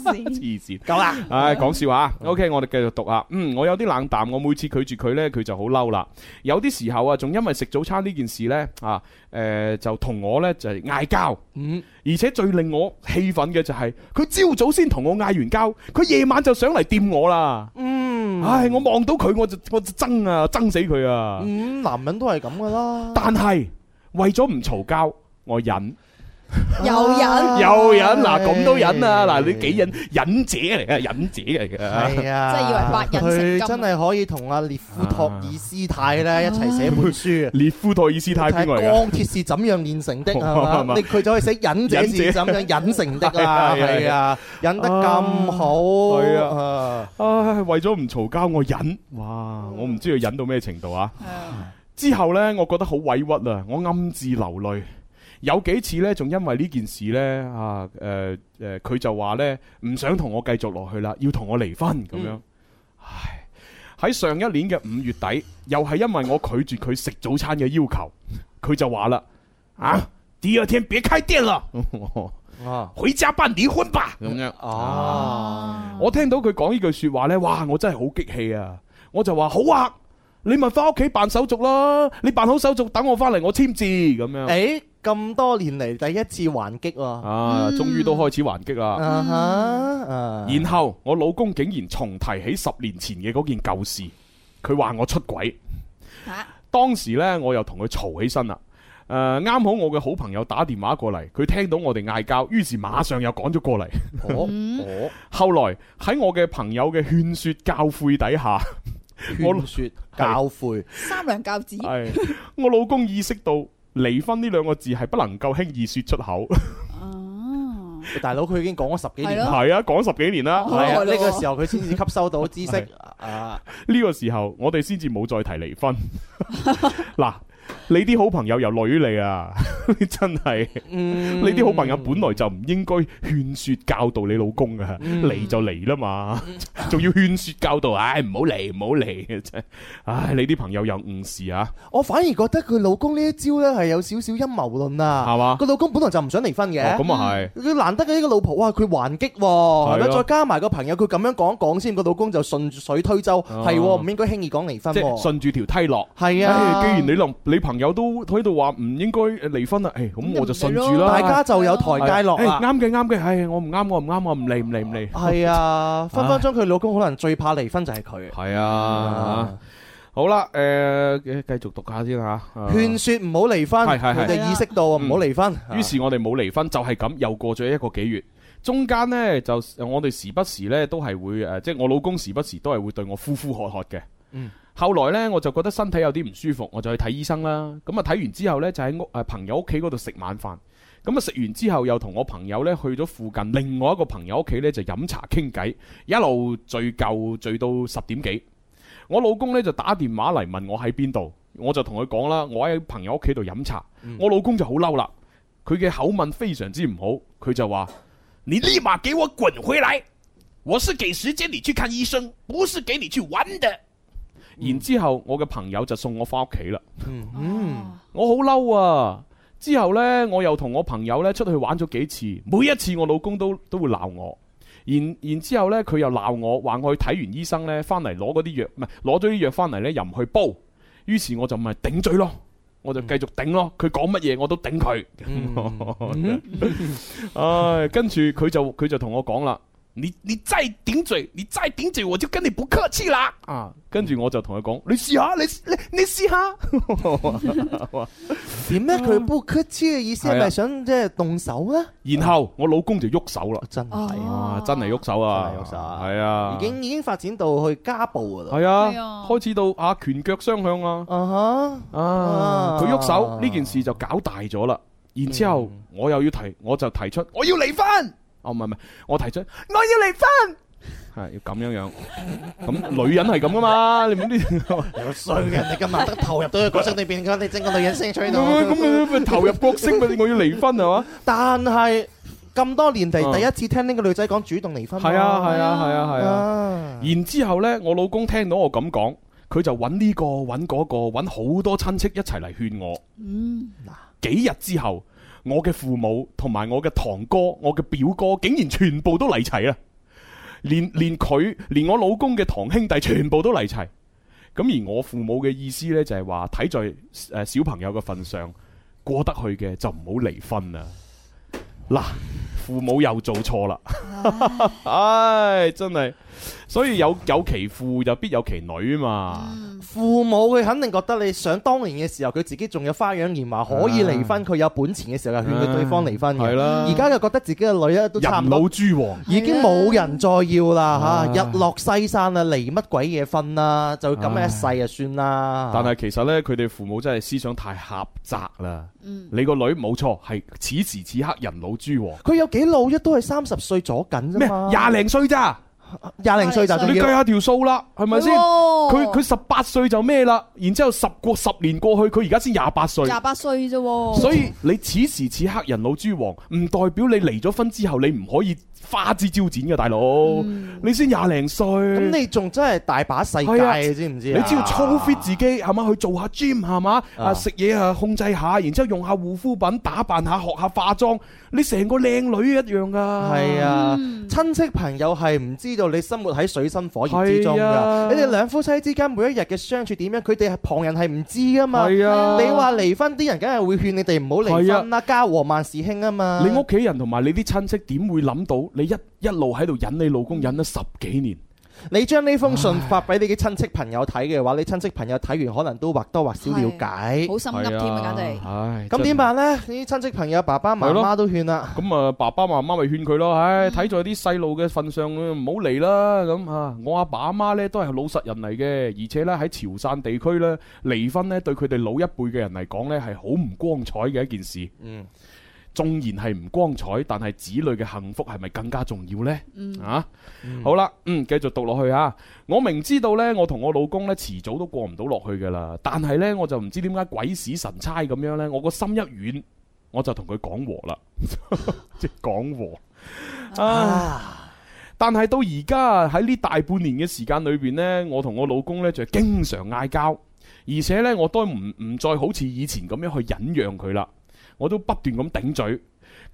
黐線，
夠啦。
唉，講笑話。OK，我哋繼續讀啊。嗯，我有啲冷淡，我每次拒絕佢呢，佢就好嬲啦。有啲時候啊，仲因為食早餐呢件事呢，啊，誒就同我呢，就係嗌交。
嗯，
而且最令我氣憤嘅就係佢朝早先同我嗌完交，佢夜晚就想嚟掂我啦。嗯，唉，我望到佢我就我就憎啊，憎死佢啊！
咁嗯男人都係咁噶啦。
但係為咗唔嘈交，我忍。
有人
又忍嗱，咁都忍啊！嗱，你幾忍忍者嚟嘅，忍者嚟嘅。
係啊，
真係以為百人成金
佢真係可以同阿列夫托
啊
爾斯泰咧一齊寫本書啊！
列夫托爾斯泰邊個嚟㗎？
鋼鐵是怎樣煉成的
係
係嘛？
嘛
你佢就可以寫忍者是怎樣忍成的啊！
係啊係啊
係啊，忍得咁好，
係啊
啊，
唉，為咗唔嘈交，我忍。哇，我唔知佢忍到咩程度啊！之後呢，我覺得好委屈啊，我暗自流淚。有幾次呢，仲因為呢件事呢，啊，誒、誒，佢、就話呢，唔想同我繼續落去啦，要同我離婚咁樣。唉，喺上一年嘅五月底，又係因為我拒絕佢食早餐嘅要求，佢就話啦：啊，第二天別開店 啦，
啊
回家辦離婚吧，咁樣。
哦，
我聽到佢講呢句説話呢，哇！我真係好激氣啊！我就話好啊，你咪翻屋企辦手續啦，你辦好手續等我翻嚟，我簽字咁樣。
誒咁多年嚟第一次還擊喎，
啊，終於都開始還擊啦！
啊哈，啊
然後我老公竟然重提起十年前嘅嗰件舊事，佢話我出軌。
嚇
當時呢，我又同佢嘈起身啦。誒啱、好我嘅好朋友打電話過嚟，佢聽到我哋嗌交，於是馬上又趕咗過嚟。
我
嗯
我
後來喺我嘅朋友嘅勸說教誨底下，我
勸説教誨，
三兩教子，
系 我老公意識到離婚呢兩個字係不能夠輕易說出口，
哦，
大佬佢已經講咗十幾年
係
啦
咯。
係啊，講十幾年啦。
哦
係啊，呢個
係
時候佢先至吸收到知識
係
啊！
呢個時候我哋先至冇再提離 婚。嗱，你啲好朋友又累你啊！ 你真係
嗯
你啲好朋友本來就唔應該勸說教導你老公噶，
嗯
離就離啦嘛，仲要勸說教導，唉，唔好離，唔好離，真係，唉，你啲朋友又誤事啊，
我反而覺得佢老公呢一招呢係有少少陰謀論啊！
係嘛
個老公本來就唔想離婚嘅，嗯
哦咁啊係。
佢難得嘅呢個老婆，哇！佢還擊喎，係咪？
咯
再加埋個朋友，佢咁樣講一講先，個老公就順水推舟，係喎唔應該輕易講離婚
啊即係
喎。
順住條梯落。
係
唉
啊，
既然你同你朋友都喺度話唔應該離婚啦，誒咁我就順住啦。
大家就有台階落
誒
啦。
啱嘅啱嘅，唉，我唔啱我唔啱我唔嚟唔嚟唔嚟。
係啊，分分鐘佢老公可能最怕離婚就係佢。
係啊，好啦，誒繼續讀下先嚇。
勸説唔好離
係
婚，
係係
佢哋意識到啊唔好離婚。
於是我哋冇離婚，就係咁，又過咗一個幾月。中間呢，就我哋時不時呢都係會誒，即係我老公時不時都係會對我呼呼喝喝嘅。
嗯。
後來呢，我就覺得身體有啲唔舒服，我就去睇醫生啦。咁啊睇完之後呢，就喺屋誒朋友屋企嗰度食晚飯。咁啊食完之後，又同我朋友呢去咗附近另外一個朋友屋企呢，就飲茶傾偈，一路聚舊聚到十點幾。我老公呢就打電話嚟問我喺邊度，我就同佢講啦，我喺朋友屋企度飲茶。我老公就好嬲啦。佢嘅口吻非常之唔好，佢就話：你立馬給我滾回來！我是給時間你去看醫生，不是給你去玩的。然之後，我嘅朋友就送我翻屋企啦。
嗯，
我好嬲啊！之後呢，我又同我朋友呢出去玩咗幾次，每一次我老公都都會鬧我。然然之後呢，佢又鬧我，話我去睇完醫生呢，翻嚟攞嗰啲藥，唔係攞咗啲藥翻嚟呢，又唔去煲。於是我就咪頂嘴咯，我就繼續頂咯。佢講乜嘢我都
嗯
哦頂佢。唉，跟住佢就佢就同我講啦，你你再顶嘴，你再顶嘴，我就跟你不客气啦！啊，跟住我就同佢講，你試下，你你你試下。
點咧？佢不客氣嘅意思係
嗯係啊
咪想即係動手咧？
然後我老公就喐手啦，
真係
哇，真係喐手啊，
真係喐手
係啊，
已經已經發展到去家暴噶啦。
係
係
啊
啊，
開始到啊拳腳雙向啊，
啊哈！
啊，佢喐手
啊
呢件事就搞大咗啦。然之後
嗯
我又要提，我就提出我要離婚。哦，唔係唔係，我提出我要離婚，係要咁樣樣。咁女人係咁噶嘛？你唔啲。
有衰嘅人，你今日得投入到
Vâng.
去角色裏邊，咁你整個女人聲吹到。
咁咪投入角色咪我要離婚係嘛？
但係咁多年嚟，
嗯
第一次聽呢個女仔講主動離婚。
係啊係啊係啊係啊！
啊
然之後呢，我老公聽到我咁講，佢就揾呢個揾嗰個揾好多親戚一齊嚟勸我。
嗯，
幾日之後，我嘅父母同埋我嘅堂哥、我嘅表哥，竟然全部都嚟齊啦！連連佢，連我老公嘅堂兄弟全部都嚟齊。咁而我父母嘅意思呢，就係話睇在誒、呃小朋友嘅份上，過得去嘅就唔好離婚啦。嗱，父母又做錯啦， 唉，真係，所以有有其父就必有其女嘛。
父母佢肯定覺得你想當年嘅時候，佢自己仲有花樣年華，可
À.
以離婚，佢有本錢嘅時候，就勸佢對方離婚嘅。
係啦
而家就覺得自己嘅女嗯咧都差唔
人
多啊
老。珠黃，
已經冇人再要啦
唉
嚇，日落西山啦，離乜鬼嘢婚啦，就咁樣一世就算啦。
À. 但係其實呢，佢哋父母真係思想太狹窄啦。
嗯
你個女冇錯，係此時此刻人老珠黃。
佢有幾老啫，都係三十歲左緊啫
咩
嘛。
廿零歲咋？
廿零歲就仲
你計
要
下條數啦，係咪先？
係喎
佢佢十八歲就咩啦？然之後十過十年過去，佢而家先廿八歲。
廿八歲啫喎，
所以你此時此刻人老珠黃，唔代表你離咗婚之後你唔可以花枝招展嘅，大佬。你先廿零歲，
嗯咁，
你
你仲真係大把世
嗯係啊
界，知唔知啊？
你只要操 fit 自己係嘛，去做下 gym 係嘛，啊
啊
食嘢啊控制下，然之後用下護膚品打扮下，學下化妝，你成個靚女一樣噶。
係啊
嗯，
親戚朋友係唔知道你生活喺水深火熱之中
係啊
㗎。你哋兩夫妻之間每一日嘅相處點樣，佢哋係旁人係唔知㗎嘛。
係啊，
你話離婚啲人，梗係會勸你哋唔好離婚啦，家和萬事興啊嘛。
你屋企人同埋你啲親戚點會諗到你一一路喺度忍你老公忍咗十幾年？
你將呢封信發俾你嘅親戚朋友睇嘅話，你親戚朋友睇完可能都或多或少了解。
好心急添啊，簡直。
唉，
咁點
真係？
辦呢？呢啲親戚朋友爸爸媽媽都勸啦，
咁啊，爸爸媽媽咪勸佢咯，唉，睇在啲細路嘅份上，唔好嚟啦。咁啊，我阿爸阿媽呢都係老實人嚟嘅，而且呢喺潮汕地區呢，離婚呢對佢哋老一輩嘅人嚟講呢係好唔光彩嘅一件事。
嗯，
縱然係唔光彩，但係子女嘅幸福係咪更加重要呢？啊，好啦，嗯，繼續讀落去啊。我明知道呢，我同我老公呢遲早都過唔到落去噶啦，但係呢，我就唔知點解鬼使神差咁樣呢，我個心一軟，我就同佢講和啦，即係講和啊。但係到而家喺呢大半年嘅時間裏邊呢，我同我老公呢就經常嗌交，而且呢，我都唔唔再好似以前咁樣去忍讓佢啦，我都不斷咁頂嘴，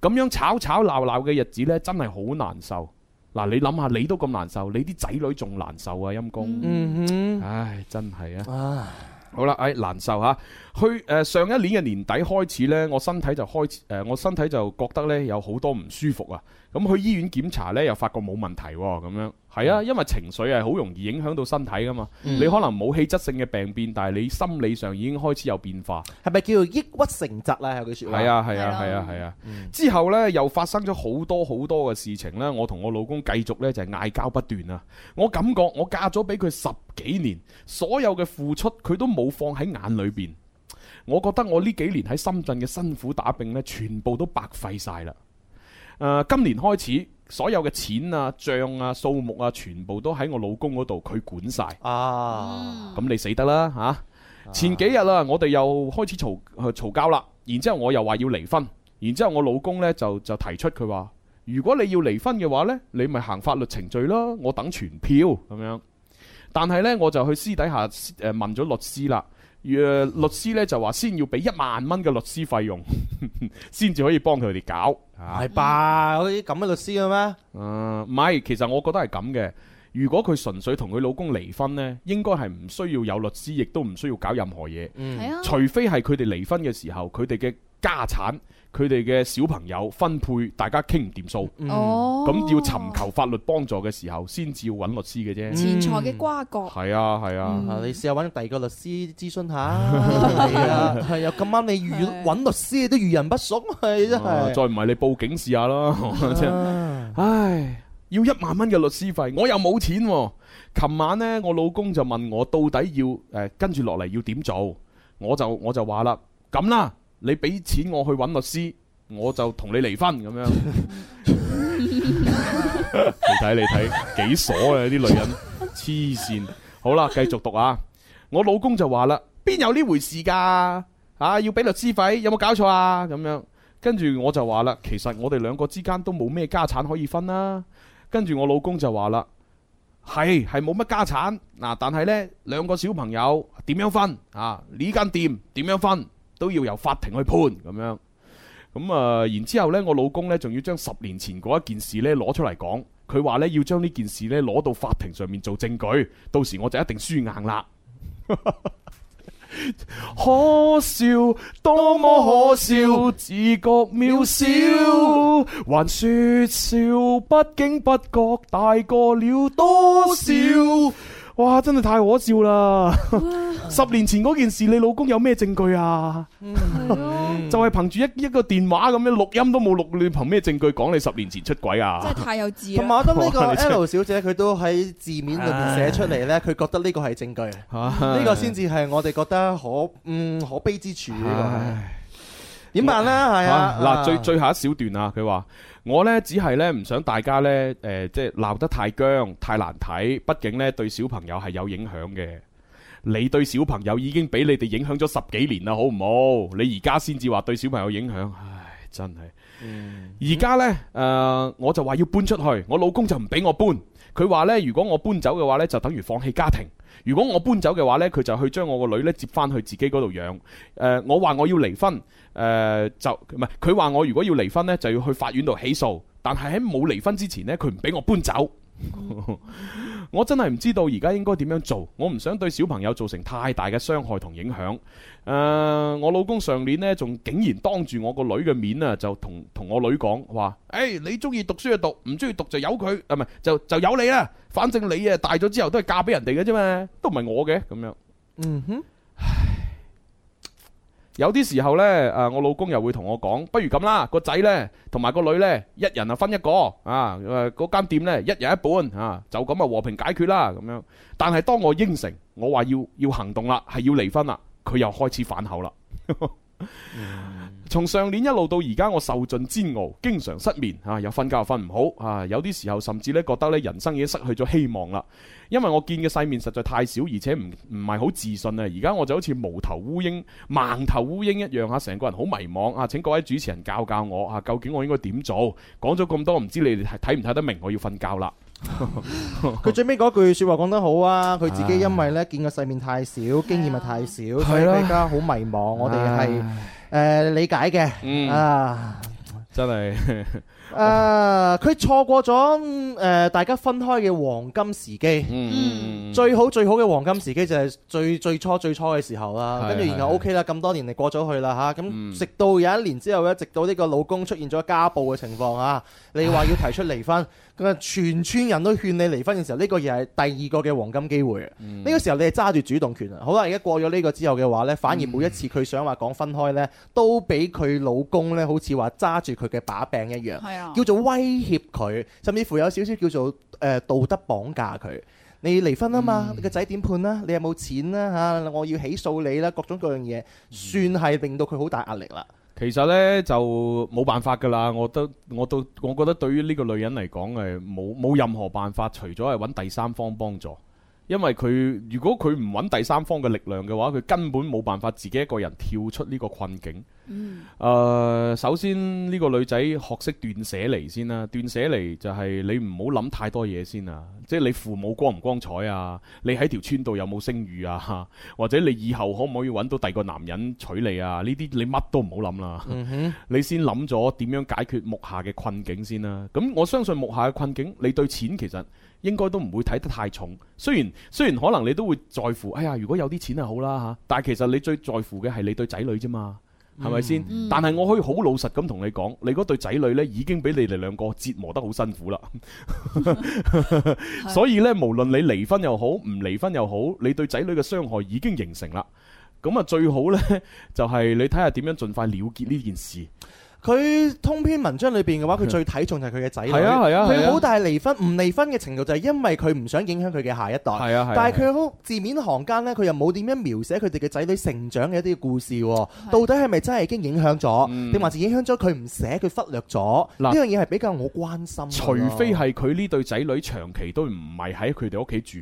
咁樣吵吵鬧鬧嘅日子呢，真係好難受。嗱，你諗下，你都咁難受，你啲仔女仲難受啊，陰公，
嗯
唉，真係啊。
哼，啊，
好啦，唉，難受吓。去誒、呃上一年嘅年底開始呢，我身體就開始誒、呃我身體就覺得呢有好多唔舒服啊。咁去醫院檢查呢，又發覺冇問題喎、咁樣係啊，因為情緒係好容易影響到身體噶嘛。
嗯
你可能冇氣質性嘅病變，但係你心理上已經開始有變化。
係咪叫做抑鬱成疾啊？有句説話。
係，啊係啊
係咯
係啊係啊
嗯！
之後呢，又發生咗好多好多嘅事情呢，我同我老公繼續呢，就係嗌交不斷啊！我感覺我嫁咗俾佢十幾年，所有嘅付出佢都冇放喺眼裏邊。我覺得我呢幾年喺深圳嘅辛苦打拼呢，全部都白費晒啦。誒、今年開始，所有嘅錢啊、帳啊、數目啊，全部都喺我老公嗰度，佢管晒。
啊，
咁你死得啦吓！前幾日啦，我哋又開始嘈呃嘈交啦，然之後我又話要離婚，然之後我老公呢就就提出佢話：如果你要離婚嘅話呢，你咪行法律程序啦，我等傳票咁樣。但係呢，我就去私底下誒問咗律師啦。呃律師呢就話先要俾一萬蚊嘅律師費用， 先至可以幫佢哋搞。啊
係吧？嗰啲咁嘅律師嘅咩？
啊，唔係，其實我覺得係咁嘅。如果佢純粹同佢老公離婚呢，應該係唔需要有律師，亦都唔需要搞任何嘢，
嗯
係啊，
除非係佢哋離婚嘅時候，佢哋嘅家產、佢哋嘅小朋友分配，大家傾唔掂數。
嗯
哦
咁要尋求法律幫助嘅時候，先至要揾律師嘅啫。
錢財嘅瓜葛。
係啊係啊，
啊你試下揾第二個律師諮詢下，係啊，係又咁啱你遇揾律師你都遇人不淑，係啊真
啊
係。
再唔係你報警試下啦，
啊
真係唉，要一萬蚊嘅律師費，我又冇錢喎、琴晚呢，我老公就問我到底要誒、呃跟住落嚟要點做，我就我就話啦，咁啦，你俾錢我去揾律師，我就同你離婚咁樣。 你睇你睇，幾傻啊！啲女人黐線。好啦，繼續讀啊！我老公就話啦，邊有呢回事㗎？啊，要俾律師費，有冇搞錯啊？咁樣。跟住我就話啦，其實我哋兩個之間都冇咩家產可以分啦、跟住我老公就話啦，係係冇乜家產嗱，但係呢兩個小朋友點樣分啊？呢間店點樣分都要由法庭去判咁樣。咁啊、然之後呢，我老公呢仲要將十年前嗰一件事呢攞出嚟講，佢話呢要將呢件事呢攞到法庭上面做證據，到時我就一定輸硬啦。可笑，多麼可笑，自覺渺小，還說笑，不經不覺大個了多少？哇，真係太可笑啦！十年前嗰件事，你老公有咩證據啊？就
嗯
係憑住一一個電話咁樣錄音都冇錄，你憑咩證據講你十年前出軌
真係
啊？
太幼稚
同
啦！
埋我覺得呢個
哇你真係
L 小姐佢都喺字面裏面寫出嚟呢，佢覺得呢個係證據，
啊
呢個先至係我哋覺得可嗯可悲之處。呢個係
唉
點辦呢？係啊
啊，嗱，最最後一小段啊，佢話我呢，只係呢，唔想大家呢，誒、即係鬧得太僵、太難睇，畢竟呢，對小朋友係有影響嘅。你對小朋友已經俾你哋影響咗十幾年啦，好唔好？你而家先至話對小朋友影響，唉，真係。
嗯
而家呢，誒、我就話要搬出去，我老公就唔俾我搬。佢話呢，如果我搬走嘅話呢，就等於放棄家庭；如果我搬走嘅話呢，佢就去將我個女呢接翻去自己嗰度養。誒、我話我要離婚，誒、呃就唔係佢話我如果要離婚呢，就要去法院度起訴。但係喺冇離婚之前呢，佢唔俾我搬走。 我真係唔知道而家應該點樣做，我唔想對小朋友造成太大嘅傷害同影響。誒、我老公上年呢，仲竟然當住我個女嘅面啊，就同同我女講話：，誒、你中意讀書就讀，唔中意讀就由佢，啊唔係就就由你啦。反正你啊大咗之後都係嫁俾人哋嘅啫嘛，都唔係我嘅咁樣。
嗯哼，
有啲時候呢，誒、我老公又會同我講，不如咁啦，個仔呢，同埋個女呢，一人啊分一個啊，誒、嗰間店呢，一人一半啊，就咁啊和平解決啦咁樣。但係當我應承，我話要要行動啦，係要離婚啦，佢又開始反口啦。從上年一路到而家，我受盡煎熬，經常失眠啊，有瞓覺又瞓唔好啊，有啲時候甚至呢覺得呢人生已經失去咗希望啦。因為我見嘅世面實在太少，而且唔唔係好自信啊。而家我就好似無頭烏蠅、盲頭烏蠅一樣啊，成個人好迷茫啊！請各位主持人教教我啊，究竟我應該點做？講咗咁多，唔知你哋睇睇唔睇得明？我要瞓覺啦。
佢最尾嗰句説話講得好啊！佢自己因為呢見個世面太少，經驗咪太少，所以佢而家好迷茫。我哋係誒理解嘅
嗯
啊。
真係
誒，佢錯過咗嗯誒大家分開嘅黃金時機。
嗯，
最好最好嘅黃金時機就係最最初最初嘅時候啦，
係
跟住然後
係
OK 啦，咁多年嚟過咗去啦嚇，
嗯
咁直到有一年之後咧，直到呢個老公出現咗家暴嘅情況嚇，你話要提出離婚， 咁啊全村人都勸你離婚嘅時候，呢個又係第二個嘅黃金機會。
嗯
呢個時候你係揸住主動權啊！好啦，而家過咗呢個之後嘅話呢，反而每一次佢想話講分開呢，都俾佢老公呢好似話揸住佢嘅把柄一樣。
係啊，
叫做威脅佢，甚至乎有少少叫做誒、呃道德綁架佢。你離婚啊嘛，
嗯
你個仔點判啦？你有冇錢啦、啊、嚇？我要起訴你啦，各種各樣
嗯
嘢，算係令到佢好大壓力啦。
其實呢就冇辦法㗎啦。我都我都我覺得對於呢個女人嚟講，誒冇冇任何辦法，除咗係揾第三方幫助。因為佢如果佢唔揾第三方嘅力量嘅話，佢根本冇辦法自己一個人跳出呢個困境。
嗯，
誒、首先呢個女仔學識斷捨離先啦，斷捨離就係你唔好諗太多嘢先啊，即係你父母光唔光彩啊，你喺條村度有冇聲譽啊，或者你以後可唔可以揾到第二個男人娶你啊？呢啲你乜都唔好諗啦，你先諗咗點樣解決目下嘅困境先啦。咁我相信目下嘅困境，你對錢其實應該都唔會睇得太重。雖然雖然可能你都會在乎，哎呀，如果有啲錢就好啦嚇，但係其實你最在乎嘅係你對仔女啫嘛。係咪先
嗯？
但係我可以好老實咁同你講，你嗰對仔女呢已經俾你哋兩個折磨得好辛苦 啦。所以呢，無論你離婚又好，唔離婚又好，你對仔女嘅傷害已經形成啦。咁啊，最好呢，就係你睇下點樣盡快了結呢件事。
佢通篇文章裏邊嘅話，佢最睇重就係佢嘅仔
嗯
女。
係啊係啊係啊
佢好大離婚，唔離婚嘅程度就係因為佢唔想影響佢嘅下一代。
係啊係啊
但係佢好字面行間呢，佢又冇點樣描寫佢哋嘅仔女成長嘅一啲故事喎。到底係咪真係已經影響咗，定還是影響咗佢唔寫，佢忽略咗？呢
嗯嗱
樣嘢係比較我關心㗎
除
咯。
非係佢呢對仔女長期都唔係喺佢哋屋企住，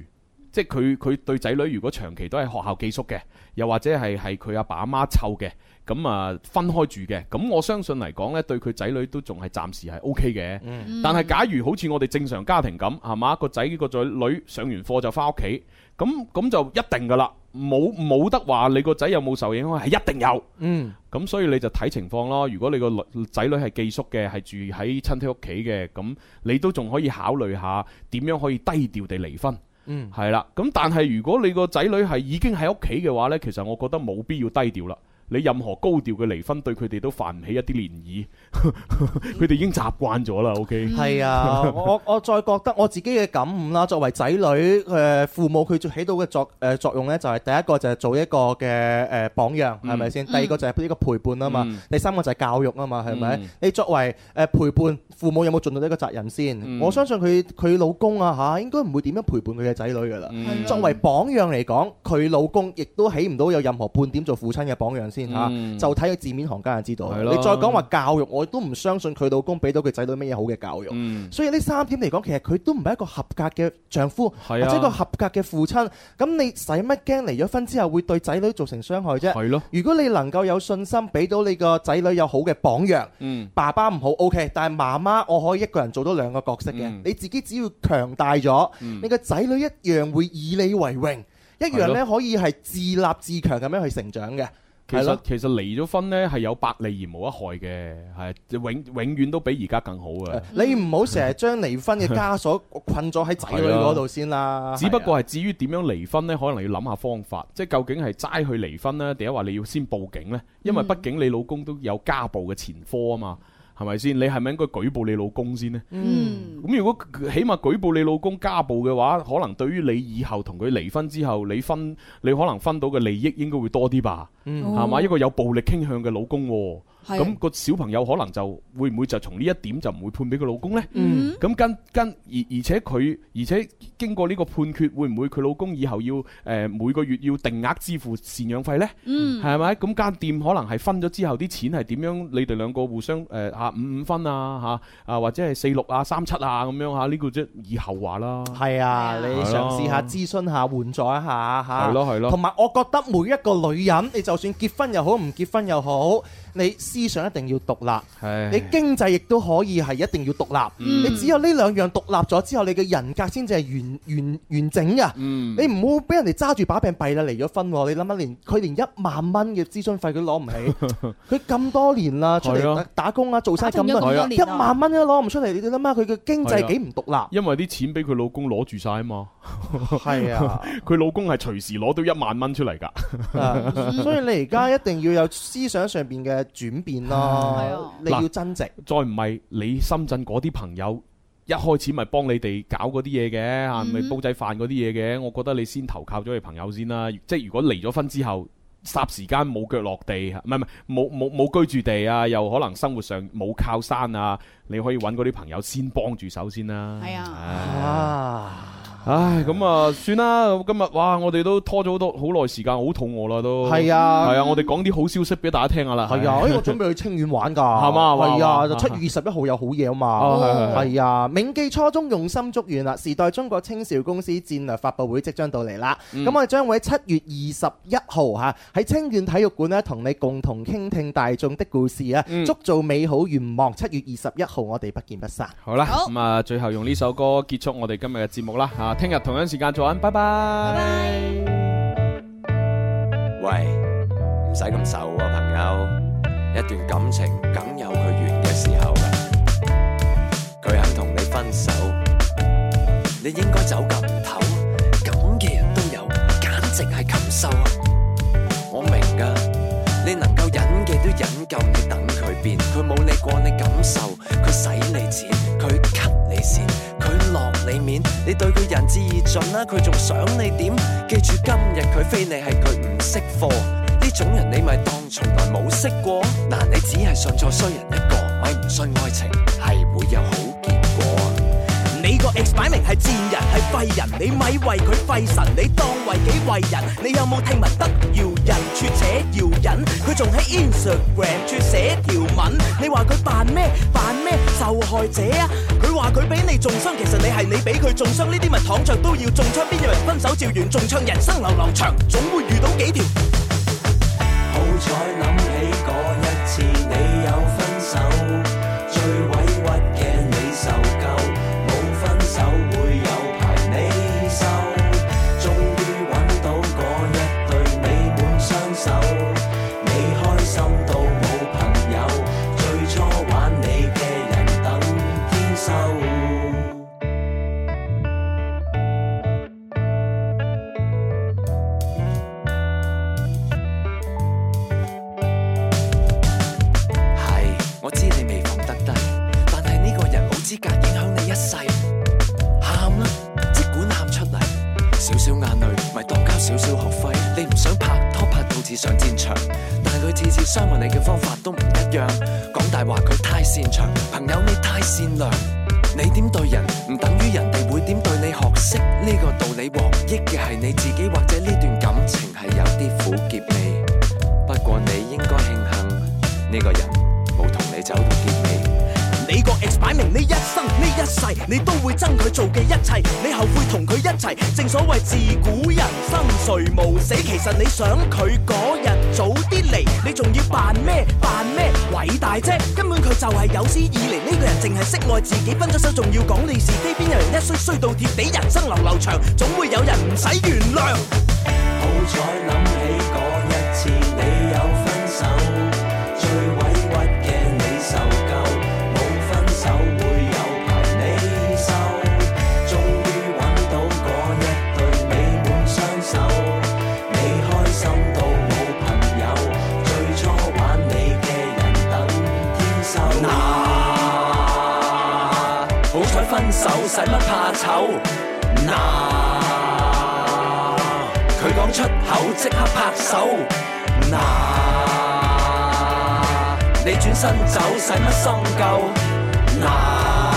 即係佢佢對仔女如果長期都喺學校寄宿嘅，又或者係係佢阿爸阿媽湊嘅，咁啊分開住嘅，咁我相信嚟講呢，對佢仔女都仲係暫時係 O K 嘅。但係假如好似我哋正常家庭咁，係嘛個仔個仔女上完課就翻屋企，咁咁就一定噶啦，冇冇得話你個仔有冇受影響，係一定有。
嗯
咁所以你就睇情況咯。如果你個女仔女係寄宿嘅，係住喺親戚屋企嘅，咁你都仲可以考慮下點樣可以低調地離婚。
嗯
係啦，咁但係如果你個仔女係已經喺屋企嘅話呢，其實我覺得冇必要低調啦。你任何高調嘅離婚對佢哋都泛唔起一啲漣漪， 佢哋已經習慣咗啦。OK，
係啊，我我我再覺得我自己嘅感悟啦，作為仔女，誒、父母佢起到嘅作誒、作用呢，就係、第一個就係做一個嘅誒、榜樣，係咪先？第二個就係呢個陪伴啊嘛，
嗯
第三個就係教育啊嘛，係咪？
嗯
你作為誒、陪伴父母有冇盡到呢個責任先？
嗯
我相信佢佢老公啊嚇，應該唔會點樣陪伴佢嘅仔女㗎啦。
嗯
作為榜樣嚟講，佢老公亦都起唔到有任何半點做父親嘅榜樣先嚇，
嗯
就睇佢字面行家就知道。
係
你
咯
再講話教育，我都唔相信佢老公俾到佢仔女乜嘢好嘅教育。
嗯，
所以呢三點嚟講，其實佢都唔係一個合格嘅丈夫，或
係啊
者一個合格嘅父親。咁你使乜驚離咗婚之後會對仔女造成傷害啫？
係咯，
如果你能夠有信心，俾到你個仔女有好嘅榜樣，
嗯
爸爸唔好 OK，但係媽媽我可以一個人做到兩個角色嘅。
嗯
你自己只要強大咗，你個仔女一樣會以你為榮，一樣咧可以係自立自強咁樣去成長嘅。
其
係
實
咯
其實離咗婚呢係有百利而無一害嘅，係永永遠都比而家更好嘅。
你唔好成日將離婚嘅 枷鎖困咗喺仔女嗰度先啦。
只不
係啊
過係至於點樣離婚呢，可能要諗下方法，即係究竟係齋去離婚呢，定係話你要先報警呢？因
嗯
為畢竟你老公都有家暴嘅前科啊嘛，係咪先？你係咪應該舉報你老公先呢？
嗯，
咁如果起碼舉報你老公家暴嘅話，可能對於你以後同佢離婚之後，你分你可能分到嘅利益應該會多啲吧？
哦
係嘛？一個有暴力傾向嘅老公喎，
係
咁個小朋友可能就會唔會就從呢一點就唔會判俾佢老公呢？
嗯
咁跟跟而而且佢而且經過呢個判決，會唔會佢老公以後要誒、呃每個月要定額支付贍養費呢？
嗯
係咪？咁間店可能係分咗之後啲錢係點樣？你哋兩個互相誒嚇五五分啊嚇啊或者係四六啊三七啊咁樣嚇呢、個即係以後話啦。
係啊，你
係
嘗
咯
試下諮詢下、援助一下嚇。
啊
係咯係咯
同埋我覺得每一個女人，你就算結婚又好，唔結婚又好，你思想一定要獨立，你經濟亦都可以係一定要獨立。
嗯
你只有呢兩樣獨立咗之後，你嘅人格先至係完完完整㗎。
嗯
你唔好俾人哋揸住把柄弊啦，離咗婚喎！你諗下，連佢連一萬蚊嘅諮詢費佢都攞 唔起，佢咁多年啦，出
係
嚟
啊
打打工啊，做晒咁
打拼咗咁
多
多
年，一
年啊
萬蚊都攞唔出嚟，你諗下佢嘅經
係
濟
啊
幾唔獨立。
因為啲錢俾佢老公攞住晒啊嘛，
係啊，
佢老公係隨時攞到一萬蚊出嚟㗎。
啊所以你而家一定要有思想上邊嘅轉變咯
啊，
你要增值。
再唔係你深圳嗰啲朋友一開始咪幫你哋搞嗰啲嘢嘅嚇，
嗯
咪、煲仔飯嗰啲嘢嘅，我覺得你先投靠咗你朋友先啦。即係如果離咗婚之後。霎時間冇腳落地，唔係唔係冇冇冇居住地啊，又可能生活上冇靠山啊，你可以揾嗰啲朋友先幫住手先啦。
係啊，
啊，
唉，咁啊算啦，咁今日哇，我哋都拖咗好多好耐時間，好肚餓啦都。
係
係
啊，
啊，我哋講啲好消息俾大家聽下啦。
係啊，哎我準備去清遠玩㗎，係
嘛哇
係
哇
啊，就七月二十一號有好嘢啊嘛。
哦係係係
係啊，銘記初衷，用心祝願啦！時代中國青少公司戰略發佈會即將到嚟啦，
嗯
咁、我哋將會喺七月二十一號嚇喺清遠體育館咧，同你共同傾聽大眾的故事啊，
嗯
築造美好願望。七月二十一號，我哋不見不散。
好啦，
好
咁啊，最後用呢首歌結束我哋今日嘅節目啦。啊，聽日同樣時間再玩，拜拜。
喂，唔使咁愁啊，朋友。一段感情梗有佢完嘅時候㗎，佢肯同你分手，你應該走咁頭。咁嘅人都有，簡直係禽獸啊！我明㗎，你能夠忍嘅都忍
受，佢使你錢，佢 cut 你線，佢落你面，你對佢仁至義盡啦，佢仲想你點？記住今日佢非你係佢唔識貨，呢種人你咪當從來冇識過。嗱，你只係信錯衰人一個，咪唔信愛情係會有好結果啊！
你個 ex 擺明係賤人，係廢人，你咪為佢費神，你當為己為人？你有冇聽聞得饒人處且饒人？佢仲喺 Instagram 處寫條文，你話佢扮咩扮咩受害者啊？佢話佢俾你中傷，其實你係你俾佢中傷，呢啲咪躺着都要中槍，邊有人分手照完中槍？人生流流長，總會遇到幾條。
好彩諗起嗰一次你有分手，最委屈嘅你受夠，冇分手會有排你收。終於揾到嗰一對美滿雙手，你開心到冇朋友，最初玩你嘅人等天收。係，我知你未放得低，但係呢個人冇資格影響你一世。喊啦，即管喊出嚟，少少眼淚咪當交少少學費。你唔想拍拖拍到似上戰場，但佢次次傷害你嘅方法都唔一樣。講大話佢太擅長，朋友你太善良。你點對人唔等於人哋會點對你學識呢個道理，獲益嘅係你自己，或者呢段感情係有啲苦澀味。不過你應該慶幸呢個人冇同你走到結尾。
你個 ex 擺明呢一生呢一世，你都會憎佢做嘅一切，你後悔同佢一齊。正所謂自古人生誰無死，其實你想佢嗰日早啲嚟，你仲要扮咩扮咩偉大啫？根本佢就係有史以嚟呢個人淨係識愛自己，分咗手仲要講你是非，邊有人一衰衰到貼地？人生流流長，總會有人唔使原諒。
好彩諗起嗰一次你有分手，最委屈嘅你受夠，冇分手會有排你收。終於揾到嗰一對美滿雙手，你開心到冇朋友，最初玩你嘅人等天收。
嗱，好彩分手，使乜怕醜？嗱，佢講出口即刻拍手。嗱，你轉身走，使乜心夠？嗱，